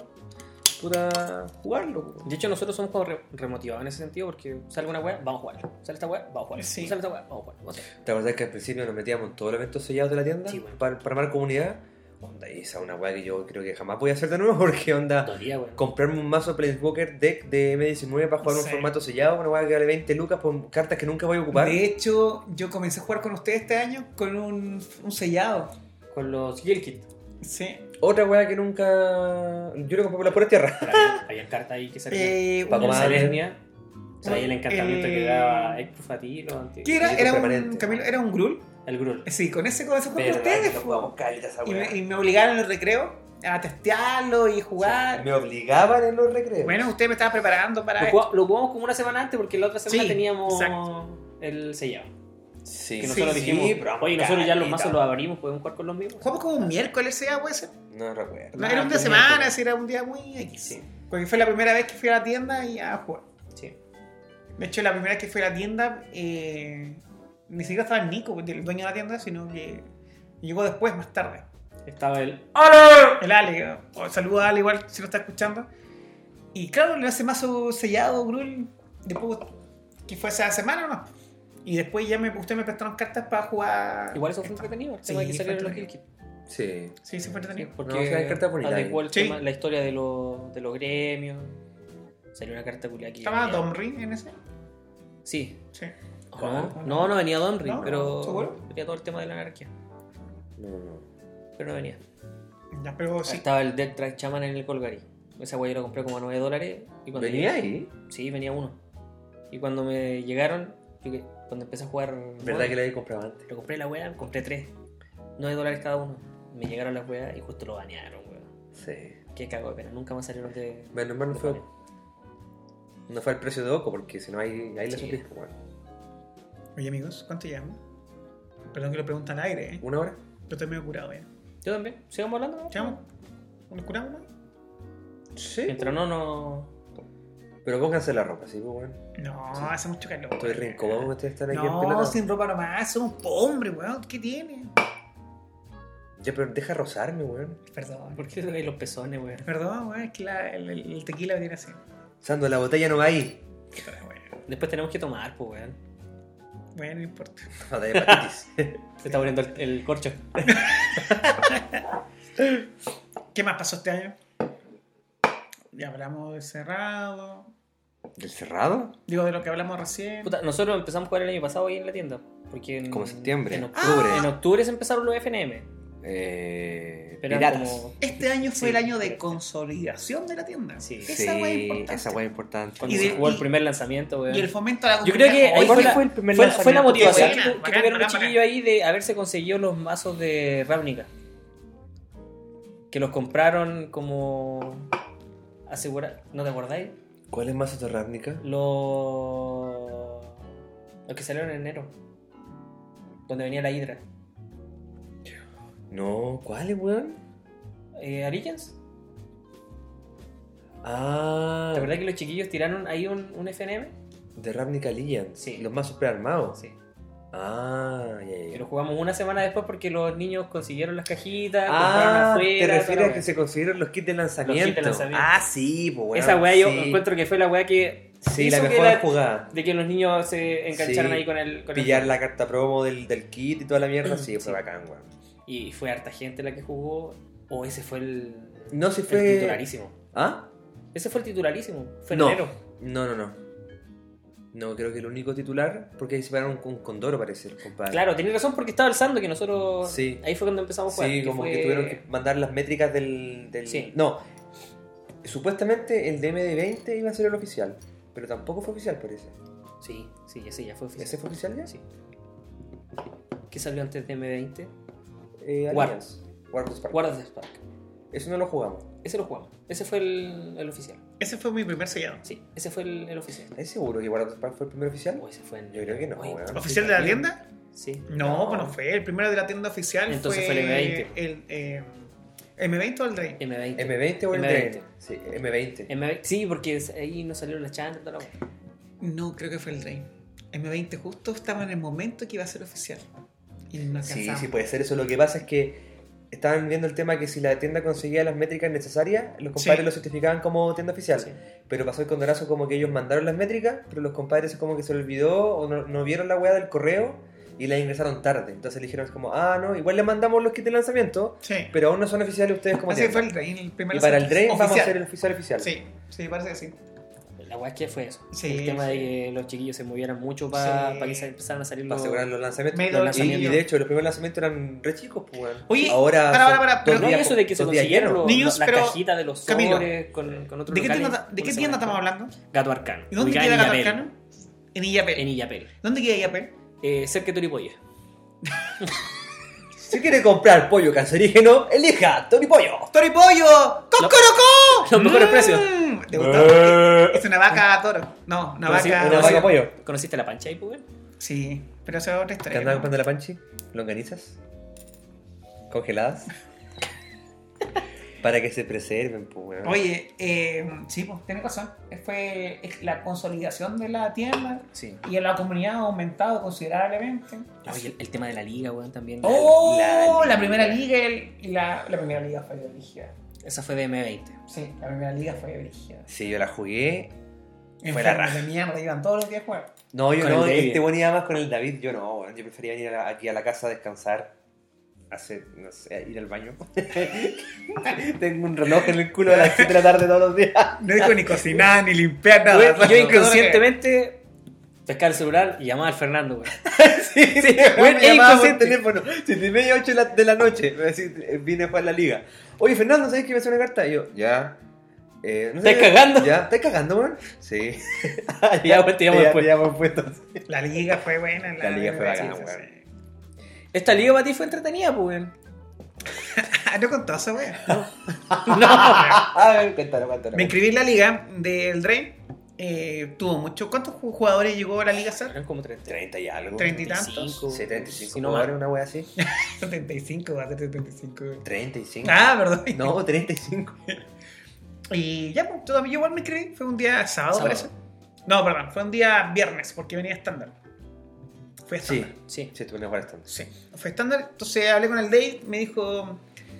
Speaker 2: puta, jugarlo. po.
Speaker 1: De hecho, nosotros somos como re- remotivados en ese sentido porque sale una weá, vamos a jugar. Sale esta weá, vamos a jugar.
Speaker 3: Sí.
Speaker 1: Sale esta weá, vamos a jugar. O sea,
Speaker 2: ¿Te acordás que al principio nos metíamos en todos los eventos sellados de la tienda
Speaker 1: Sí, bueno.
Speaker 2: para, para armar comunidad? Onda, y esa es una weá que yo creo que jamás voy a hacer de nuevo porque
Speaker 3: Ah.
Speaker 2: onda,
Speaker 1: dos días, weón.
Speaker 2: comprarme un mazo Planeswalker deck de M19 para jugar un
Speaker 3: Sí.
Speaker 2: formato sellado, una weá que vale 20 lucas por cartas que nunca voy a ocupar.
Speaker 3: De hecho, yo comencé a jugar con ustedes este año con un, un sellado. Eh,
Speaker 1: Con los Guild Kit.
Speaker 3: Sí.
Speaker 2: Otra weá que nunca. Yo lo compré por las puras tierras.
Speaker 1: Pero había- Habían cartas ahí que salían.
Speaker 3: Eh,
Speaker 2: Paco
Speaker 1: Con
Speaker 3: un-
Speaker 2: Madre.
Speaker 1: Selenia. O sea, ahí el encantamiento
Speaker 3: Eh,
Speaker 1: que daba Ectus a ti, lo anti-
Speaker 3: ¿Qué era?
Speaker 2: Proyecto
Speaker 3: Era un,
Speaker 2: permanente.
Speaker 3: Camilo, era un Grul.
Speaker 1: El Grul.
Speaker 3: Sí, con ese comencé a jugar con
Speaker 1: Verdad,
Speaker 3: ustedes.
Speaker 2: Nos
Speaker 3: po.
Speaker 2: jugamos caleta esa
Speaker 3: Y
Speaker 2: weá.
Speaker 3: me, y me obligaron en el recreo a testearlo y jugar.
Speaker 2: Me obligaban en los recreos.
Speaker 3: Bueno, usted me estaba preparando para
Speaker 1: Lo,
Speaker 3: esto.
Speaker 1: jugamos, lo jugamos como una semana antes porque la otra semana
Speaker 3: Sí,
Speaker 1: teníamos
Speaker 3: exacto.
Speaker 1: el sellado.
Speaker 2: sí,
Speaker 1: Que nosotros
Speaker 3: sí,
Speaker 1: dijimos,
Speaker 2: pero
Speaker 1: oye, nosotros ya los
Speaker 2: caleta.
Speaker 1: mazos los abrimos, podemos jugar con los mismos.
Speaker 3: Jugamos como un miércoles, sea, puede ser.
Speaker 2: No recuerdo.
Speaker 3: No, era un día de
Speaker 1: Ah,
Speaker 3: semana,
Speaker 1: miércoles.
Speaker 3: así era un día muy X.
Speaker 1: Sí,
Speaker 3: Porque fue la primera vez que fui a la tienda y a jugar.
Speaker 1: sí.
Speaker 3: De hecho, la primera vez que fui a la tienda, eh, ni siquiera estaba Nico, el dueño de la tienda, sino que llegó después, más tarde.
Speaker 1: Estaba el.
Speaker 3: El Ale, oh, saluda a Ale igual si lo está escuchando. Y claro, le hace mazo sellado, Grul, después que fue esa semana o no. Y después ya me, ustedes me prestaron cartas para jugar.
Speaker 1: Igual eso fue
Speaker 3: esto.
Speaker 1: entretenido, el
Speaker 3: Ah, Sí,
Speaker 1: tema de que
Speaker 3: fue
Speaker 1: salieron los
Speaker 3: entretenido.
Speaker 1: Gilkit.
Speaker 2: Sí.
Speaker 3: Sí, sí fue entretenido.
Speaker 1: Porque
Speaker 2: No, o sea, hay cartas bonitas
Speaker 1: adecuó el
Speaker 3: Sí.
Speaker 1: tema- la historia de, los de los gremios. Salió una carta culiada aquí.
Speaker 3: ¿Estaba Domri en ese?
Speaker 1: Sí.
Speaker 3: Sí.
Speaker 1: No, no, no venía Domri,
Speaker 3: No,
Speaker 1: pero
Speaker 3: ¿seguro?
Speaker 1: venía todo el tema de la anarquía.
Speaker 2: No, no.
Speaker 1: Pero no venía.
Speaker 3: Ya, pero Pues sí.
Speaker 1: Estaba el Death Track Chaman en el Colgari. Esa guay yo la compré como a 9 dólares. Y cuando
Speaker 2: ¿Venía
Speaker 1: llegué-
Speaker 2: ahí?
Speaker 1: Sí, venía uno. Y cuando me llegaron, yo que- cuando empecé a jugar.
Speaker 2: ¿Verdad que la había comprado antes?
Speaker 1: Lo compré la weá, compré tres. 9 dólares cada uno. Me llegaron las weas y justo lo banearon, weón.
Speaker 2: Sí.
Speaker 1: Qué cago de pena. Nunca más salieron de.
Speaker 2: Menos mal no fue, no fue el precio de Oco, porque si no ahí, ahí la
Speaker 1: Sí.
Speaker 2: sufrís, pues, bueno.
Speaker 3: Oye, amigos, ¿cuánto llevamos? Perdón que lo preguntan al aire, ¿eh?
Speaker 2: ¿Una hora?
Speaker 3: Yo estoy medio curado ya.
Speaker 1: Yo también. ¿Sigamos hablando? no?
Speaker 3: ¿Llevamos? ¿Nos curamos, no?
Speaker 2: Sí.
Speaker 1: Mientras no, no.
Speaker 2: Pero pónganse la ropa, sí, pues bueno.
Speaker 3: No,
Speaker 2: Sí.
Speaker 3: hace mucho calor.
Speaker 2: Estoy re incómodo que ustedes están aquí en
Speaker 3: No,
Speaker 2: pelota.
Speaker 3: sin ropa nomás, somos pobres, weón. ¿Qué tiene?
Speaker 2: Ya, pero deja rozarme, weón.
Speaker 3: Perdón.
Speaker 1: ¿Por qué se ven los pezones, weón?
Speaker 3: Perdón, weón, es que la- el, el- el tequila me tiene así.
Speaker 2: Sando, la botella no va ahí.
Speaker 1: Después tenemos que tomar, pues, weón.
Speaker 3: Bueno, no importa.
Speaker 2: Batalla de hepatitis.
Speaker 1: Se está poniendo el, el corcho.
Speaker 3: ¿Qué más pasó este año? Ya hablamos de cerrado.
Speaker 2: ¿Del cerrado?
Speaker 3: Digo, de lo que hablamos recién.
Speaker 1: Puta, nosotros empezamos a jugar el año pasado ahí en la tienda. Porque en,
Speaker 2: Como en septiembre,
Speaker 1: En octubre.
Speaker 3: Ah.
Speaker 2: octubre.
Speaker 1: En octubre se empezaron los FNM.
Speaker 2: Eh,
Speaker 1: Pero eran
Speaker 2: piratas.
Speaker 1: como.
Speaker 3: Este año
Speaker 1: Sí.
Speaker 3: fue el año de consolidación de la tienda.
Speaker 1: Sí.
Speaker 3: Esa weá es importante.
Speaker 2: esa weá es importante.
Speaker 1: Cuando
Speaker 3: Y
Speaker 1: se
Speaker 3: de-
Speaker 1: jugó
Speaker 3: y-
Speaker 1: el primer lanzamiento, weón.
Speaker 3: Y el fomento a la
Speaker 1: Yo creo que
Speaker 3: comunidad.
Speaker 1: ahí
Speaker 3: Hoy
Speaker 1: fue
Speaker 2: fue
Speaker 1: la,
Speaker 2: el primer
Speaker 1: fue la- fue la
Speaker 2: lanzamiento?
Speaker 1: motivación
Speaker 3: Buena,
Speaker 1: que, tu- que
Speaker 3: bacán,
Speaker 1: tuvieron
Speaker 3: bacán,
Speaker 1: los chiquillos ahí de haberse conseguido los mazos de Ravnica. Que los compraron como. Asegura... ¿No te acordáis?
Speaker 2: ¿Cuál es más otorránica?
Speaker 1: Los. Los que salieron en enero. Donde venía la Hydra.
Speaker 2: No, ¿cuál es, weón?
Speaker 1: Eh, ¿Origins?
Speaker 2: Ah,
Speaker 1: ¿Te acordás que los chiquillos tiraron ahí un, un FNM?
Speaker 2: de Ravnica Legends.
Speaker 1: Sí.
Speaker 2: Los más superarmados.
Speaker 1: Sí.
Speaker 2: Ah, ya, ya,
Speaker 1: Que
Speaker 2: ya.
Speaker 1: lo jugamos una semana después porque los niños consiguieron las cajitas, compraron
Speaker 2: Ah,
Speaker 1: afuera.
Speaker 2: te
Speaker 1: toda
Speaker 2: refieres
Speaker 1: la
Speaker 2: a
Speaker 1: wea.
Speaker 2: que se consiguieron los kits de lanzamiento.
Speaker 1: Los kits de lanzamiento.
Speaker 2: Ah, sí, pues bueno,
Speaker 1: Esa weá yo
Speaker 2: sí.
Speaker 1: encuentro que fue la weá que.
Speaker 2: Sí,
Speaker 1: hizo
Speaker 2: la
Speaker 1: que
Speaker 2: mejor
Speaker 1: la-
Speaker 2: jugada.
Speaker 1: De que los niños se engancharon
Speaker 2: Sí.
Speaker 1: ahí con el. Con el-
Speaker 2: Pillar la carta promo del, del kit y toda la mierda, sí, fue
Speaker 1: Sí.
Speaker 2: bacán, weón.
Speaker 1: Y fue harta gente la que jugó. O ese fue el.
Speaker 2: No, si
Speaker 1: el
Speaker 2: fue.
Speaker 1: titularísimo.
Speaker 2: ¿Ah?
Speaker 1: Ese fue el titularísimo. Fue en
Speaker 2: No.
Speaker 1: enero.
Speaker 2: No, no, no. No, creo que el único titular, porque ahí se pararon con Condoro, parece, el compadre.
Speaker 1: Claro, tenés razón porque estaba alzando que nosotros.
Speaker 2: Sí.
Speaker 1: Ahí fue cuando empezamos a jugar.
Speaker 2: Sí, como
Speaker 1: fue-
Speaker 2: que tuvieron que mandar las métricas del. del-
Speaker 1: Sí.
Speaker 2: No. Supuestamente el DM de 20 iba a ser el oficial, pero tampoco fue oficial, parece.
Speaker 1: Sí, sí, ese ya fue oficial.
Speaker 2: ¿Ese fue oficial ya?
Speaker 1: Sí. ¿Qué salió antes de M20?
Speaker 2: Eh,
Speaker 1: War.
Speaker 2: Alliance. War of the Spark.
Speaker 1: Guardas de Spark.
Speaker 2: Eso no lo jugamos.
Speaker 1: Ese lo jugamos. Ese fue el, el oficial.
Speaker 3: Ese fue mi primer sellado.
Speaker 1: Sí, ese fue el, el oficial.
Speaker 2: ¿Es seguro que War of the Spark fue el primer oficial?
Speaker 1: O ese fue en-
Speaker 2: Yo creo que no,
Speaker 1: Oye,
Speaker 2: weón. Mm.
Speaker 3: ¿Oficial de la tienda?
Speaker 1: Sí.
Speaker 3: No, pues no fue. El primero de la tienda oficial
Speaker 1: Entonces
Speaker 3: fue
Speaker 1: fue el M20.
Speaker 3: El, eh, ¿M20 o el Drake?
Speaker 1: M20.
Speaker 2: M20 o el
Speaker 1: M20.
Speaker 2: Drain. Sí, M20.
Speaker 1: M20. Sí, porque es- ahí no salieron las chantas. toda la wea.
Speaker 3: No, creo que fue el Drake. M20 justo estaba en el momento que iba a ser oficial. Y no
Speaker 2: Sí,
Speaker 3: alcanzamos.
Speaker 2: sí, puede ser eso. Lo que pasa es que estaban viendo el tema que si la tienda conseguía las métricas necesarias, los compadres
Speaker 3: Sí.
Speaker 2: lo certificaban como tienda oficial.
Speaker 1: Sí.
Speaker 2: Pero pasó el condonazo como que ellos mandaron las métricas, pero los compadres como que se lo olvidó o no, no vieron la weá del correo y la ingresaron tarde. Entonces le dijeron como, ah, no, igual le mandamos los kits de lanzamiento,
Speaker 3: Sí,
Speaker 2: pero aún no son oficiales ustedes como
Speaker 3: Así
Speaker 2: tienda".
Speaker 3: fue el Drain, el primer
Speaker 2: Y para el Drain
Speaker 3: oficial.
Speaker 2: vamos a hacer el oficial oficial.
Speaker 3: Sí, sí, parece que sí.
Speaker 1: La weá es que fue eso.
Speaker 3: Sí,
Speaker 1: el tema
Speaker 3: sí.
Speaker 1: de que los chiquillos se movieran mucho para
Speaker 3: Sí.
Speaker 1: que se empezaran a salir
Speaker 2: Para
Speaker 1: los.
Speaker 2: asegurar los lanzamientos.
Speaker 3: Medio
Speaker 2: Los
Speaker 3: lanzamiento.
Speaker 2: lanzamientos. Y de hecho, los primeros lanzamientos eran re chicos, pues, weón.
Speaker 3: Oye,
Speaker 2: ahora son
Speaker 3: para, para, para,
Speaker 2: dos
Speaker 1: Pero no
Speaker 2: días
Speaker 1: hay eso
Speaker 2: con-
Speaker 1: de que se
Speaker 2: dos días
Speaker 1: consiguieron
Speaker 2: llenos.
Speaker 1: los-
Speaker 3: Niños,
Speaker 1: las
Speaker 3: pero-
Speaker 1: cajitas de los
Speaker 3: Camilo,
Speaker 1: sobres con, con otros
Speaker 3: ¿De qué
Speaker 1: locales,
Speaker 3: tienda, de
Speaker 1: una
Speaker 3: qué
Speaker 1: semana
Speaker 3: tienda estamos
Speaker 1: después.
Speaker 3: hablando?
Speaker 1: Gato Arcano.
Speaker 3: ¿Y dónde
Speaker 1: ubicada
Speaker 3: queda
Speaker 1: en
Speaker 3: Gato
Speaker 1: Illapel,
Speaker 3: Arcano? En Illapel.
Speaker 1: En Illapel.
Speaker 3: ¿Dónde queda Illapel?
Speaker 1: Eh, cerca de Toripolla.
Speaker 2: Si quiere comprar pollo cancerígeno, elija Tony Pollo.
Speaker 3: ¡Toripollo! ¡Cocorocó!
Speaker 1: Los mejores precios.
Speaker 3: ¿Te
Speaker 2: Eh.
Speaker 3: gustó? Mm, Es una vaca toro. No, una
Speaker 1: Pero sí,
Speaker 3: vaca.
Speaker 2: Una vaca pollo.
Speaker 1: ¿Conociste la pancha ahí, pues?
Speaker 3: Sí, pero eso es otra
Speaker 2: ¿Te
Speaker 3: historia.
Speaker 2: andan
Speaker 3: ¿no?
Speaker 2: comprando la panchi? ¿Longanizas? ¿Congeladas? Para que se preserven, pues, weón.
Speaker 3: Oye, eh, sí, pues tienes razón. Fue es la consolidación de la tienda
Speaker 1: Sí.
Speaker 3: y en la comunidad ha aumentado considerablemente.
Speaker 1: Oye, el, el tema de la liga, weón, también.
Speaker 3: ¡Oh! La,
Speaker 2: la liga.
Speaker 3: primera liga el- y la, la primera liga fue de brígida.
Speaker 1: Esa fue de M20.
Speaker 3: Sí, la primera liga fue de brígida.
Speaker 2: Sí, yo la jugué. Fue la
Speaker 3: Enfermos
Speaker 2: raja.
Speaker 3: de mierda, iban todos los días a jugar.
Speaker 2: No, yo
Speaker 1: Con
Speaker 2: no.
Speaker 1: el David.
Speaker 2: Este buen iba más con el David. Yo no, weón. Yo prefería venir a la- aquí a la casa a descansar. Hacer, no sé, a ir al baño. Tengo un reloj en el culo a las 7 de la tarde todos los días.
Speaker 3: No dijo ni cocinar, ni limpiar,
Speaker 1: Weón, y yo inconscientemente pescaba el celular y llamaba al Fernando, weón.
Speaker 2: Sí, sí,
Speaker 1: weón,
Speaker 2: me llamaba por
Speaker 1: inconsciente.
Speaker 2: teléfono. Siete y media, ocho de la- de la noche. Me decía, eh, vine a jugar la liga. Oye, Fernando, ¿sabes que me hacer una carta? Y yo, ya. Eh, no sé,
Speaker 1: ¿Estás cagando?
Speaker 2: ¿Ya? ¿Estás cagando, weón? Sí.
Speaker 1: Ya, pues, te llamo después.
Speaker 2: Ya, llamo después, entonces.
Speaker 3: La liga fue buena.
Speaker 2: La liga fue bacana,
Speaker 3: sí, sí,
Speaker 2: weón.
Speaker 3: sí.
Speaker 1: Esta liga para ti fue entretenida, pues, weón.
Speaker 3: Ah, No contó eso, weón.
Speaker 2: A ver, cuéntalo, cuéntalo.
Speaker 3: Me inscribí en la liga del Drain. eh, tuvo mucho. ¿Cuántos jugadores llegó a la liga a ser?
Speaker 1: Eran como 30.
Speaker 2: 30 y algo.
Speaker 3: 30 y tantos.
Speaker 1: 35.
Speaker 2: 75
Speaker 1: si no más.
Speaker 2: jugadores, una wea así.
Speaker 3: 75, va a ser 75. weón.
Speaker 2: 35.
Speaker 3: Ah, perdón.
Speaker 2: No, 35.
Speaker 3: Y ya, pues, todavía igual me inscribí. Fue un día sábado,
Speaker 1: Sábado.
Speaker 3: parece. No, perdón, fue un día viernes, porque venía estándar. Fue
Speaker 2: Sí,
Speaker 3: estándar.
Speaker 1: Sí.
Speaker 2: sí, tú me jugar tanto.
Speaker 3: Sí. Fue estándar. Entonces hablé con el Dave, me dijo,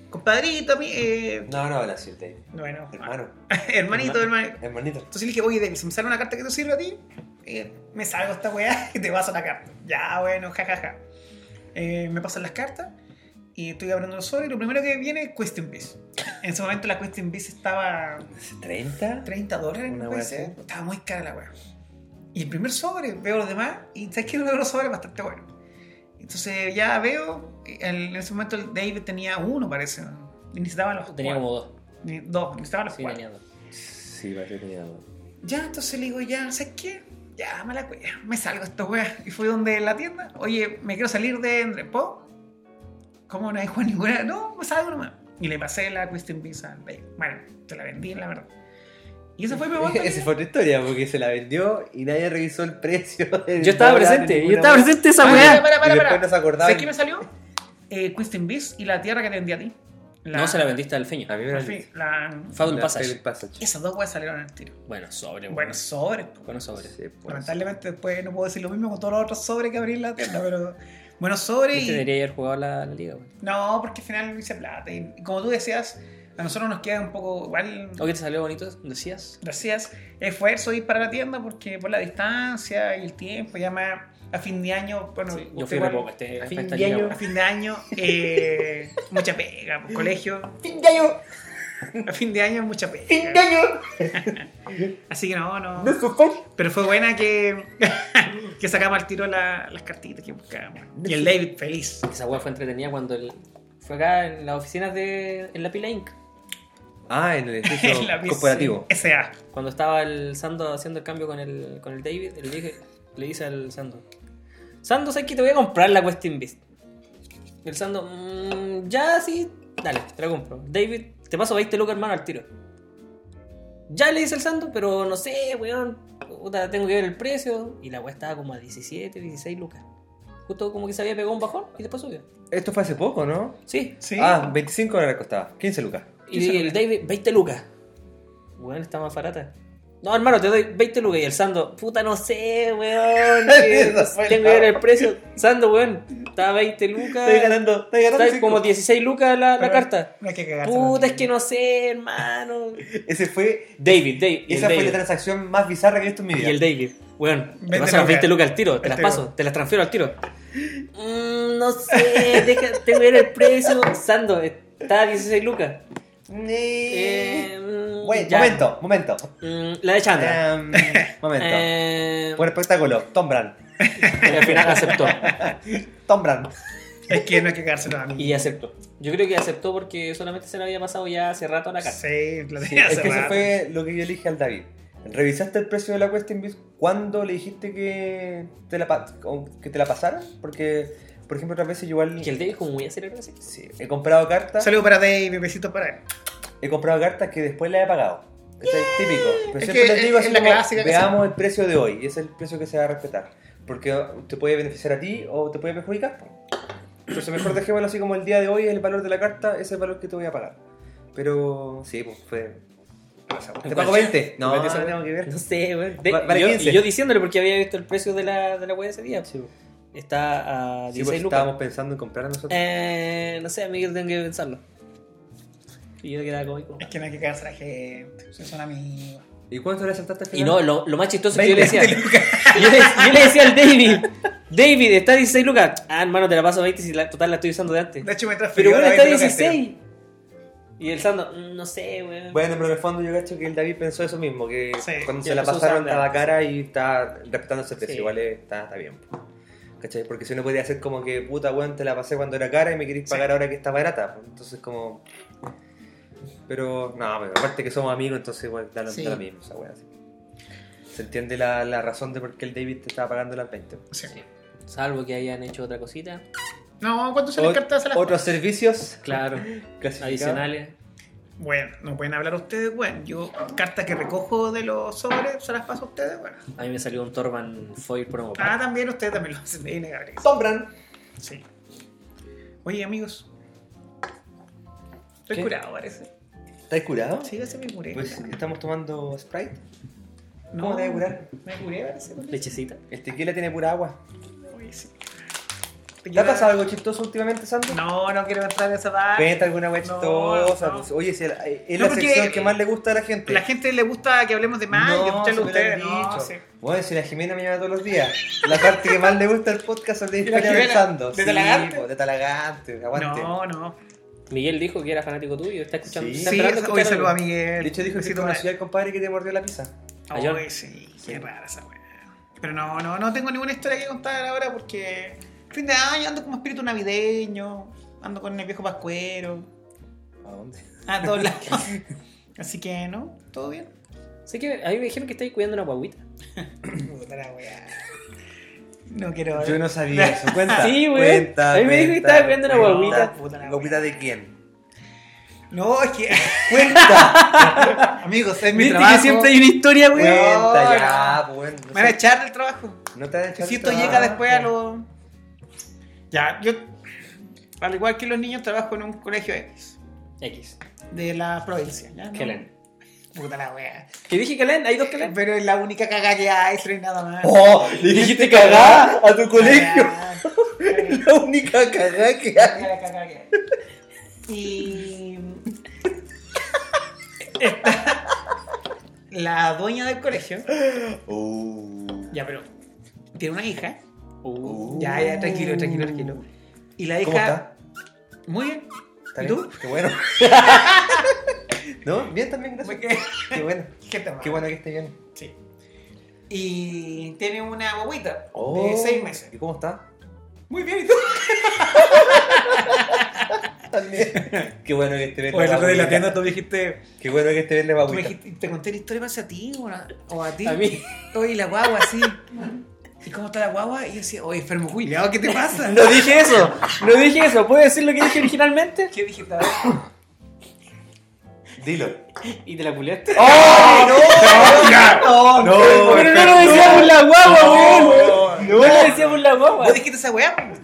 Speaker 3: compadrito, mi- eh,
Speaker 2: No, no, la siete.
Speaker 3: bueno,
Speaker 2: Hermano,
Speaker 3: hermanito, hermanito.
Speaker 2: hermanito.
Speaker 3: Entonces le dije, oye, Dave, si me sale una carta que te sirve a ti, eh, me salgo esta weá y te vas a la carta. Ya, bueno, jajaja. Eh, me pasan las cartas y estoy abriendo los sobres y lo primero que viene es Question Beast. En ese momento la Question Beast estaba
Speaker 2: ¿30?
Speaker 3: 30 dólares,
Speaker 2: Una
Speaker 3: no
Speaker 2: weá
Speaker 3: puede ser. Estaba muy cara la weá. Y el primer sobre, veo los demás y sabes que uno de los sobres bastante bueno. Entonces ya veo, en ese momento el David tenía uno, parece. Y necesitaba los
Speaker 1: Tenía
Speaker 3: cuatro.
Speaker 1: como dos.
Speaker 3: Ni- Dos, necesitaba los
Speaker 1: Sí,
Speaker 3: cuatro.
Speaker 1: tenía dos.
Speaker 2: Sí, va a ser tenido.
Speaker 3: Ya, entonces le digo, ya, ¿sabes qué? Ya, me la cuella, me salgo de esta wea. Y fui donde la tienda, oye, me quiero salir de Andrés Po. ¿Cómo no hay Juan ninguna? No, me salgo nomás. Y le pasé la Question Pizza al Dave. Bueno, te la vendí, la verdad. Y esa fue mi momento.
Speaker 2: Esa fue otra historia, porque se la vendió y nadie revisó el precio.
Speaker 1: Yo estaba presente, yo estaba presente esa
Speaker 3: Ah,
Speaker 1: weá.
Speaker 3: para, para,
Speaker 2: Y
Speaker 3: para.
Speaker 2: después nos acordaban.
Speaker 3: ¿Sabes qué me salió? Eh, Question Beast y la tierra que te vendí a ti.
Speaker 1: No se la vendiste al feño.
Speaker 2: A mí me
Speaker 3: en
Speaker 2: la
Speaker 3: fin, la-
Speaker 1: Faul
Speaker 2: la-
Speaker 1: Passage.
Speaker 2: el Passage.
Speaker 3: Esas dos weas salieron al tiro.
Speaker 1: Bueno, sobre, weón.
Speaker 3: Bueno, sobres, po.
Speaker 1: Eh, Bueno, sobre.
Speaker 2: Sí, pues.
Speaker 3: Lamentablemente después no puedo decir lo mismo con todos los otros sobres que abrí en la tienda, pero bueno, sobres
Speaker 1: Este
Speaker 3: y...
Speaker 1: debería haber jugado la, la liga, weón.
Speaker 3: No, porque al final no hice plata. Y como tú decías, a nosotros nos queda un poco igual,
Speaker 1: Oye, te salió bonito, decías.
Speaker 3: decías, esfuerzo ir para la tienda porque por la distancia y el tiempo, ya más a fin de año, bueno,
Speaker 1: Sí, yo
Speaker 3: usted
Speaker 1: fui
Speaker 3: igual,
Speaker 1: repoco este,
Speaker 2: a
Speaker 1: a
Speaker 2: fin
Speaker 1: esta
Speaker 2: de
Speaker 1: liga,
Speaker 2: año-
Speaker 1: weón.
Speaker 3: a fin de año, eh, mucha pega, pues, colegio.
Speaker 2: Fin de año.
Speaker 3: A fin de año es mucha pena.
Speaker 2: ¡Engaño!
Speaker 3: Así que no, no.
Speaker 2: ¡De su fe!
Speaker 3: Pero fue buena que, que sacamos al tiro la- las cartitas que buscábamos. Y el David feliz.
Speaker 1: Esa weá fue entretenida cuando el- fue acá en las oficinas de. en la pila Inc.
Speaker 2: Ah, en el edificio
Speaker 3: La misión
Speaker 2: corporativo.
Speaker 3: S.A.
Speaker 1: Cuando estaba el Sando haciendo el cambio con el, con el David, le dije, le dice al Sando, Sando, ¿sabes que te voy a comprar la Question Beast? Y el Sando, "Mm, ya sí, dale, te la compro. David, te paso 20 lucas, hermano, al tiro. Ya le dice el Sando, pero no sé, weón, puta, tengo que ver el precio. Y la weá estaba como a 17, 16 lucas. Justo como que se había pegado un bajón y después subió.
Speaker 2: Esto fue hace poco, ¿no?
Speaker 1: Sí,
Speaker 3: Sí.
Speaker 2: Ah, 25 dólares costaba. 15 lucas.
Speaker 1: Y el David, 20 lucas. Weón, está más barata. No, hermano, te doy 20 lucas. Y el Sando, puta, no sé, weón. que
Speaker 2: Esa fue
Speaker 1: Tengo
Speaker 2: la-
Speaker 1: que ver el precio. Sando, weón, está 20 lucas.
Speaker 2: ganando, estoy
Speaker 1: Está
Speaker 2: cinco.
Speaker 1: como 16 lucas la, la
Speaker 3: Pero
Speaker 1: carta.
Speaker 3: No hay que cagarse.
Speaker 1: Puta, es que no sé, hermano.
Speaker 2: Ese fue,
Speaker 1: David, David. Y el
Speaker 2: esa fue la
Speaker 1: David.
Speaker 2: transacción más bizarra que he visto en mi
Speaker 1: Y
Speaker 2: vida.
Speaker 1: el David. Weón, te
Speaker 3: 20
Speaker 1: paso las 20 lucas al tiro. Te las
Speaker 3: 20
Speaker 1: paso, te las transfiero al tiro. Mm, no sé, deja, tengo que ver el precio. Sando, está a 16 lucas.
Speaker 2: Ne-
Speaker 1: Eh, mm,
Speaker 2: Bueno,
Speaker 1: ya.
Speaker 2: momento, momento.
Speaker 1: Mm, la de Chandra.
Speaker 2: Em, momento.
Speaker 1: Eh,
Speaker 2: Buen espectáculo. Tom Brand.
Speaker 1: y al final aceptó.
Speaker 2: Tom Brand.
Speaker 3: Es que no hay que cagárselo a mí.
Speaker 1: Y aceptó. Yo creo que aceptó porque solamente se le había pasado ya hace rato a la carta.
Speaker 3: Sí, lo tenía
Speaker 2: Es que eso
Speaker 3: cerrado.
Speaker 2: fue lo que yo le dije al David. ¿Revisaste el precio de la Question Beast? ¿Cuándo le dijiste que te la, pa- o que te la pasara? Porque, por ejemplo, otras veces yo igual
Speaker 1: Que el David es como muy acelerado así.
Speaker 2: sí, he comprado cartas
Speaker 3: Saludos para David, besitos para él.
Speaker 2: he comprado cartas que después las he pagado. Eso es típico. Pero
Speaker 3: Es
Speaker 2: siempre
Speaker 3: que
Speaker 2: les digo
Speaker 3: es-
Speaker 2: así
Speaker 3: es la
Speaker 2: como,
Speaker 3: clásica que
Speaker 2: veamos el precio de hoy. Y ese es el precio que se va a respetar. Porque te puede beneficiar a ti o te puede perjudicar. Entonces mejor dejémoslo así como el día de hoy es el valor de la carta, ese es el valor que te voy a pagar. Pero sí, pues fue... ¿Te pago 20? No,
Speaker 1: ¿Te parece
Speaker 2: no
Speaker 1: esa
Speaker 2: tengo que ver.
Speaker 1: No sé, güey.
Speaker 2: Va- vale
Speaker 1: y yo,
Speaker 2: 15.
Speaker 1: y yo diciéndole porque había visto el precio de la, de la wea ese día. Está a
Speaker 2: Sí,
Speaker 1: 16
Speaker 2: pues,
Speaker 1: lucas.
Speaker 2: estábamos pensando en comprar nosotros.
Speaker 1: Eh, no sé, amigo, tengo que pensarlo. Y yo quedaba como... ahí, como-
Speaker 3: Es que no hay que cagarse a la gente. Si son amigos.
Speaker 2: ¿Y cuánto le aceptaste al
Speaker 1: Y
Speaker 2: final?
Speaker 1: no, lo, lo más chistoso es que yo le decía...
Speaker 2: 20
Speaker 1: Yo le, yo le decía al David... David, está a 16 lucas. Ah, hermano, te la paso a 20 si la, total la estoy usando de antes.
Speaker 3: De hecho, me
Speaker 1: Pero
Speaker 3: transfirió
Speaker 1: bueno,
Speaker 3: la
Speaker 1: está
Speaker 3: David Lucas,
Speaker 1: 16. Y el Sando, "Mm, no sé, weón.
Speaker 2: Bueno, pero en el fondo yo cacho que el David pensó eso mismo, que
Speaker 3: Sí,
Speaker 2: cuando
Speaker 1: que
Speaker 2: se la
Speaker 1: empezó a
Speaker 2: pasaron
Speaker 1: usarla.
Speaker 2: a la cara y está respetando ese precio,
Speaker 1: Sí.
Speaker 2: igual es- está, está bien. po. ¿Cachai? Porque si uno podría hacer como que, puta, weón, te la pasé cuando era cara y me queréis pagar ahora que está barata. po. Entonces como... Pero, no, pero aparte que somos amigos, entonces igual da lo,
Speaker 3: Sí.
Speaker 2: da lo mismo esa weá. sí. Se entiende la, la razón de por qué el David te estaba pagando las 20.
Speaker 3: Sí.
Speaker 1: Salvo que hayan hecho otra cosita.
Speaker 3: No, ¿cuánto salen
Speaker 2: Ot-
Speaker 3: cartas a las
Speaker 2: Otros servicios
Speaker 1: Claro.
Speaker 2: clasificados.
Speaker 1: Adicionales.
Speaker 3: Bueno, no pueden hablar ustedes, bueno. Yo, cartas que recojo de los sobres, se las paso a ustedes, bueno.
Speaker 1: A mí me salió un Torban Foil promo.
Speaker 3: Ah, también ustedes también lo hacen, es innegable.
Speaker 2: Sombran.
Speaker 3: Sí. Oye, amigos. Estoy
Speaker 1: ¿Qué?
Speaker 3: curado, parece.
Speaker 2: ¿Estás curado?
Speaker 3: Sí, parece que me curé.
Speaker 2: Pues estamos tomando Sprite.
Speaker 3: No.
Speaker 2: ¿Cómo te vas a curar?
Speaker 3: Me curé, parece.
Speaker 1: Lechecita.
Speaker 2: El tequila Este tiene pura agua.
Speaker 3: Oye, sí.
Speaker 2: ¿Te ha pasado algo chistoso últimamente, Sandy?
Speaker 3: No, no quiero entrar en esa parte.
Speaker 2: Cuenta alguna wea
Speaker 3: No,
Speaker 2: chistosa.
Speaker 3: no.
Speaker 2: pues, Oye, si la- es
Speaker 3: No,
Speaker 2: la
Speaker 3: porque-
Speaker 2: sección que más le gusta a la gente.
Speaker 3: La gente le gusta que hablemos de más y que
Speaker 2: no,
Speaker 3: escucharlo
Speaker 2: se me lo
Speaker 3: ustedes.
Speaker 2: han
Speaker 3: No,
Speaker 2: dicho.
Speaker 3: sí.
Speaker 2: Bueno, si la Jimena me llama todos los días. La parte que más le gusta al podcast es de
Speaker 3: ¿Y la
Speaker 2: historia
Speaker 3: Jimena?
Speaker 2: pensando.
Speaker 3: ¿De Talagante?
Speaker 2: po, de Talagante, aguante.
Speaker 3: No, no.
Speaker 1: Miguel dijo que era fanático tuyo. Está escuchando.
Speaker 2: Sí.
Speaker 1: está
Speaker 3: Sí,
Speaker 1: esperando
Speaker 3: hoy
Speaker 1: escuchar
Speaker 3: saludo a
Speaker 1: algo.
Speaker 3: Miguel.
Speaker 2: De hecho, dijo que
Speaker 3: Besito para él.
Speaker 2: conoció al compadre que te mordió la pizza.
Speaker 1: A John.
Speaker 3: Ay, sí, qué rara esa weá. Pero no, no, no tengo ninguna historia que contar ahora porque fin de año ando como espíritu navideño, ando con el viejo pascuero,
Speaker 2: ¿A dónde?
Speaker 3: a todos lados. Así que no, todo bien.
Speaker 1: Sé que a mí me dijeron que estáis cuidando una guaguita.
Speaker 3: Puta la weá. No quiero.
Speaker 2: Yo no sabía eso. Cuenta.
Speaker 1: Sí, güey.
Speaker 2: Cuenta,
Speaker 1: A mí me dijo que
Speaker 2: cuenta,
Speaker 1: estaba viendo una
Speaker 2: cuenta.
Speaker 1: guaguita.
Speaker 3: Puta la
Speaker 2: ¿Guaguita de quién?
Speaker 3: No, es que.
Speaker 2: ¡Cuenta!
Speaker 3: Amigos, es mi
Speaker 1: Viste
Speaker 3: trabajo.
Speaker 1: que siempre hay una historia, güey.
Speaker 2: ¡Cuenta ya! pues, bueno, no
Speaker 3: Me van a
Speaker 2: sé.
Speaker 3: echar del trabajo.
Speaker 2: No te han echado
Speaker 3: Si
Speaker 2: el
Speaker 3: esto llega
Speaker 2: trabajo.
Speaker 3: después a los. Ya, yo. Al igual que los niños, trabajo en un colegio X
Speaker 1: X.
Speaker 3: de la provincia. ¿ya? ¿no?
Speaker 1: Kelen.
Speaker 3: Puta la wea.
Speaker 1: Que dije Kelen, hay dos Kelen.
Speaker 3: Pero es la única cagada que hay, eso no hay nada más.
Speaker 2: ¡Oh! Le dijiste Ah. cagá a tu colegio.
Speaker 3: Cagada,
Speaker 2: La única cagada que hay.
Speaker 3: cagada, cagada que hay. Y. La dueña del colegio.
Speaker 2: Oh.
Speaker 3: Ya, pero. Tiene una hija.
Speaker 1: Uh.
Speaker 3: Ya, ya, tranquilo, tranquilo, tranquilo. Y la hija.
Speaker 2: ¿Cómo está?
Speaker 3: Muy bien.
Speaker 2: ¿Está
Speaker 3: ¿Y
Speaker 2: bien?
Speaker 3: tú?
Speaker 2: Qué bueno. ¿No? Bien también, gracias.
Speaker 3: Me quedé-
Speaker 2: Qué bueno.
Speaker 3: Gente mala.
Speaker 2: Qué bueno que esté bien.
Speaker 3: Sí. Y tiene una guaguita
Speaker 2: Oh.
Speaker 3: de seis meses.
Speaker 2: ¿Y cómo está?
Speaker 3: Muy bien, ¿y tú?
Speaker 2: También. Qué bueno que esté bien.
Speaker 5: O el otro día en la tienda
Speaker 2: babuita.
Speaker 5: tú dijiste.
Speaker 2: Qué bueno que esté bien la
Speaker 3: Tú me
Speaker 2: babuita.
Speaker 3: dijiste- te conté la historia más a ti o a, o a ti.
Speaker 5: A mí.
Speaker 3: Oye, la guagua, sí. ¿Y cómo está la guagua? Y yo decía, oye, enfermo Julián, ¿qué te pasa?
Speaker 5: No dije eso. No dije eso. ¿Puedo decir lo que dije originalmente?
Speaker 3: ¿Qué dije? tal vez?
Speaker 2: Dilo.
Speaker 5: Y te la culiaste.
Speaker 2: No, no,
Speaker 5: Pero no lo decía por la guagua, weón. No lo decía por la guagua.
Speaker 3: ¿Vos dijiste esa weá? pues.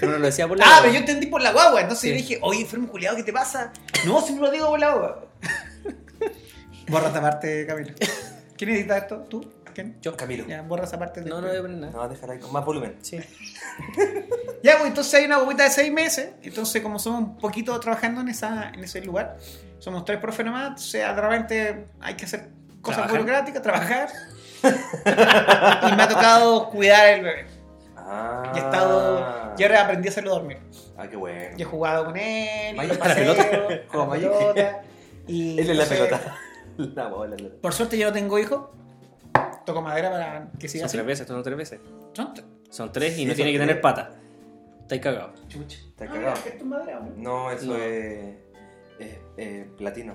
Speaker 5: Pero no lo decía por la
Speaker 3: Ah,
Speaker 5: guagua.
Speaker 3: pero yo entendí por la guagua. Entonces
Speaker 5: Sí.
Speaker 3: yo dije, oye, enfermo culiado, ¿qué te pasa? No, si no lo digo por la guagua. borra esta parte, Camilo. ¿Quién edita esto? ¿Tú? ¿Quién?
Speaker 5: Yo, Camilo.
Speaker 3: Ya, borra esa parte.
Speaker 5: No, no voy a poner nada.
Speaker 2: No, déjala ahí con más volumen.
Speaker 5: Sí.
Speaker 3: Ya, pues entonces hay una guaguita de seis meses. Entonces, como somos un poquito trabajando en, esa, en ese lugar, somos tres profes nomás. O sea, de repente hay que hacer cosas
Speaker 5: Trabajar.
Speaker 3: burocráticas, trabajar. y me ha tocado cuidar el bebé.
Speaker 2: Ah.
Speaker 3: Y he estado. Y ahora aprendí a hacerlo dormir.
Speaker 2: Ah, qué bueno.
Speaker 3: Yo he jugado con él,
Speaker 2: Vaya
Speaker 3: paseo,
Speaker 2: para la pelota.
Speaker 3: con la
Speaker 2: Vaya.
Speaker 3: pelota. Y
Speaker 2: Él es la
Speaker 3: entonces,
Speaker 2: pelota. La bola, la-
Speaker 3: Por suerte yo no tengo hijo. Toco madera para que siga
Speaker 5: Son
Speaker 3: así.
Speaker 5: tres veces, son tres veces.
Speaker 3: Son tres.
Speaker 5: Son tres y
Speaker 2: Sí,
Speaker 5: no
Speaker 2: son
Speaker 5: tiene que
Speaker 2: tres.
Speaker 5: tener patas. Estáis cagado.
Speaker 2: Chucha, está
Speaker 3: Ah,
Speaker 2: cagado.
Speaker 3: que esto es madera, hombre.
Speaker 2: No, eso
Speaker 5: No.
Speaker 2: es. es- es platino.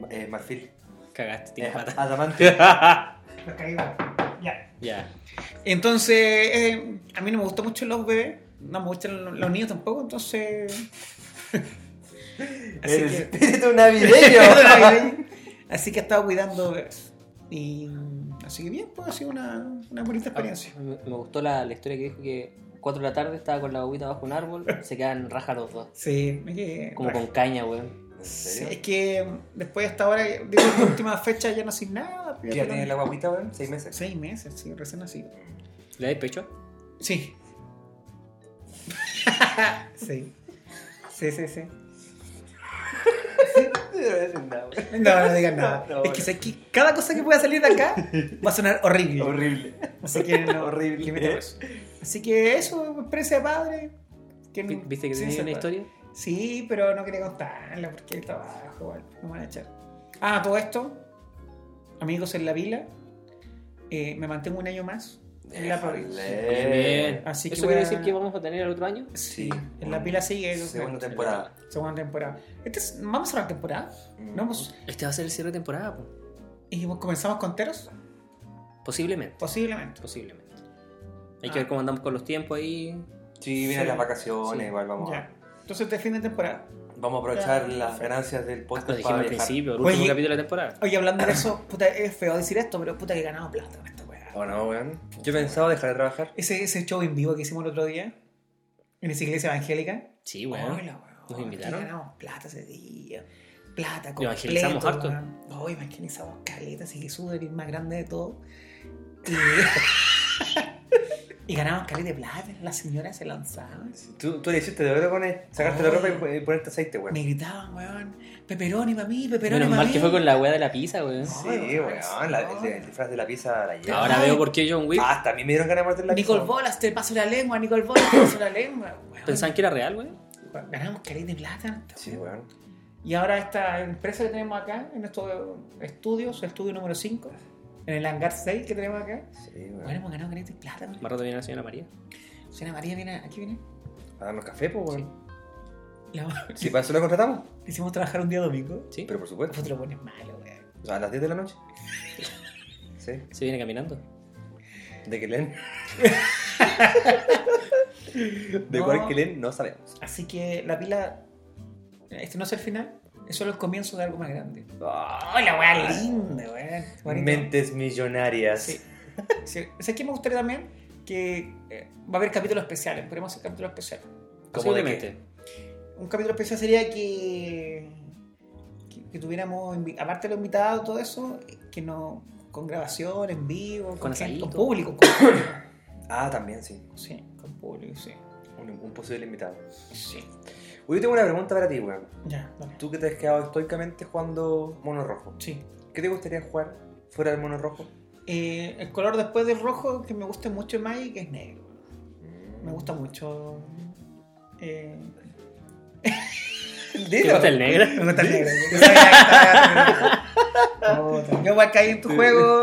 Speaker 2: Ma- eh, marfil.
Speaker 5: Cagaste, tiene
Speaker 2: Es
Speaker 5: patas.
Speaker 2: adamante.
Speaker 3: Los caí, bueno. Ya.
Speaker 5: Ya.
Speaker 3: Entonces, eh, a mí no me gustan mucho los bebés. No me gustan los, los niños tampoco, entonces. así,
Speaker 2: El
Speaker 3: que,
Speaker 2: espíritu navideño.
Speaker 3: así que he estado cuidando bebés. Y. Así que bien, pues ha sido una, una bonita experiencia.
Speaker 5: Me, Ah, me gustó la, la historia que dijo que 4 de la tarde estaba con la babuita bajo un árbol, se quedan raja los dos.
Speaker 3: Sí, me quedé.
Speaker 5: Como con caña, weón.
Speaker 2: ¿En
Speaker 3: Sí,
Speaker 2: serio?
Speaker 3: es que mm, después hasta ahora, digo, en la última fecha ya no sin nada.
Speaker 2: ¿Qué
Speaker 3: pues, ya
Speaker 2: ya tiene la
Speaker 3: fueron
Speaker 2: guapita, weón? ¿Seis meses?
Speaker 3: Seis meses, sí, recién nacido.
Speaker 5: ¿Le dais pecho?
Speaker 3: Sí. sí. Sí, sí, sí. No, no digas nada.
Speaker 2: No, no,
Speaker 3: es que
Speaker 2: no.
Speaker 3: sé que cada cosa que pueda salir de acá va a sonar horrible.
Speaker 2: Horrible.
Speaker 3: Así que no,
Speaker 2: Horrible.
Speaker 3: que me tengo eso. Así que eso, experiencia de padre. Que
Speaker 5: Vi-
Speaker 3: no-
Speaker 5: ¿Viste que
Speaker 3: sí,
Speaker 5: tenía
Speaker 3: se
Speaker 5: una
Speaker 3: puede.
Speaker 5: historia?
Speaker 3: Sí, pero no quería contarla porque está abajo, igual, me van a echar. Ah, todo esto, amigos en la vila, eh, me mantengo un año más en la
Speaker 2: Déjale.
Speaker 3: pila.
Speaker 2: Eh,
Speaker 3: así que
Speaker 5: ¿Eso
Speaker 3: voy
Speaker 5: quiere
Speaker 3: a-
Speaker 5: decir que vamos a tener el otro año?
Speaker 3: Sí, en la pila sigue. yo creo.
Speaker 2: Segunda temporada. Mm.
Speaker 3: Segunda temporada. Este es- vamos a la temporada. ¿No? Hemos-
Speaker 5: Este va a ser el cierre de temporada, po.
Speaker 3: ¿Y hemos- comenzamos con Teros?
Speaker 5: Posiblemente.
Speaker 3: Posiblemente.
Speaker 5: Posiblemente. Hay
Speaker 3: Ah.
Speaker 5: que ver cómo andamos con los tiempos ahí.
Speaker 2: Sí, vienen
Speaker 3: Sí.
Speaker 2: las vacaciones,
Speaker 5: Sí.
Speaker 2: igual vamos a,
Speaker 3: Ya. Entonces, este fin de temporada.
Speaker 2: vamos a aprovechar las ganancias
Speaker 3: Ah,
Speaker 2: del podcast
Speaker 5: Lo dijimos
Speaker 2: para
Speaker 5: al
Speaker 2: viajar.
Speaker 5: principio, el
Speaker 3: Oye.
Speaker 5: último capítulo de la temporada.
Speaker 3: Oye, hablando de eso, puta, es feo decir esto, pero puta que he ganado plata con esta weá.
Speaker 2: ¿O Oh, no, weón? Yo pensaba dejar de trabajar.
Speaker 3: Ese, ese show en vivo que hicimos el otro día, en esa iglesia evangélica.
Speaker 5: Sí, weón.
Speaker 3: Hola, weón.
Speaker 5: Nos invitaron.
Speaker 3: Aquí Ganamos plata ese día. Plata,
Speaker 5: Y
Speaker 3: completo.
Speaker 5: evangelizamos harto.
Speaker 3: weón. No, evangelizamos caleta, así que sube el más grande de todo. Y, y ganamos caleta de plata. Las señoras se lanzaban.
Speaker 2: Tú, tú le hiciste de oro con él, sacarte la
Speaker 3: Ay.
Speaker 2: ropa y po- y ponerte aceite, weón.
Speaker 3: Me gritaban, weón. Peperoni, mami, peperoni,
Speaker 5: Menos
Speaker 3: mami.
Speaker 5: mal que fue con la weá de la pizza, weón.
Speaker 2: Sí,
Speaker 3: Ay, weón,
Speaker 2: weón, la- el, el disfraz de la pizza la lleva.
Speaker 5: Ahora veo por qué John Wick.
Speaker 2: Hasta a mí me dieron ganas de morder la
Speaker 3: Nicole
Speaker 2: pizza.
Speaker 3: Bolas, te paso la lengua, Nicole Bolas, te paso la lengua. weón.
Speaker 5: Pensaban que era real, weón.
Speaker 3: Ganamos caleta de plata.
Speaker 2: Sí, weón.
Speaker 3: Y ahora esta empresa que tenemos acá, en nuestros estudios, el estudio número 5, en el hangar 6 que tenemos acá,
Speaker 2: Sí,
Speaker 3: bueno,
Speaker 2: weón.
Speaker 3: hemos ganado grande plata. ¿no?
Speaker 5: Más rato viene la señora María.
Speaker 3: Señora María viene, aquí viene.
Speaker 2: A darnos café, pues, weón.
Speaker 3: La-
Speaker 2: Sí, para eso la contratamos.
Speaker 3: Le hicimos trabajar un día domingo.
Speaker 5: Sí.
Speaker 2: Pero por supuesto.
Speaker 3: Vos te lo pones malo, weón.
Speaker 2: O sea, a las 10 de la noche. Sí.
Speaker 5: Se viene caminando.
Speaker 2: ¿De qué leen? ¿De
Speaker 3: No.
Speaker 2: cuál que leen? No sabemos.
Speaker 3: Así que la pila, este no es el final, es solo el comienzo de algo más grande. ¡Oh, la
Speaker 5: Ah,
Speaker 1: Ah.
Speaker 3: weá linda, weón! Bonito.
Speaker 2: Mentes millonarias.
Speaker 3: Sí. Sí. ¿Sabes qué me gustaría también? Que eh, va a haber capítulos especiales, podríamos hacer capítulos especiales.
Speaker 2: ¿Cómo de qué?
Speaker 5: Posiblemente.
Speaker 3: un capítulo especial sería que, que, que tuviéramos, invi- aparte de los invitados, todo eso, que no con grabación, en vivo, con, gente- con
Speaker 5: asadito.
Speaker 3: público. Con,
Speaker 2: Ah, también, sí.
Speaker 3: sí, con público, sí.
Speaker 2: Un, un posible invitado.
Speaker 3: Sí.
Speaker 2: Oye, yo tengo una pregunta para ti, weón.
Speaker 3: Ya, dale.
Speaker 2: Tú que te has quedado estoicamente jugando mono rojo.
Speaker 3: Sí.
Speaker 2: ¿Qué te gustaría jugar fuera del mono rojo?
Speaker 3: Eh, el color después del rojo que me gusta mucho en Magic es negro. Mm. Me gusta mucho. eh,
Speaker 1: ¿Te
Speaker 2: Dilo.
Speaker 1: gusta el negro?
Speaker 3: Me gusta el negro. Yo sabía que estaba- Yo igual caí en tu juego.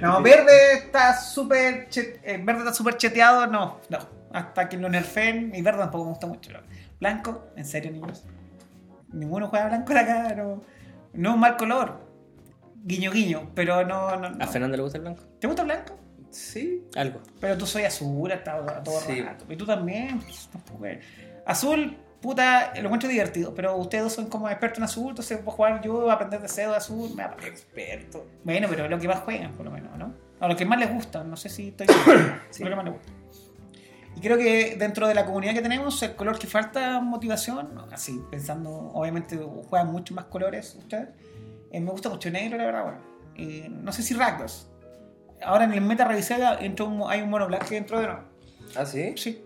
Speaker 3: No, verde está súper che- eh, verde está súper cheteado. No, no. Hasta que lo nerfen. Y verde tampoco me gusta mucho. no. Blanco, en serio, niños. Ninguno juega blanco de acá. No, no es un mal color. Guiño, guiño. Pero no, no, no.
Speaker 5: ¿A Fernando le gusta el blanco?
Speaker 3: ¿Te gusta el blanco?
Speaker 2: Sí.
Speaker 5: Algo.
Speaker 3: Pero tú soy azul hasta a todo
Speaker 2: Sí.
Speaker 3: rato. Y tú también. pues, tampoco es- Azul, puta, lo encuentro divertido. Pero ustedes dos son como expertos en azul. Entonces voy a jugar yo, voy a aprender de cero de azul. Me va a pagar.
Speaker 2: Experto.
Speaker 3: Bueno, pero es lo que más juegan, por lo menos, ¿no? A lo que más les gusta. No sé si estoy. sí. Lo que más les gusta. Y creo que dentro de la comunidad que tenemos, el color que falta motivación, así pensando, obviamente juegan mucho más colores ustedes. Eh, me gusta mucho negro, la verdad, bueno. Eh, no sé si Rakdos. Ahora en el meta revisada entró un mo- hay un mono black que entró de nuevo.
Speaker 2: ¿Ah, sí?
Speaker 3: Sí.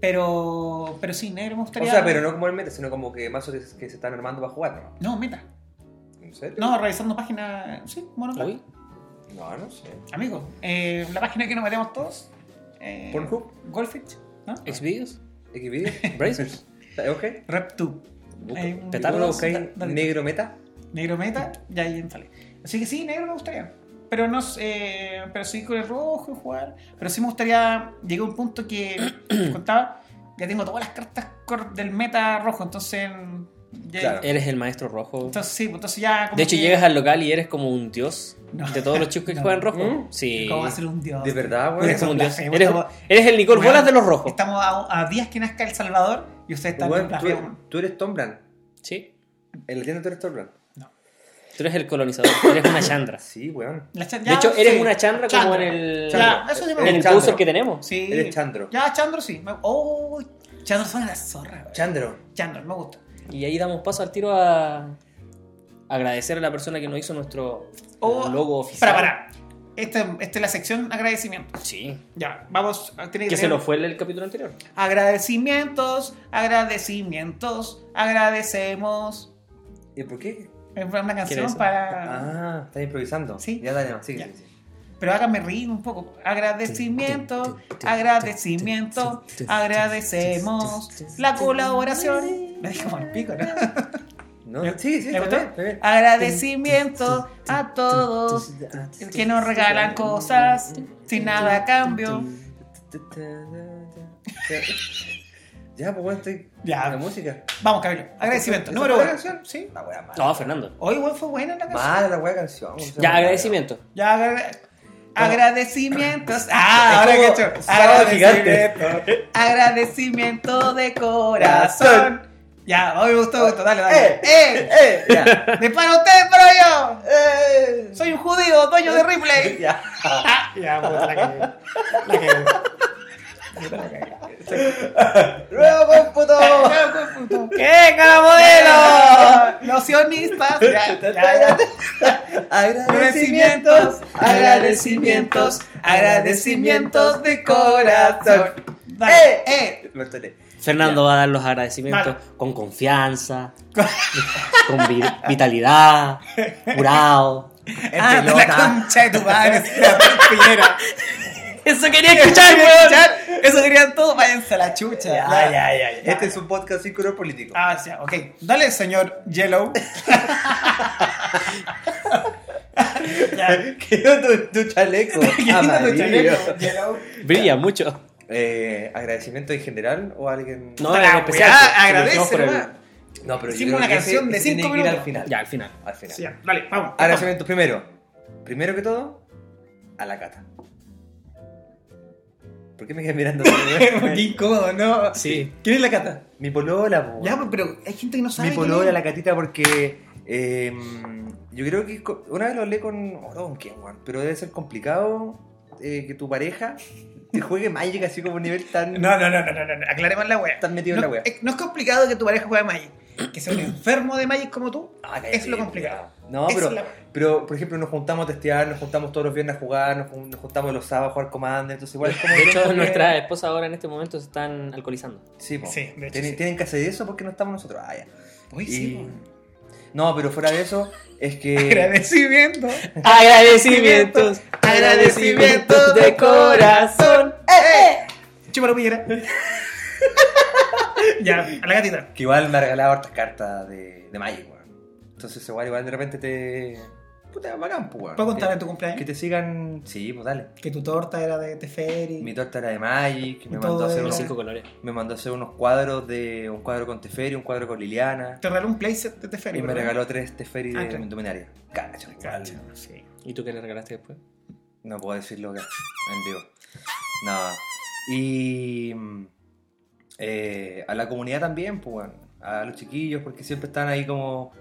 Speaker 3: Pero, pero sí, negro me
Speaker 2: O
Speaker 3: gustaría.
Speaker 2: sea, pero no como el meta, sino como que mazos que, que se están armando para jugar, ¿no?
Speaker 3: No, meta.
Speaker 2: ¿En serio?
Speaker 3: No, revisando páginas. Sí, mono black.
Speaker 5: Uy.
Speaker 2: No, no sé.
Speaker 3: Amigo, eh, la página que nos metemos todos. Eh,
Speaker 2: Pornhub.
Speaker 3: Goldfish, ¿no?
Speaker 5: ¿Exvideos?
Speaker 2: ¿Xvideos?
Speaker 5: ¿Brazers?
Speaker 2: ¿Está ok?
Speaker 3: RepTube. Hay un-
Speaker 5: Petardo,
Speaker 2: ¿Uno
Speaker 3: dos,
Speaker 2: buscáis
Speaker 3: da- dale.
Speaker 2: negro meta?
Speaker 3: Negro meta, ya ahí sale. Así que sí, negro me gustaría. Pero no sé, eh, pero sí con el rojo jugar. Pero sí me gustaría. Llegué a un punto que les contaba. Ya tengo todas las cartas cor- del meta rojo, entonces. ya-
Speaker 2: Claro.
Speaker 5: Eres el maestro rojo.
Speaker 3: Entonces sí, pues, entonces ya. como
Speaker 5: De hecho,
Speaker 3: que-
Speaker 5: llegas al local y eres como un dios
Speaker 3: No.
Speaker 5: de todos los chicos que
Speaker 3: No.
Speaker 5: juegan rojo.
Speaker 2: ¿Mm?
Speaker 5: Sí.
Speaker 3: ¿Cómo va a ser un dios?
Speaker 2: ¿De verdad, güey?
Speaker 5: Eres como un dios.
Speaker 3: Blasfemo,
Speaker 5: Eres,
Speaker 3: estamos-
Speaker 5: eres el Nicol
Speaker 3: Weón,
Speaker 5: Bolas de los rojos.
Speaker 3: Estamos a, a días que nazca El Salvador y ustedes están
Speaker 2: Güey,
Speaker 3: en
Speaker 2: tú,
Speaker 3: blasfemo.
Speaker 2: tú eres Tom Brand.
Speaker 5: Sí.
Speaker 2: En la tienda tú eres Tom Brand.
Speaker 5: Tú eres el colonizador. eres una chandra.
Speaker 2: Sí, weón.
Speaker 3: La cha-
Speaker 5: De
Speaker 3: ya,
Speaker 5: hecho, eres
Speaker 3: sí.
Speaker 5: una chandra, como
Speaker 3: Chandra.
Speaker 5: en el.
Speaker 3: Ya, eso sí me
Speaker 5: En el
Speaker 2: Chandra.
Speaker 5: impulsor que tenemos.
Speaker 3: Sí.
Speaker 2: Eres Chandro.
Speaker 3: Ya, Chandro sí. Me- Oh, Chandro suena la zorra. güey.
Speaker 2: Chandro.
Speaker 3: Chandro, me gusta.
Speaker 5: Y ahí damos paso al tiro a. Agradecer a la persona que nos hizo nuestro
Speaker 3: Oh,
Speaker 5: logo oficial.
Speaker 3: Para, para. Esta esta es la sección agradecimientos.
Speaker 5: Sí.
Speaker 3: Ya, vamos. Tiene
Speaker 5: Que se
Speaker 3: tener-
Speaker 5: nos fue el, el capítulo anterior.
Speaker 3: Agradecimientos, agradecimientos, agradecemos.
Speaker 2: ¿Y por qué?
Speaker 3: Es una canción
Speaker 5: eso?
Speaker 3: para.
Speaker 2: Ah, estás improvisando.
Speaker 3: Sí.
Speaker 2: Ya dale, no, sigue,
Speaker 3: Ya.
Speaker 2: sigue, sigue.
Speaker 3: Pero hágame reír un poco. Agradecimiento, agradecimiento, agradecemos la colaboración. Me dijo como el pico, ¿no?
Speaker 2: No,
Speaker 3: ¿Me-
Speaker 2: sí, sí,
Speaker 3: ¿Me
Speaker 2: está
Speaker 3: gustó?
Speaker 2: bien, está bien.
Speaker 3: Agradecimiento a todos que nos regalan cosas sin nada a cambio.
Speaker 2: Ya, pues bueno, estoy
Speaker 3: Ya.
Speaker 2: en la música.
Speaker 3: Vamos, Camilo. Agradecimiento.
Speaker 2: ¿Esa
Speaker 3: Número
Speaker 2: fue
Speaker 3: uno.
Speaker 2: la canción?
Speaker 3: Sí.
Speaker 2: La wea mala.
Speaker 5: No, Fernando.
Speaker 3: Hoy igual fue buena la canción.
Speaker 2: Mala la wea canción. o sea,
Speaker 5: Ya, agradecimiento.
Speaker 3: Ya, agra- agradecimientos. Ah, ahora que he hecho.
Speaker 2: Sábado gigante.
Speaker 3: Agradecimiento. Agradecimiento de corazón. Ya, hoy me gustó, me gustó. Dale, dale.
Speaker 2: Eh,
Speaker 3: ¡Eh!
Speaker 2: Eh, ya.
Speaker 3: ¡De para usted, pero yo!
Speaker 2: Eh.
Speaker 3: ¡Soy un judío, dueño de Ripley!
Speaker 2: Ya.
Speaker 3: Ah, ya, puta, la cagué. La cagué. Puta, la cagué.
Speaker 2: Luego, pues, puto.
Speaker 3: Oh. ¡Qué cara modelo! Los sionistas. Ya, ya, ya. Agradecimientos, agradecimientos, agradecimientos de corazón. Dale, eh,
Speaker 2: Lo enteré.
Speaker 5: Fernando va a dar los agradecimientos
Speaker 3: Vale.
Speaker 5: con confianza, con vi- vitalidad, curado.
Speaker 3: Ah,
Speaker 2: pelota.
Speaker 3: la concha de tu madre, la pillera.
Speaker 5: Eso quería escuchar,
Speaker 3: escuchar? Eso querían todos, váyanse a la chucha.
Speaker 2: Ya, ya, ya. ya. Este es un podcast sin color político.
Speaker 3: Ah, sí, ok. Dale, señor Yellow. ya.
Speaker 2: Quiero tu, tu chaleco.
Speaker 3: Quitando tu
Speaker 2: amarillo.
Speaker 3: chaleco, Yellow.
Speaker 5: Brilla mucho.
Speaker 2: Eh, ¿Agradecimiento en general o alguien.?
Speaker 5: No, en
Speaker 3: Puta la
Speaker 5: especial,
Speaker 3: weá,
Speaker 5: pues, si lo hicimos
Speaker 3: agradece,
Speaker 5: por el-
Speaker 3: nomás.
Speaker 2: No, pero yo
Speaker 3: Hicimos
Speaker 2: creo
Speaker 3: una
Speaker 2: que
Speaker 3: canción de
Speaker 2: tiene
Speaker 3: cinco
Speaker 2: que ir
Speaker 3: minutos.
Speaker 2: al final.
Speaker 5: Ya, al final.
Speaker 2: Al final.
Speaker 3: Sí, ya. Dale, vamos.
Speaker 2: Agradecimiento primero. Primero que todo, a la cata. ¿Por qué me quedé mirando?
Speaker 3: Qué incómodo, ¿no?
Speaker 5: Sí.
Speaker 3: ¿Quién es la cata?
Speaker 2: Mi polola, po.
Speaker 3: Ya, pues, pero hay gente que no sabe.
Speaker 2: Mi
Speaker 3: quién
Speaker 2: polola,
Speaker 3: es.
Speaker 2: la catita, porque eh, yo creo que co- una vez lo hablé con. oh, No, con quién, weón, Pero debe ser complicado eh, que tu pareja te juegue Magic así como a un nivel tan,
Speaker 3: No, no, no, no, no, no, no, aclaremos la wea.
Speaker 2: tan metido
Speaker 3: no,
Speaker 2: en la wea.
Speaker 3: Es, no es complicado que tu pareja juegue Magic. Que sea un enfermo de Magic como tú,
Speaker 2: Ah, cállate,
Speaker 3: es lo complicado.
Speaker 2: No,
Speaker 3: Es
Speaker 2: pero,
Speaker 3: la-
Speaker 2: pero por ejemplo nos juntamos a testear, nos juntamos todos los viernes a jugar, nos, jun- nos juntamos los sábados a jugar Commander, entonces igual es como...
Speaker 5: De hecho,
Speaker 2: que-
Speaker 5: nuestras esposas ahora en este momento se están alcoholizando.
Speaker 2: Sí, po.
Speaker 3: Sí, de hecho,
Speaker 2: tienen,
Speaker 3: sí.
Speaker 2: tienen que hacer eso porque no estamos nosotros. Ah, ya.
Speaker 3: Uy,
Speaker 2: Y-
Speaker 3: sí, po.
Speaker 2: No, pero fuera de eso, es que...
Speaker 3: Agradecimiento.
Speaker 5: Agradecimientos, agradecimientos
Speaker 2: E
Speaker 5: de corazón.
Speaker 3: Eh, eh. Chúpalo, pillera. ya, a la gatita.
Speaker 2: Que igual me ha regalado hartas cartas de, de Magic, weón. Entonces ese igual, igual de repente te. Puta, bacán, pues, weón.
Speaker 3: ¿Puedo contar en
Speaker 2: Que-
Speaker 3: tu cumpleaños?
Speaker 2: Que te sigan. Sí, pues dale.
Speaker 3: Que tu torta era de Teferi.
Speaker 2: Mi torta era de Magic, me
Speaker 3: Todo
Speaker 2: mandó, a hacer
Speaker 3: era-
Speaker 2: unos,
Speaker 1: Cinco colores.
Speaker 2: me mandó a hacer unos cuadros de. un cuadro con Teferi, un cuadro con Liliana.
Speaker 3: Te regaló un playset de Teferi.
Speaker 2: Y me
Speaker 3: ¿verdad?
Speaker 2: regaló tres Teferi
Speaker 3: Ah,
Speaker 2: de
Speaker 3: claro.
Speaker 2: Dominaria. Cacho,
Speaker 3: Cacha,
Speaker 2: igual.
Speaker 3: sí.
Speaker 1: ¿Y tú qué le regalaste después?
Speaker 2: No puedo decirlo acá, en vivo. No. Y mm, eh, a la comunidad también, pues bueno, a los chiquillos, porque siempre están ahí como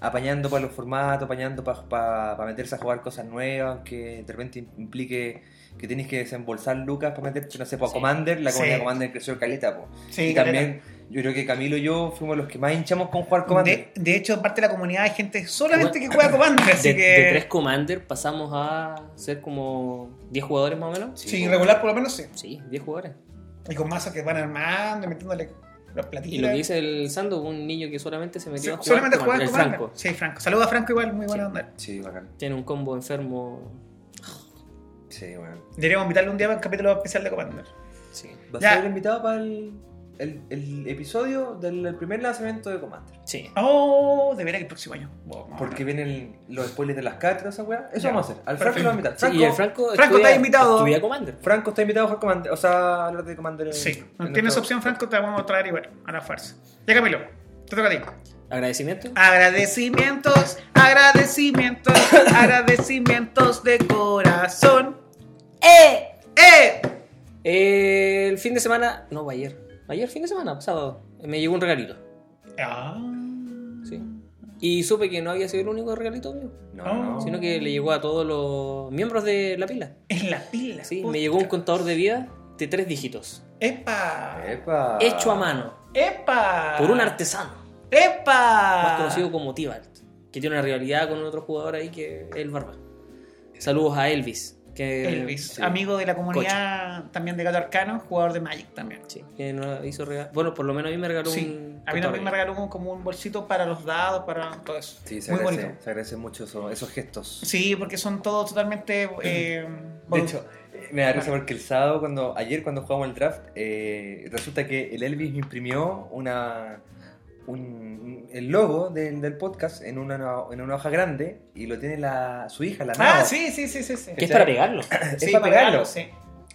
Speaker 2: apañando para los formatos, apañando para meterse a jugar cosas nuevas, que de repente implique que tienes que desembolsar lucas para meterte, no sé, para
Speaker 1: Sí.
Speaker 2: Commander, la comunidad
Speaker 3: Sí.
Speaker 2: Commander creció caleta, pues.
Speaker 3: Sí,
Speaker 2: y también yo creo que Camilo y yo fuimos los que más hinchamos con jugar Commander.
Speaker 3: De, de hecho, parte de la comunidad hay gente solamente que juega Commander, así
Speaker 1: De,
Speaker 3: que.
Speaker 1: de tres Commander pasamos a ser como 10 jugadores más o menos.
Speaker 3: sí, regular por lo menos sí.
Speaker 1: Sí, 10 jugadores.
Speaker 3: Y con mazos que van armando y metiéndole los platillos.
Speaker 1: Y lo que dice el Sando, un niño que solamente se metió a jugar.
Speaker 3: solamente juega
Speaker 1: Commander, el
Speaker 3: Commander.
Speaker 1: Franco.
Speaker 3: Sí, Franco. Saludos a Franco igual, muy buena
Speaker 1: Sí.
Speaker 3: onda.
Speaker 2: Sí, bacán.
Speaker 1: Tiene un combo enfermo.
Speaker 2: Sí, bueno.
Speaker 3: Deberíamos invitarle un día para un capítulo especial de Commander.
Speaker 1: Sí.
Speaker 2: Va
Speaker 3: Ya.
Speaker 2: a ser invitado para el, el- el episodio del primer lanzamiento de Commander.
Speaker 1: Sí.
Speaker 3: Oh, de veras que el próximo año. Vamos.
Speaker 2: Porque vienen los spoilers de las cartas, esa weá. Eso
Speaker 3: Ah, Ya.
Speaker 2: vamos a hacer. Al Franco
Speaker 3: Perfecto.
Speaker 2: lo vamos a invitar.
Speaker 1: Sí,
Speaker 2: Franco,
Speaker 1: y el Franco.
Speaker 3: Franco,
Speaker 1: estudia-
Speaker 3: estás invitado.
Speaker 1: Estudia Commander.
Speaker 2: Franco está invitado a jugar Commander. O sea, a hablar de Commander. en-
Speaker 3: Sí, no
Speaker 2: en
Speaker 3: tienes
Speaker 2: nuestro-
Speaker 3: opción, Franco, te la vamos a traer igual, a la fuerza. Ya, Camilo, te toca a ti.
Speaker 1: Agradecimiento.
Speaker 3: Agradecimientos, agradecimientos, agradecimientos de corazón. ¡Eh! ¡Eh!
Speaker 1: El fin de semana. No, ayer. Ayer, fin de semana, sábado. Me llegó un regalito.
Speaker 3: Ah.
Speaker 1: Sí. Y supe que no había sido el único regalito mío.
Speaker 2: No, no, no.
Speaker 1: Sino que le llegó a todos los miembros de la pila.
Speaker 3: En la pila.
Speaker 1: Sí,
Speaker 3: puta.
Speaker 1: me llegó un contador de vida de tres dígitos.
Speaker 3: ¡Epa!
Speaker 2: Epa.
Speaker 1: Oh. Hecho a mano.
Speaker 3: ¡Epa!
Speaker 1: Eh. Por un artesano.
Speaker 3: ¡Epa!
Speaker 1: Más conocido como Tibalt. Que tiene una rivalidad con otro jugador ahí que es el Barba. Saludos a Elvis. Que
Speaker 3: Elvis,
Speaker 1: sí,
Speaker 3: amigo de la comunidad también de Gato Arcano, jugador de Magic también.
Speaker 1: sí, que nos hizo regal- Bueno, por lo menos a mí me regaló
Speaker 3: Sí,
Speaker 1: un.
Speaker 3: a mí
Speaker 1: contador
Speaker 3: también me
Speaker 1: de vida.
Speaker 3: regaló un- como un bolsito para los dados, para todo eso.
Speaker 2: Sí, se
Speaker 3: Muy
Speaker 2: agradece,
Speaker 3: bonito.
Speaker 2: se agradece mucho eso- esos gestos.
Speaker 3: Sí, porque son todos totalmente. eh,
Speaker 2: De
Speaker 3: volu-
Speaker 2: hecho, eh, me da risa porque el sábado, cuando, ayer cuando jugamos el draft, eh, resulta que el Elvis me imprimió una, un- el logo del, del podcast en una, en una hoja grande y lo tiene la, su hija, la
Speaker 3: Ah,
Speaker 2: Nao.
Speaker 3: sí, sí, sí, sí. sí.
Speaker 1: Que es para pegarlo.
Speaker 2: Es
Speaker 3: Sí,
Speaker 2: para pegarlo.
Speaker 3: sí.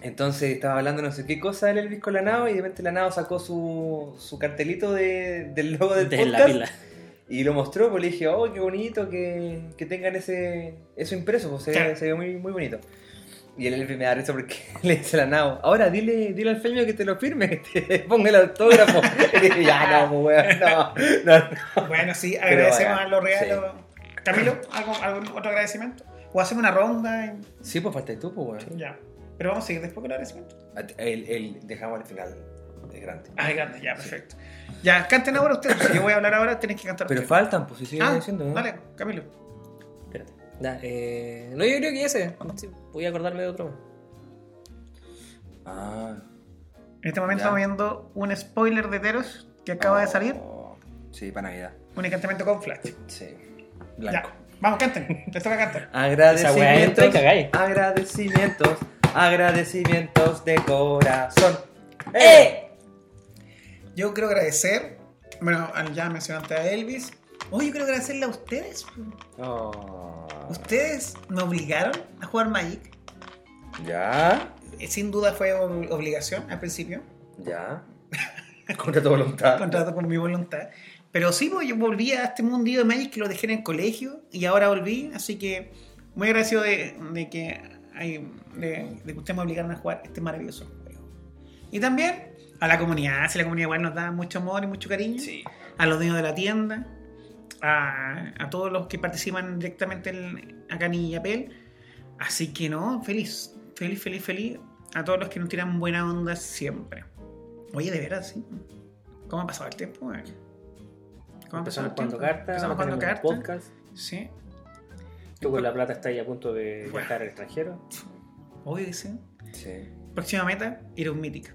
Speaker 2: Entonces estaba hablando no sé qué cosa del Elvis con la Nao y de repente la Nao sacó su, su cartelito de, del logo del
Speaker 1: De la
Speaker 2: podcast
Speaker 1: pila.
Speaker 2: y lo mostró, pues le dije, oh, qué bonito que, que tengan ese eso impreso, pues se,
Speaker 3: Claro.
Speaker 2: se ve muy, muy bonito. Y el Elvis me da risa porque le dice a la Nao, ahora dile, dile al Femio que te lo firme, que te ponga el autógrafo. y dije, ya no, pues weón, no, no, no.
Speaker 3: Bueno, sí,
Speaker 2: Pero
Speaker 3: agradecemos
Speaker 2: bueno,
Speaker 3: a los regalos. Camilo, ¿algo, ¿algún otro agradecimiento? O hacemos una ronda y
Speaker 2: Sí, pues falta tú, pues weón.
Speaker 3: ya. Pero vamos a seguir después con el agradecimiento.
Speaker 2: El, el, dejamos el final, es grande.
Speaker 3: Ah, grande, ya, perfecto. Ya, canten ahora ustedes. Si yo voy a hablar ahora, tienen que cantar
Speaker 2: Pero
Speaker 3: ustedes.
Speaker 2: faltan, pues si siguen
Speaker 3: Ah,
Speaker 2: diciendo, ¿no?
Speaker 3: Dale, Camilo.
Speaker 1: Espérate. Da, eh, no, yo creo que ese. Sí, voy a acordarme de otro más.
Speaker 2: Ah.
Speaker 3: En este momento
Speaker 2: Ya.
Speaker 3: estamos viendo un spoiler de Teros que acaba de
Speaker 2: Oh,
Speaker 3: salir.
Speaker 2: Sí, para Navidad.
Speaker 3: Un encantamiento con Flash.
Speaker 2: Sí.
Speaker 3: Ya.
Speaker 2: Blanco.
Speaker 3: Vamos, canten. Les toca cantar.
Speaker 1: Esa weá entra y
Speaker 2: Agradecimientos.
Speaker 1: cagáis.
Speaker 2: Agradecimientos. Agradecimientos de corazón.
Speaker 1: ¡Eh!
Speaker 3: Yo quiero agradecer, bueno, al- ya mencionaste a Elvis. Oye, yo quiero agradecerle a ustedes.
Speaker 2: Oh.
Speaker 3: Ustedes me obligaron a jugar Magic.
Speaker 2: Ya.
Speaker 3: Eh, Sin duda fue ob- obligación al principio,
Speaker 2: Ya. Contra tu voluntad.
Speaker 3: contrato por mi voluntad. Pero sí, pues, yo volví a este mundillo de Magic que lo dejé en el colegio y ahora volví, así que muy agradecido de, de que, ay, de, de que ustedes me obligaron a jugar este maravilloso juego. Y también a la comunidad, si la comunidad igual nos da mucho amor y mucho cariño.
Speaker 2: Sí.
Speaker 3: a los dueños de la tienda, a, a todos los que participan directamente en, acá en Illapel. Así que no, feliz, feliz, feliz, feliz a todos los que nos tiran buena onda siempre. Oye, de veras, sí. ¿Cómo ha pasado el tiempo? eh? ¿Cómo ha pasado
Speaker 1: Empezamos jugando
Speaker 3: el tiempo?
Speaker 1: cartas.
Speaker 3: Empezamos
Speaker 1: ahora
Speaker 3: jugando
Speaker 1: tenemos
Speaker 3: cartas.
Speaker 1: Podcast.
Speaker 3: Sí,
Speaker 1: Tú con la plata estás ahí a punto de
Speaker 3: Bueno.
Speaker 1: viajar al extranjero.
Speaker 3: obvio que sí.
Speaker 2: Sí.
Speaker 3: Próxima meta, ir a un Mythic.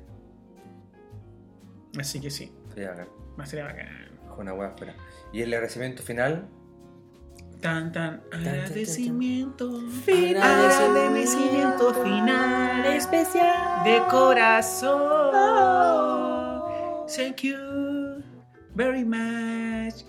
Speaker 3: Así que sí,
Speaker 2: Sí, acá.
Speaker 3: va a ser bacán.
Speaker 2: Con una hueá espera. Y el agradecimiento final.
Speaker 3: Tan, tan,
Speaker 1: tan, tan.
Speaker 3: agradecimiento.
Speaker 1: Final.
Speaker 3: Agradecimiento final. Especial. De corazón. Thank you. very much.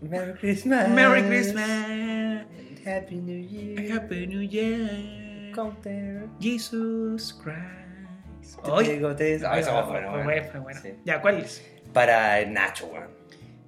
Speaker 2: Merry Christmas.
Speaker 3: Merry Christmas.
Speaker 2: Happy New Year.
Speaker 3: Happy New Year.
Speaker 2: Counter.
Speaker 3: Jesus Christ.
Speaker 2: Te
Speaker 3: Ay,
Speaker 2: traigo tres-
Speaker 3: ay,
Speaker 2: Ay, esa
Speaker 3: fue
Speaker 2: fue buena,
Speaker 3: fue
Speaker 2: weón.
Speaker 3: buena, fue buena.
Speaker 2: Sí.
Speaker 3: Ya, ¿cuál es?
Speaker 2: Para Nacho, weón.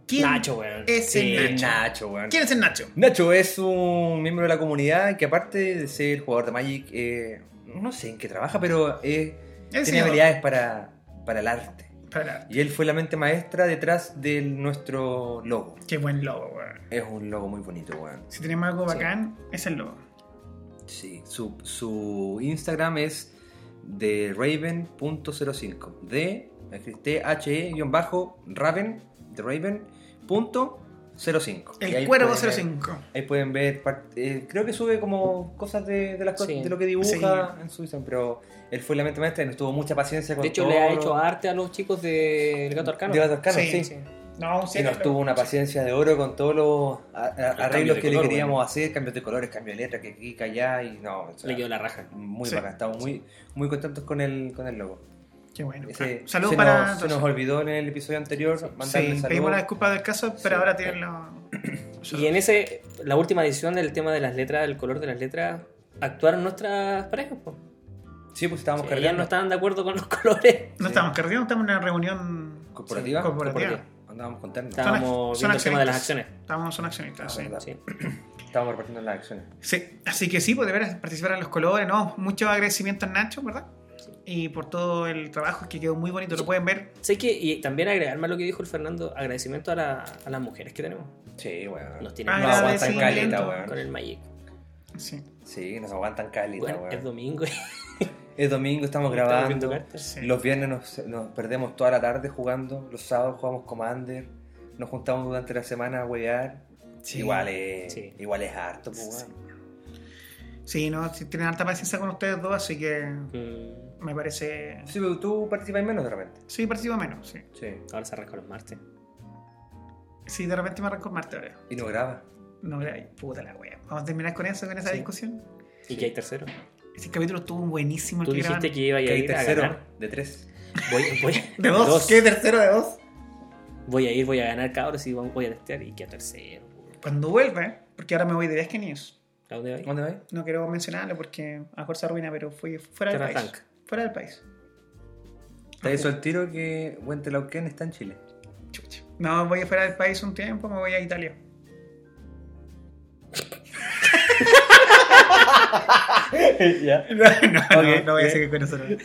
Speaker 3: ¿Quién
Speaker 1: Nacho, weón.
Speaker 3: Es
Speaker 2: Sí,
Speaker 3: el Nacho.
Speaker 2: Nacho, weón.
Speaker 3: ¿Quién es el Nacho?
Speaker 2: Nacho es un miembro de la comunidad que aparte de ser jugador de Magic, eh, no sé en qué trabaja, pero eh,
Speaker 3: El
Speaker 2: tiene
Speaker 3: señor.
Speaker 2: habilidades para, para el arte.
Speaker 3: Espera,
Speaker 2: Y él fue la mente maestra detrás de nuestro logo.
Speaker 3: qué buen lobo, weón.
Speaker 2: Es un logo muy bonito, weón.
Speaker 3: Si tenemos algo
Speaker 2: Sí.
Speaker 3: bacán, es el lobo.
Speaker 2: Sí, su, su Instagram es de raven.05. De E T-H-E-raven, de raven.05. Y
Speaker 3: El
Speaker 2: ahí
Speaker 3: cuervo
Speaker 2: pueden ver-
Speaker 3: 05.
Speaker 2: Ahí pueden ver, par- eh, creo que sube como cosas de, de las co-
Speaker 1: Sí.
Speaker 2: de lo que dibuja en su Instagram, pero él fue la mente maestra y nos tuvo mucha paciencia con
Speaker 1: De hecho,
Speaker 2: todo
Speaker 1: le ha
Speaker 2: lo-
Speaker 1: hecho arte a los chicos del Gato Arcano.
Speaker 2: de Gato Arcano,
Speaker 3: Sí,
Speaker 2: sí.
Speaker 1: Sí.
Speaker 3: No, un
Speaker 2: Y
Speaker 3: siete,
Speaker 2: nos
Speaker 3: pero-
Speaker 2: tuvo una paciencia de oro con todos los a- a-
Speaker 1: de
Speaker 2: arreglos que
Speaker 1: color,
Speaker 2: le queríamos hacer, cambios de colores, cambios de letra, que aquí, que allá, y no, o sea,
Speaker 1: Le quedó la raja.
Speaker 2: muy
Speaker 3: Sí.
Speaker 2: bacán, estamos muy, muy contentos con el, con el logo.
Speaker 3: Qué bueno. Ah,
Speaker 2: Ese-
Speaker 3: Saludos
Speaker 2: se
Speaker 3: para.
Speaker 2: nos, se nos olvidó en el episodio anterior mandarle
Speaker 3: Sí, pedimos
Speaker 2: saludos.
Speaker 3: la disculpa del caso,
Speaker 2: Sí.
Speaker 3: pero ahora tienen la.
Speaker 1: Y en ese, la última edición del tema de las letras, del color de las letras, actuaron nuestras parejas. po.
Speaker 2: Sí, pues estábamos
Speaker 1: Sí, ellas
Speaker 2: cargando
Speaker 1: no estaban de acuerdo con los colores.
Speaker 3: No estamos cargando, estamos en una reunión
Speaker 2: corporativa,
Speaker 3: Sí, corporativa.
Speaker 2: Andábamos contando,
Speaker 3: Son ac-
Speaker 1: Estábamos
Speaker 3: son
Speaker 1: viendo el tema de las
Speaker 3: accionistas.
Speaker 1: acciones.
Speaker 3: Estamos, son accionistas,
Speaker 2: Ah,
Speaker 3: sí.
Speaker 2: verdad.
Speaker 1: Sí.
Speaker 2: estábamos repartiendo las acciones.
Speaker 3: Sí, así que sí, pues de veras participar en los colores, ¿no? Mucho agradecimiento a Nacho, ¿verdad? Y por todo el trabajo que quedó muy bonito, lo pueden ver.
Speaker 1: Sé que, y también agregar más lo que dijo el Fernando, agradecimiento a, la- a las mujeres que tenemos.
Speaker 2: Sí, bueno.
Speaker 1: Nos tienen
Speaker 2: nos
Speaker 1: más
Speaker 2: aguantan caleta,
Speaker 3: Agradecimiento.
Speaker 1: con
Speaker 2: weón.
Speaker 1: el Magic.
Speaker 3: Sí,
Speaker 2: Sí, nos aguantan caleta,
Speaker 1: Bueno,
Speaker 2: weón.
Speaker 1: es domingo.
Speaker 2: Es domingo, estamos
Speaker 1: Estamos
Speaker 2: grabando.
Speaker 1: viendo cartas.
Speaker 3: sí.
Speaker 2: Los viernes nos, nos perdemos toda la tarde jugando. Los sábados jugamos Commander. Nos juntamos durante la semana a huevear.
Speaker 3: Sí.
Speaker 2: Igual, es,
Speaker 1: Sí.
Speaker 2: igual es harto, pues, weón.
Speaker 3: Sí, no, sí, tienen harta paciencia con ustedes dos, así que
Speaker 1: Mm,
Speaker 3: me parece.
Speaker 2: Sí, pero tú participas menos de repente.
Speaker 3: Sí, participo menos, sí.
Speaker 2: Sí.
Speaker 1: ahora se arranca los martes.
Speaker 3: Sí, de repente me arranco el martes ahora.
Speaker 2: Y no graba.
Speaker 3: No, ay, puta la wea. Vamos a terminar con eso, con esa
Speaker 1: Sí.
Speaker 3: discusión.
Speaker 1: Y que hay tercero.
Speaker 3: Ese capítulo estuvo buenísimo el
Speaker 1: Tú
Speaker 3: que
Speaker 1: dijiste
Speaker 3: grabaron.
Speaker 1: que iba a
Speaker 2: Que hay
Speaker 1: ir a
Speaker 2: tercero
Speaker 1: ganar.
Speaker 2: de tres.
Speaker 1: Voy, voy,
Speaker 3: De dos.
Speaker 2: ¿Qué tercero de dos?
Speaker 1: voy a ir, voy a ganar, cabros, y voy a testear. Y que a tercero.
Speaker 3: Cuando vuelva, porque ahora me voy de viaje niños.
Speaker 1: ¿A dónde va a ir?
Speaker 2: ¿Dónde vais?
Speaker 3: No quiero mencionarlo porque a lo mejor se arruina, pero fue fuera del
Speaker 1: Terra
Speaker 3: país.
Speaker 1: Franca.
Speaker 3: Fuera del país.
Speaker 2: Te hizo el tiro que Huentelauquén está en Chile.
Speaker 3: Chucha. No, voy a fuera del país un tiempo, me voy a Italia.
Speaker 2: ya.
Speaker 3: No, no,
Speaker 2: Ok,
Speaker 3: no, no voy a seguir con nosotros.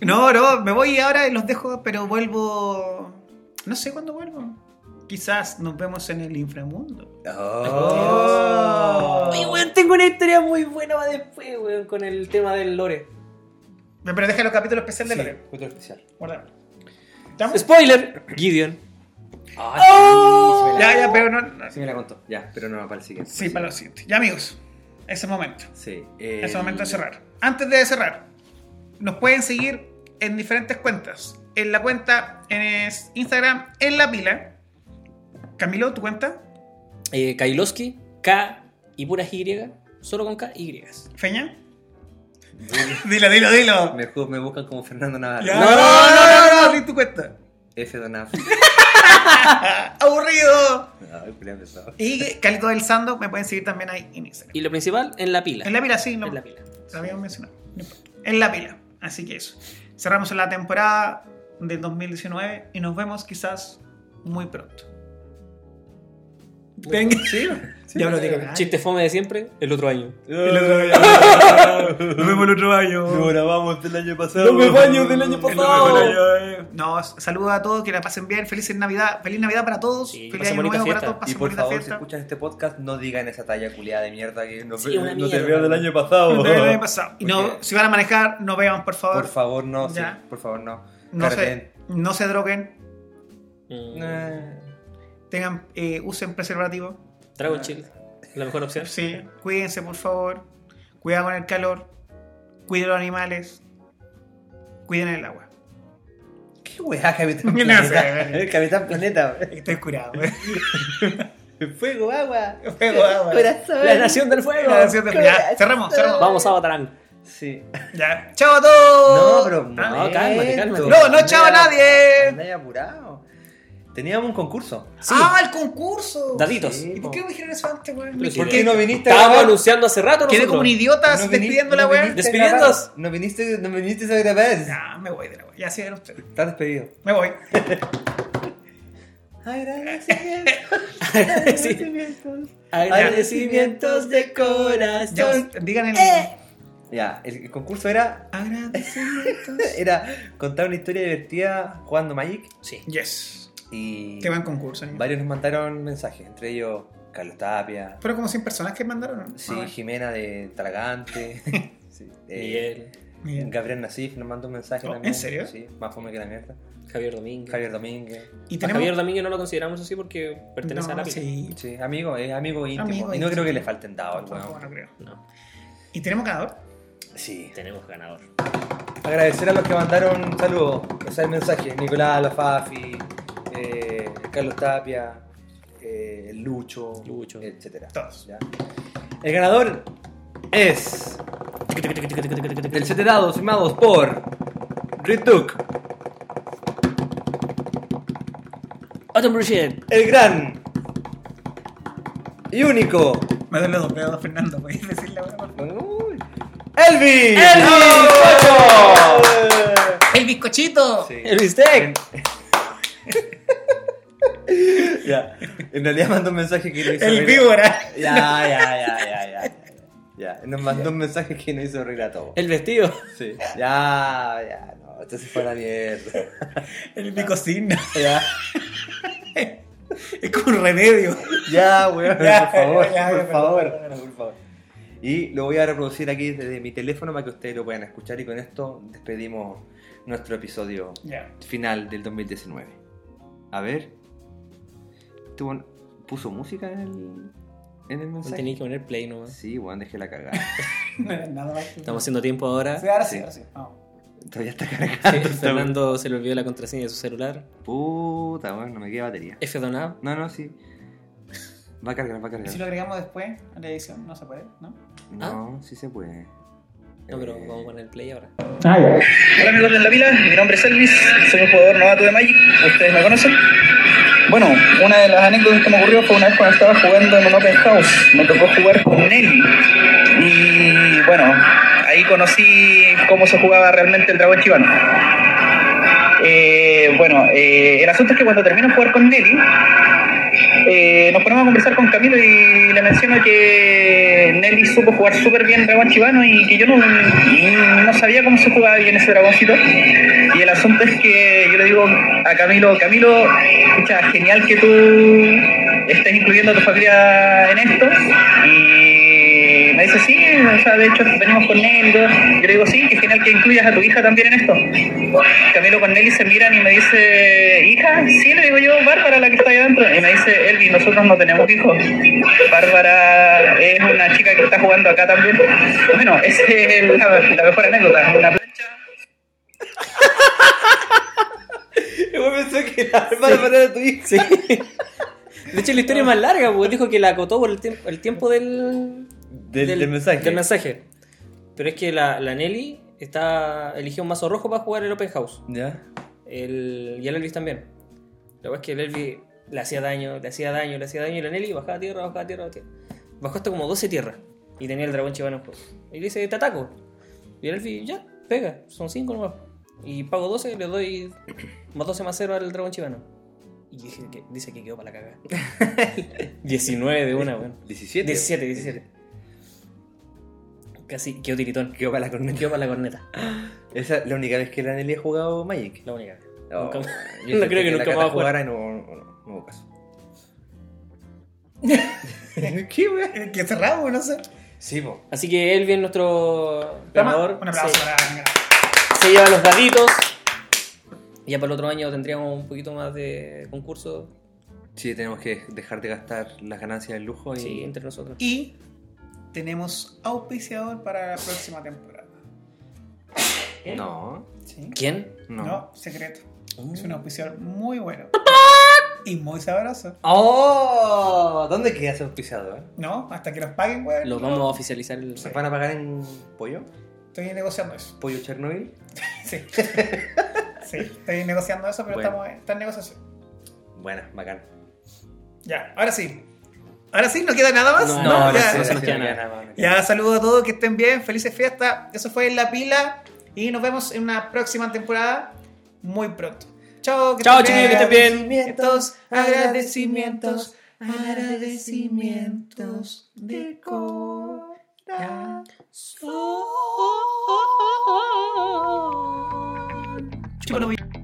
Speaker 3: No, no, me voy ahora y los dejo, pero vuelvo. No sé cuándo vuelvo. Quizás nos vemos en el inframundo.
Speaker 2: Oh.
Speaker 1: Oye, weón, tengo una historia muy buena para después, weón, con el tema del lore.
Speaker 3: Pero deja los capítulos especiales
Speaker 2: Sí,
Speaker 3: de Lore.
Speaker 2: otro especial.
Speaker 3: Guardalo. ¿Estamos?
Speaker 1: Spoiler, Gideon.
Speaker 2: Ah, sí, sí me la-
Speaker 3: Ya, ya, pero no. no.
Speaker 2: Sí me la contó. Ya, pero no para el siguiente.
Speaker 3: Sí, para lo siguiente. Ya, amigos, es el momento.
Speaker 2: Sí. Eh,
Speaker 3: Es el momento de
Speaker 2: cerrar.
Speaker 3: cerrar. Antes de cerrar, nos pueden seguir en diferentes cuentas. En la cuenta en es- Instagram, en la pila. Camilo, tu cuenta.
Speaker 1: Eh, Kailoski, K y puras Y, solo con K y.
Speaker 3: Feña. dilo, dilo, dilo.
Speaker 2: Me, ju- me buscan como Fernando Navarro.
Speaker 3: Ya. No, no, no, no, di tu cuenta.
Speaker 2: F Donaf.
Speaker 3: Aburrido.
Speaker 2: Ay, culiao pesado.
Speaker 3: Y Calito del Sando, me pueden seguir también ahí en Instagram.
Speaker 1: Y lo principal, en la pila.
Speaker 3: En la pila, sí, no.
Speaker 1: En la pila.
Speaker 3: Lo habíamos mencionado. No importa. En la pila. Así que eso. Cerramos la temporada del 2019 y nos vemos quizás muy pronto. Venga.
Speaker 2: Sí, sí.
Speaker 3: Ya lo digo.
Speaker 1: Chiste fome de siempre, el otro año.
Speaker 2: El otro año.
Speaker 3: Nos vemos el otro
Speaker 2: Lo
Speaker 3: año.
Speaker 2: grabamos del año pasado.
Speaker 1: me baño del año
Speaker 3: El otro
Speaker 1: pasado.
Speaker 3: año. eh. No, saludos a todos, que la pasen bien, feliz Navidad, feliz Navidad para todos,
Speaker 1: Sí,
Speaker 3: feliz
Speaker 1: pasen
Speaker 3: año
Speaker 1: bonita
Speaker 3: nuevo para
Speaker 1: fiesta.
Speaker 3: todos,
Speaker 2: Y
Speaker 3: pasen
Speaker 2: por
Speaker 3: bonita
Speaker 2: favor, si
Speaker 3: fiesta.
Speaker 2: escuchas este podcast, no digan esa talla culiada de mierda que no,
Speaker 1: Sí, una
Speaker 2: no te
Speaker 1: mierda.
Speaker 2: veo del año pasado.
Speaker 3: No te vean el año pasado. Y no,
Speaker 2: Porque-
Speaker 3: si van a manejar, no vean, por favor.
Speaker 2: Por favor, no. sí,
Speaker 3: Ya.
Speaker 2: por favor, no.
Speaker 3: no, se,
Speaker 2: Carden.
Speaker 3: no se droguen,
Speaker 1: Mm,
Speaker 2: Eh,
Speaker 3: tengan, eh, usen preservativo.
Speaker 1: Dragon Shield, la mejor opción.
Speaker 3: Sí, cuídense, por favor. Cuidado con el calor. Cuiden los animales. Cuiden el agua.
Speaker 2: ¿Qué weá, Capitán
Speaker 3: No
Speaker 2: Planeta?
Speaker 3: sé.
Speaker 2: El Capitán Planeta. eh.
Speaker 3: Estoy curado, güey.
Speaker 2: Fuego, agua.
Speaker 3: Fuego, agua.
Speaker 2: Corazón.
Speaker 1: La nación del fuego.
Speaker 3: La nación del- Ya, cerramos, cerramos.
Speaker 1: Vamos a Batarán.
Speaker 2: Sí.
Speaker 3: Ya. ¡Chao a todos!
Speaker 2: No, pero.
Speaker 3: Ah,
Speaker 1: cálmate, cálmate.
Speaker 3: No, no, chao a nadie.
Speaker 2: Andá apurado. Teníamos un concurso.
Speaker 6: Sí.
Speaker 3: ¡Ah, el concurso!
Speaker 6: Daditos.
Speaker 2: Sí.
Speaker 3: ¿Y por qué me dijeron eso antes, weón?
Speaker 6: Pero sí,
Speaker 2: ¿Por qué no viniste
Speaker 1: Estábamos anunciando hace rato
Speaker 3: Quedé como un
Speaker 1: nosotros.
Speaker 3: idiota
Speaker 2: No viniste-
Speaker 3: despidiendo
Speaker 2: no
Speaker 3: la weá.
Speaker 2: viniste a
Speaker 1: Despidiendo.
Speaker 2: grabar. No viniste, no viniste a grabar.
Speaker 3: Ya, me voy de la weá. Ya siguen ustedes.
Speaker 2: Estás despedido.
Speaker 3: Me voy.
Speaker 2: Agradecimientos.
Speaker 1: Agradecimientos de
Speaker 3: Ya,
Speaker 1: corazón.
Speaker 3: digan el.
Speaker 2: Eh. Ya, el, el concurso era,
Speaker 3: Agradecimientos.
Speaker 2: era contar una historia divertida jugando Magic
Speaker 6: Sí.
Speaker 3: Yes.
Speaker 2: y
Speaker 3: Qué buen concurso, amigo.
Speaker 2: varios nos mandaron mensajes, entre ellos Carlos Tapia,
Speaker 3: Fueron como 100 personas que mandaron. ¿no?
Speaker 2: sí,
Speaker 3: Ah,
Speaker 2: Jimena de Talagante, sí, eh,
Speaker 1: Miguel,
Speaker 3: Miguel.
Speaker 2: Gabriel Nasif nos mandó un mensaje
Speaker 3: Oh,
Speaker 2: también.
Speaker 3: ¿en serio?
Speaker 2: Sí, más fome que la mierda.
Speaker 1: Javier Domínguez.
Speaker 2: Javier Domínguez.
Speaker 3: Y
Speaker 1: A
Speaker 3: tenemos.
Speaker 1: Javier Domínguez no lo consideramos así porque pertenece a
Speaker 3: No,
Speaker 1: la pila.
Speaker 3: sí.
Speaker 2: Sí, amigo, es amigo íntimo.
Speaker 3: Amigo
Speaker 2: y no creo
Speaker 3: íntimo.
Speaker 2: que le falten dados,
Speaker 3: Tampoco,
Speaker 2: weón.
Speaker 3: no creo.
Speaker 1: No,
Speaker 3: Y tenemos ganador.
Speaker 2: Sí.
Speaker 1: tenemos ganador.
Speaker 2: Agradecer a los que mandaron saludos, o sea, el mensaje. Nicolás Lafafi, eh, Carlos Tapia, eh, el Lucho,
Speaker 1: Lucho.
Speaker 2: etcétera.
Speaker 3: Todos.
Speaker 2: ¿ya? El ganador es el set de dados firmados por Rituk,
Speaker 6: Autumn Bruchel.
Speaker 2: el gran y único
Speaker 3: Me duele dos dedos, Fernando. ¿Podéis decirle ahora, por favor?
Speaker 2: Elvis.
Speaker 3: ¡El bizcochito!
Speaker 2: Sí.
Speaker 6: El bistec.
Speaker 2: Ya. En realidad mandó un mensaje que lo hizo
Speaker 3: El
Speaker 2: reír.
Speaker 3: víbora.
Speaker 2: Ya, ya, ya, ya, ya. Ya, nos mandó un mensaje que nos hizo reír a todos.
Speaker 6: El vestido.
Speaker 2: Sí. Ya, ya, no, esto se fue a la mierda.
Speaker 3: El bicocina.
Speaker 2: Ya,
Speaker 3: Es como un remedio.
Speaker 2: ya, weón,
Speaker 3: Ya,
Speaker 2: por favor,
Speaker 3: ya, ya,
Speaker 2: por
Speaker 3: perdón,
Speaker 2: favor,
Speaker 3: perdón, perdón.
Speaker 2: por favor. Y lo voy a reproducir aquí desde mi teléfono para que ustedes lo puedan escuchar y con esto despedimos nuestro episodio
Speaker 3: Ya.
Speaker 2: final del 2019. A ver. Tuvo- ¿Puso música en el, en el mensaje?
Speaker 1: Tenía que poner play nomás.
Speaker 2: Sí, weón, dejé la cargada.
Speaker 3: No era nada más. que-
Speaker 1: Estamos haciendo tiempo ahora.
Speaker 3: Sí, ahora sí,
Speaker 2: Sí.
Speaker 3: ahora sí. Vamos.
Speaker 2: Todavía está cargada.
Speaker 1: Sí, Fernando se le olvidó la contraseña de su celular.
Speaker 2: Puta, weón, no me queda batería.
Speaker 1: F Donab.
Speaker 2: No, no, sí. Va a cargar, va a
Speaker 3: Y
Speaker 2: cargar.
Speaker 3: Si lo agregamos después a la edición, no se puede, ¿no?
Speaker 2: No, sí se puede.
Speaker 1: ¿Ah? No, pero
Speaker 2: Eh,
Speaker 1: vamos a poner play ahora.
Speaker 7: Hola amigos de la pila, mi nombre es Elvis, soy un jugador novato de Magic, ustedes me conocen. Bueno, una de las anécdotas que me ocurrió fue una vez cuando estaba jugando en un open house, me tocó jugar con Nelly y bueno, ahí conocí cómo se jugaba realmente el dragón chivano. Eh, bueno, eh, el asunto es que cuando termino de jugar con Nelly, eh, nos ponemos a conversar con Camilo y le menciono que Nelly supo jugar súper bien dragón chivano y que yo no, no sabía cómo se jugaba bien ese dragoncito. Y el asunto es que yo le digo a Camilo, Camilo, escucha, genial que tú estés incluyendo a tu familia en esto. Y me dice, sí, o sea, de hecho venimos con Nelly. y todo. Yo le digo, sí, que genial que incluyas a tu hija también en esto. Camilo con Nelly se miran y me dice, hija, sí, le digo yo, Bárbara, la que está ahí adentro. Y me dice, Elvi, nosotros no tenemos hijos. Bárbara es una chica que está jugando acá también. Bueno, esa es eh, la, la mejor anécdota. Una plancha.
Speaker 2: Yo pensé que la Bárbara era tu hija.
Speaker 1: Sí. De hecho, la historia es más larga, porque dijo que la acotó por el, tiemp- el tiempo del,
Speaker 2: Del, del mensaje.
Speaker 1: del mensaje. Pero es que la, la Nelly está, eligió un mazo rojo para jugar el Open House.
Speaker 2: ¿Ya?
Speaker 1: El, y el Elvis también. La verdad es que el Elvis le hacía daño, le hacía daño, le hacía daño. Y la Nelly bajaba tierra, bajaba tierra, bajaba tierra. Bajó hasta como 12 tierras. Y tenía el dragón chivano en juego. Y le dice, te ataco. Y el Elvis, ya, pega. Son 5 nomás. Y pago 12 y le doy más 12 más 0 al dragón chivano. Y dije que- dice que quedó para la cagada. 19 de una, weón.
Speaker 2: 17.
Speaker 1: 17, 17. Casi quedó tiritón.
Speaker 2: Quedó para la corneta.
Speaker 1: Quedó para la corneta.
Speaker 2: Esa es la única vez que la Nelly ha jugado Magic.
Speaker 1: La única. vez.
Speaker 2: No,
Speaker 1: Nunca más.
Speaker 2: yo
Speaker 1: No
Speaker 2: intenté
Speaker 1: creo que
Speaker 2: la
Speaker 1: nunca
Speaker 2: Cata
Speaker 1: más va a jugar.
Speaker 2: jugara y no, no, no hubo caso. ¿Qué, weón?
Speaker 3: Eh, Que cerramos, no sé.
Speaker 2: Sí, po.
Speaker 1: Así que Elvin, nuestro ganador,
Speaker 3: Un aplauso
Speaker 1: se,
Speaker 3: para
Speaker 1: se lleva los daditos. Y Ya para el otro año tendríamos un poquito más de concurso
Speaker 2: Sí, tenemos que dejar de gastar las ganancias del lujo y.
Speaker 1: sí, eh, entre nosotros.
Speaker 3: Y tenemos auspiciador para la próxima temporada.
Speaker 2: No,
Speaker 3: ¿Sí?
Speaker 1: ¿Quién?
Speaker 2: no.
Speaker 3: No, Uh. secreto. Es un auspiciador muy bueno. Y muy sabroso.
Speaker 2: ¡Oh! ¿Dónde queda ese auspiciador?
Speaker 3: No, hasta que nos paguen, weón.
Speaker 1: Lo vamos a oficializar el.
Speaker 2: ¿Se van a pagar en pollo?
Speaker 3: Estoy negociando eso.
Speaker 2: ¿Pollo Chernobyl?
Speaker 3: Sí. sí, estoy negociando eso, pero
Speaker 2: Bueno.
Speaker 3: estamos, está en negociación.
Speaker 2: buenas, bacán.
Speaker 3: Ya, ahora sí. Ahora sí, ¿no queda nada más?
Speaker 1: No, ahora
Speaker 3: ya,
Speaker 1: sí,
Speaker 2: se
Speaker 1: nos queda nada.
Speaker 3: ya, saludos a todos, que estén bien, felices fiestas. Eso fue La Pila y nos vemos en una próxima temporada muy pronto. Chao, que
Speaker 1: Chao, chiquillos, que estén bien.
Speaker 3: Agradecimientos, agradecimientos, agradecimientos de corazón. Chúpalo,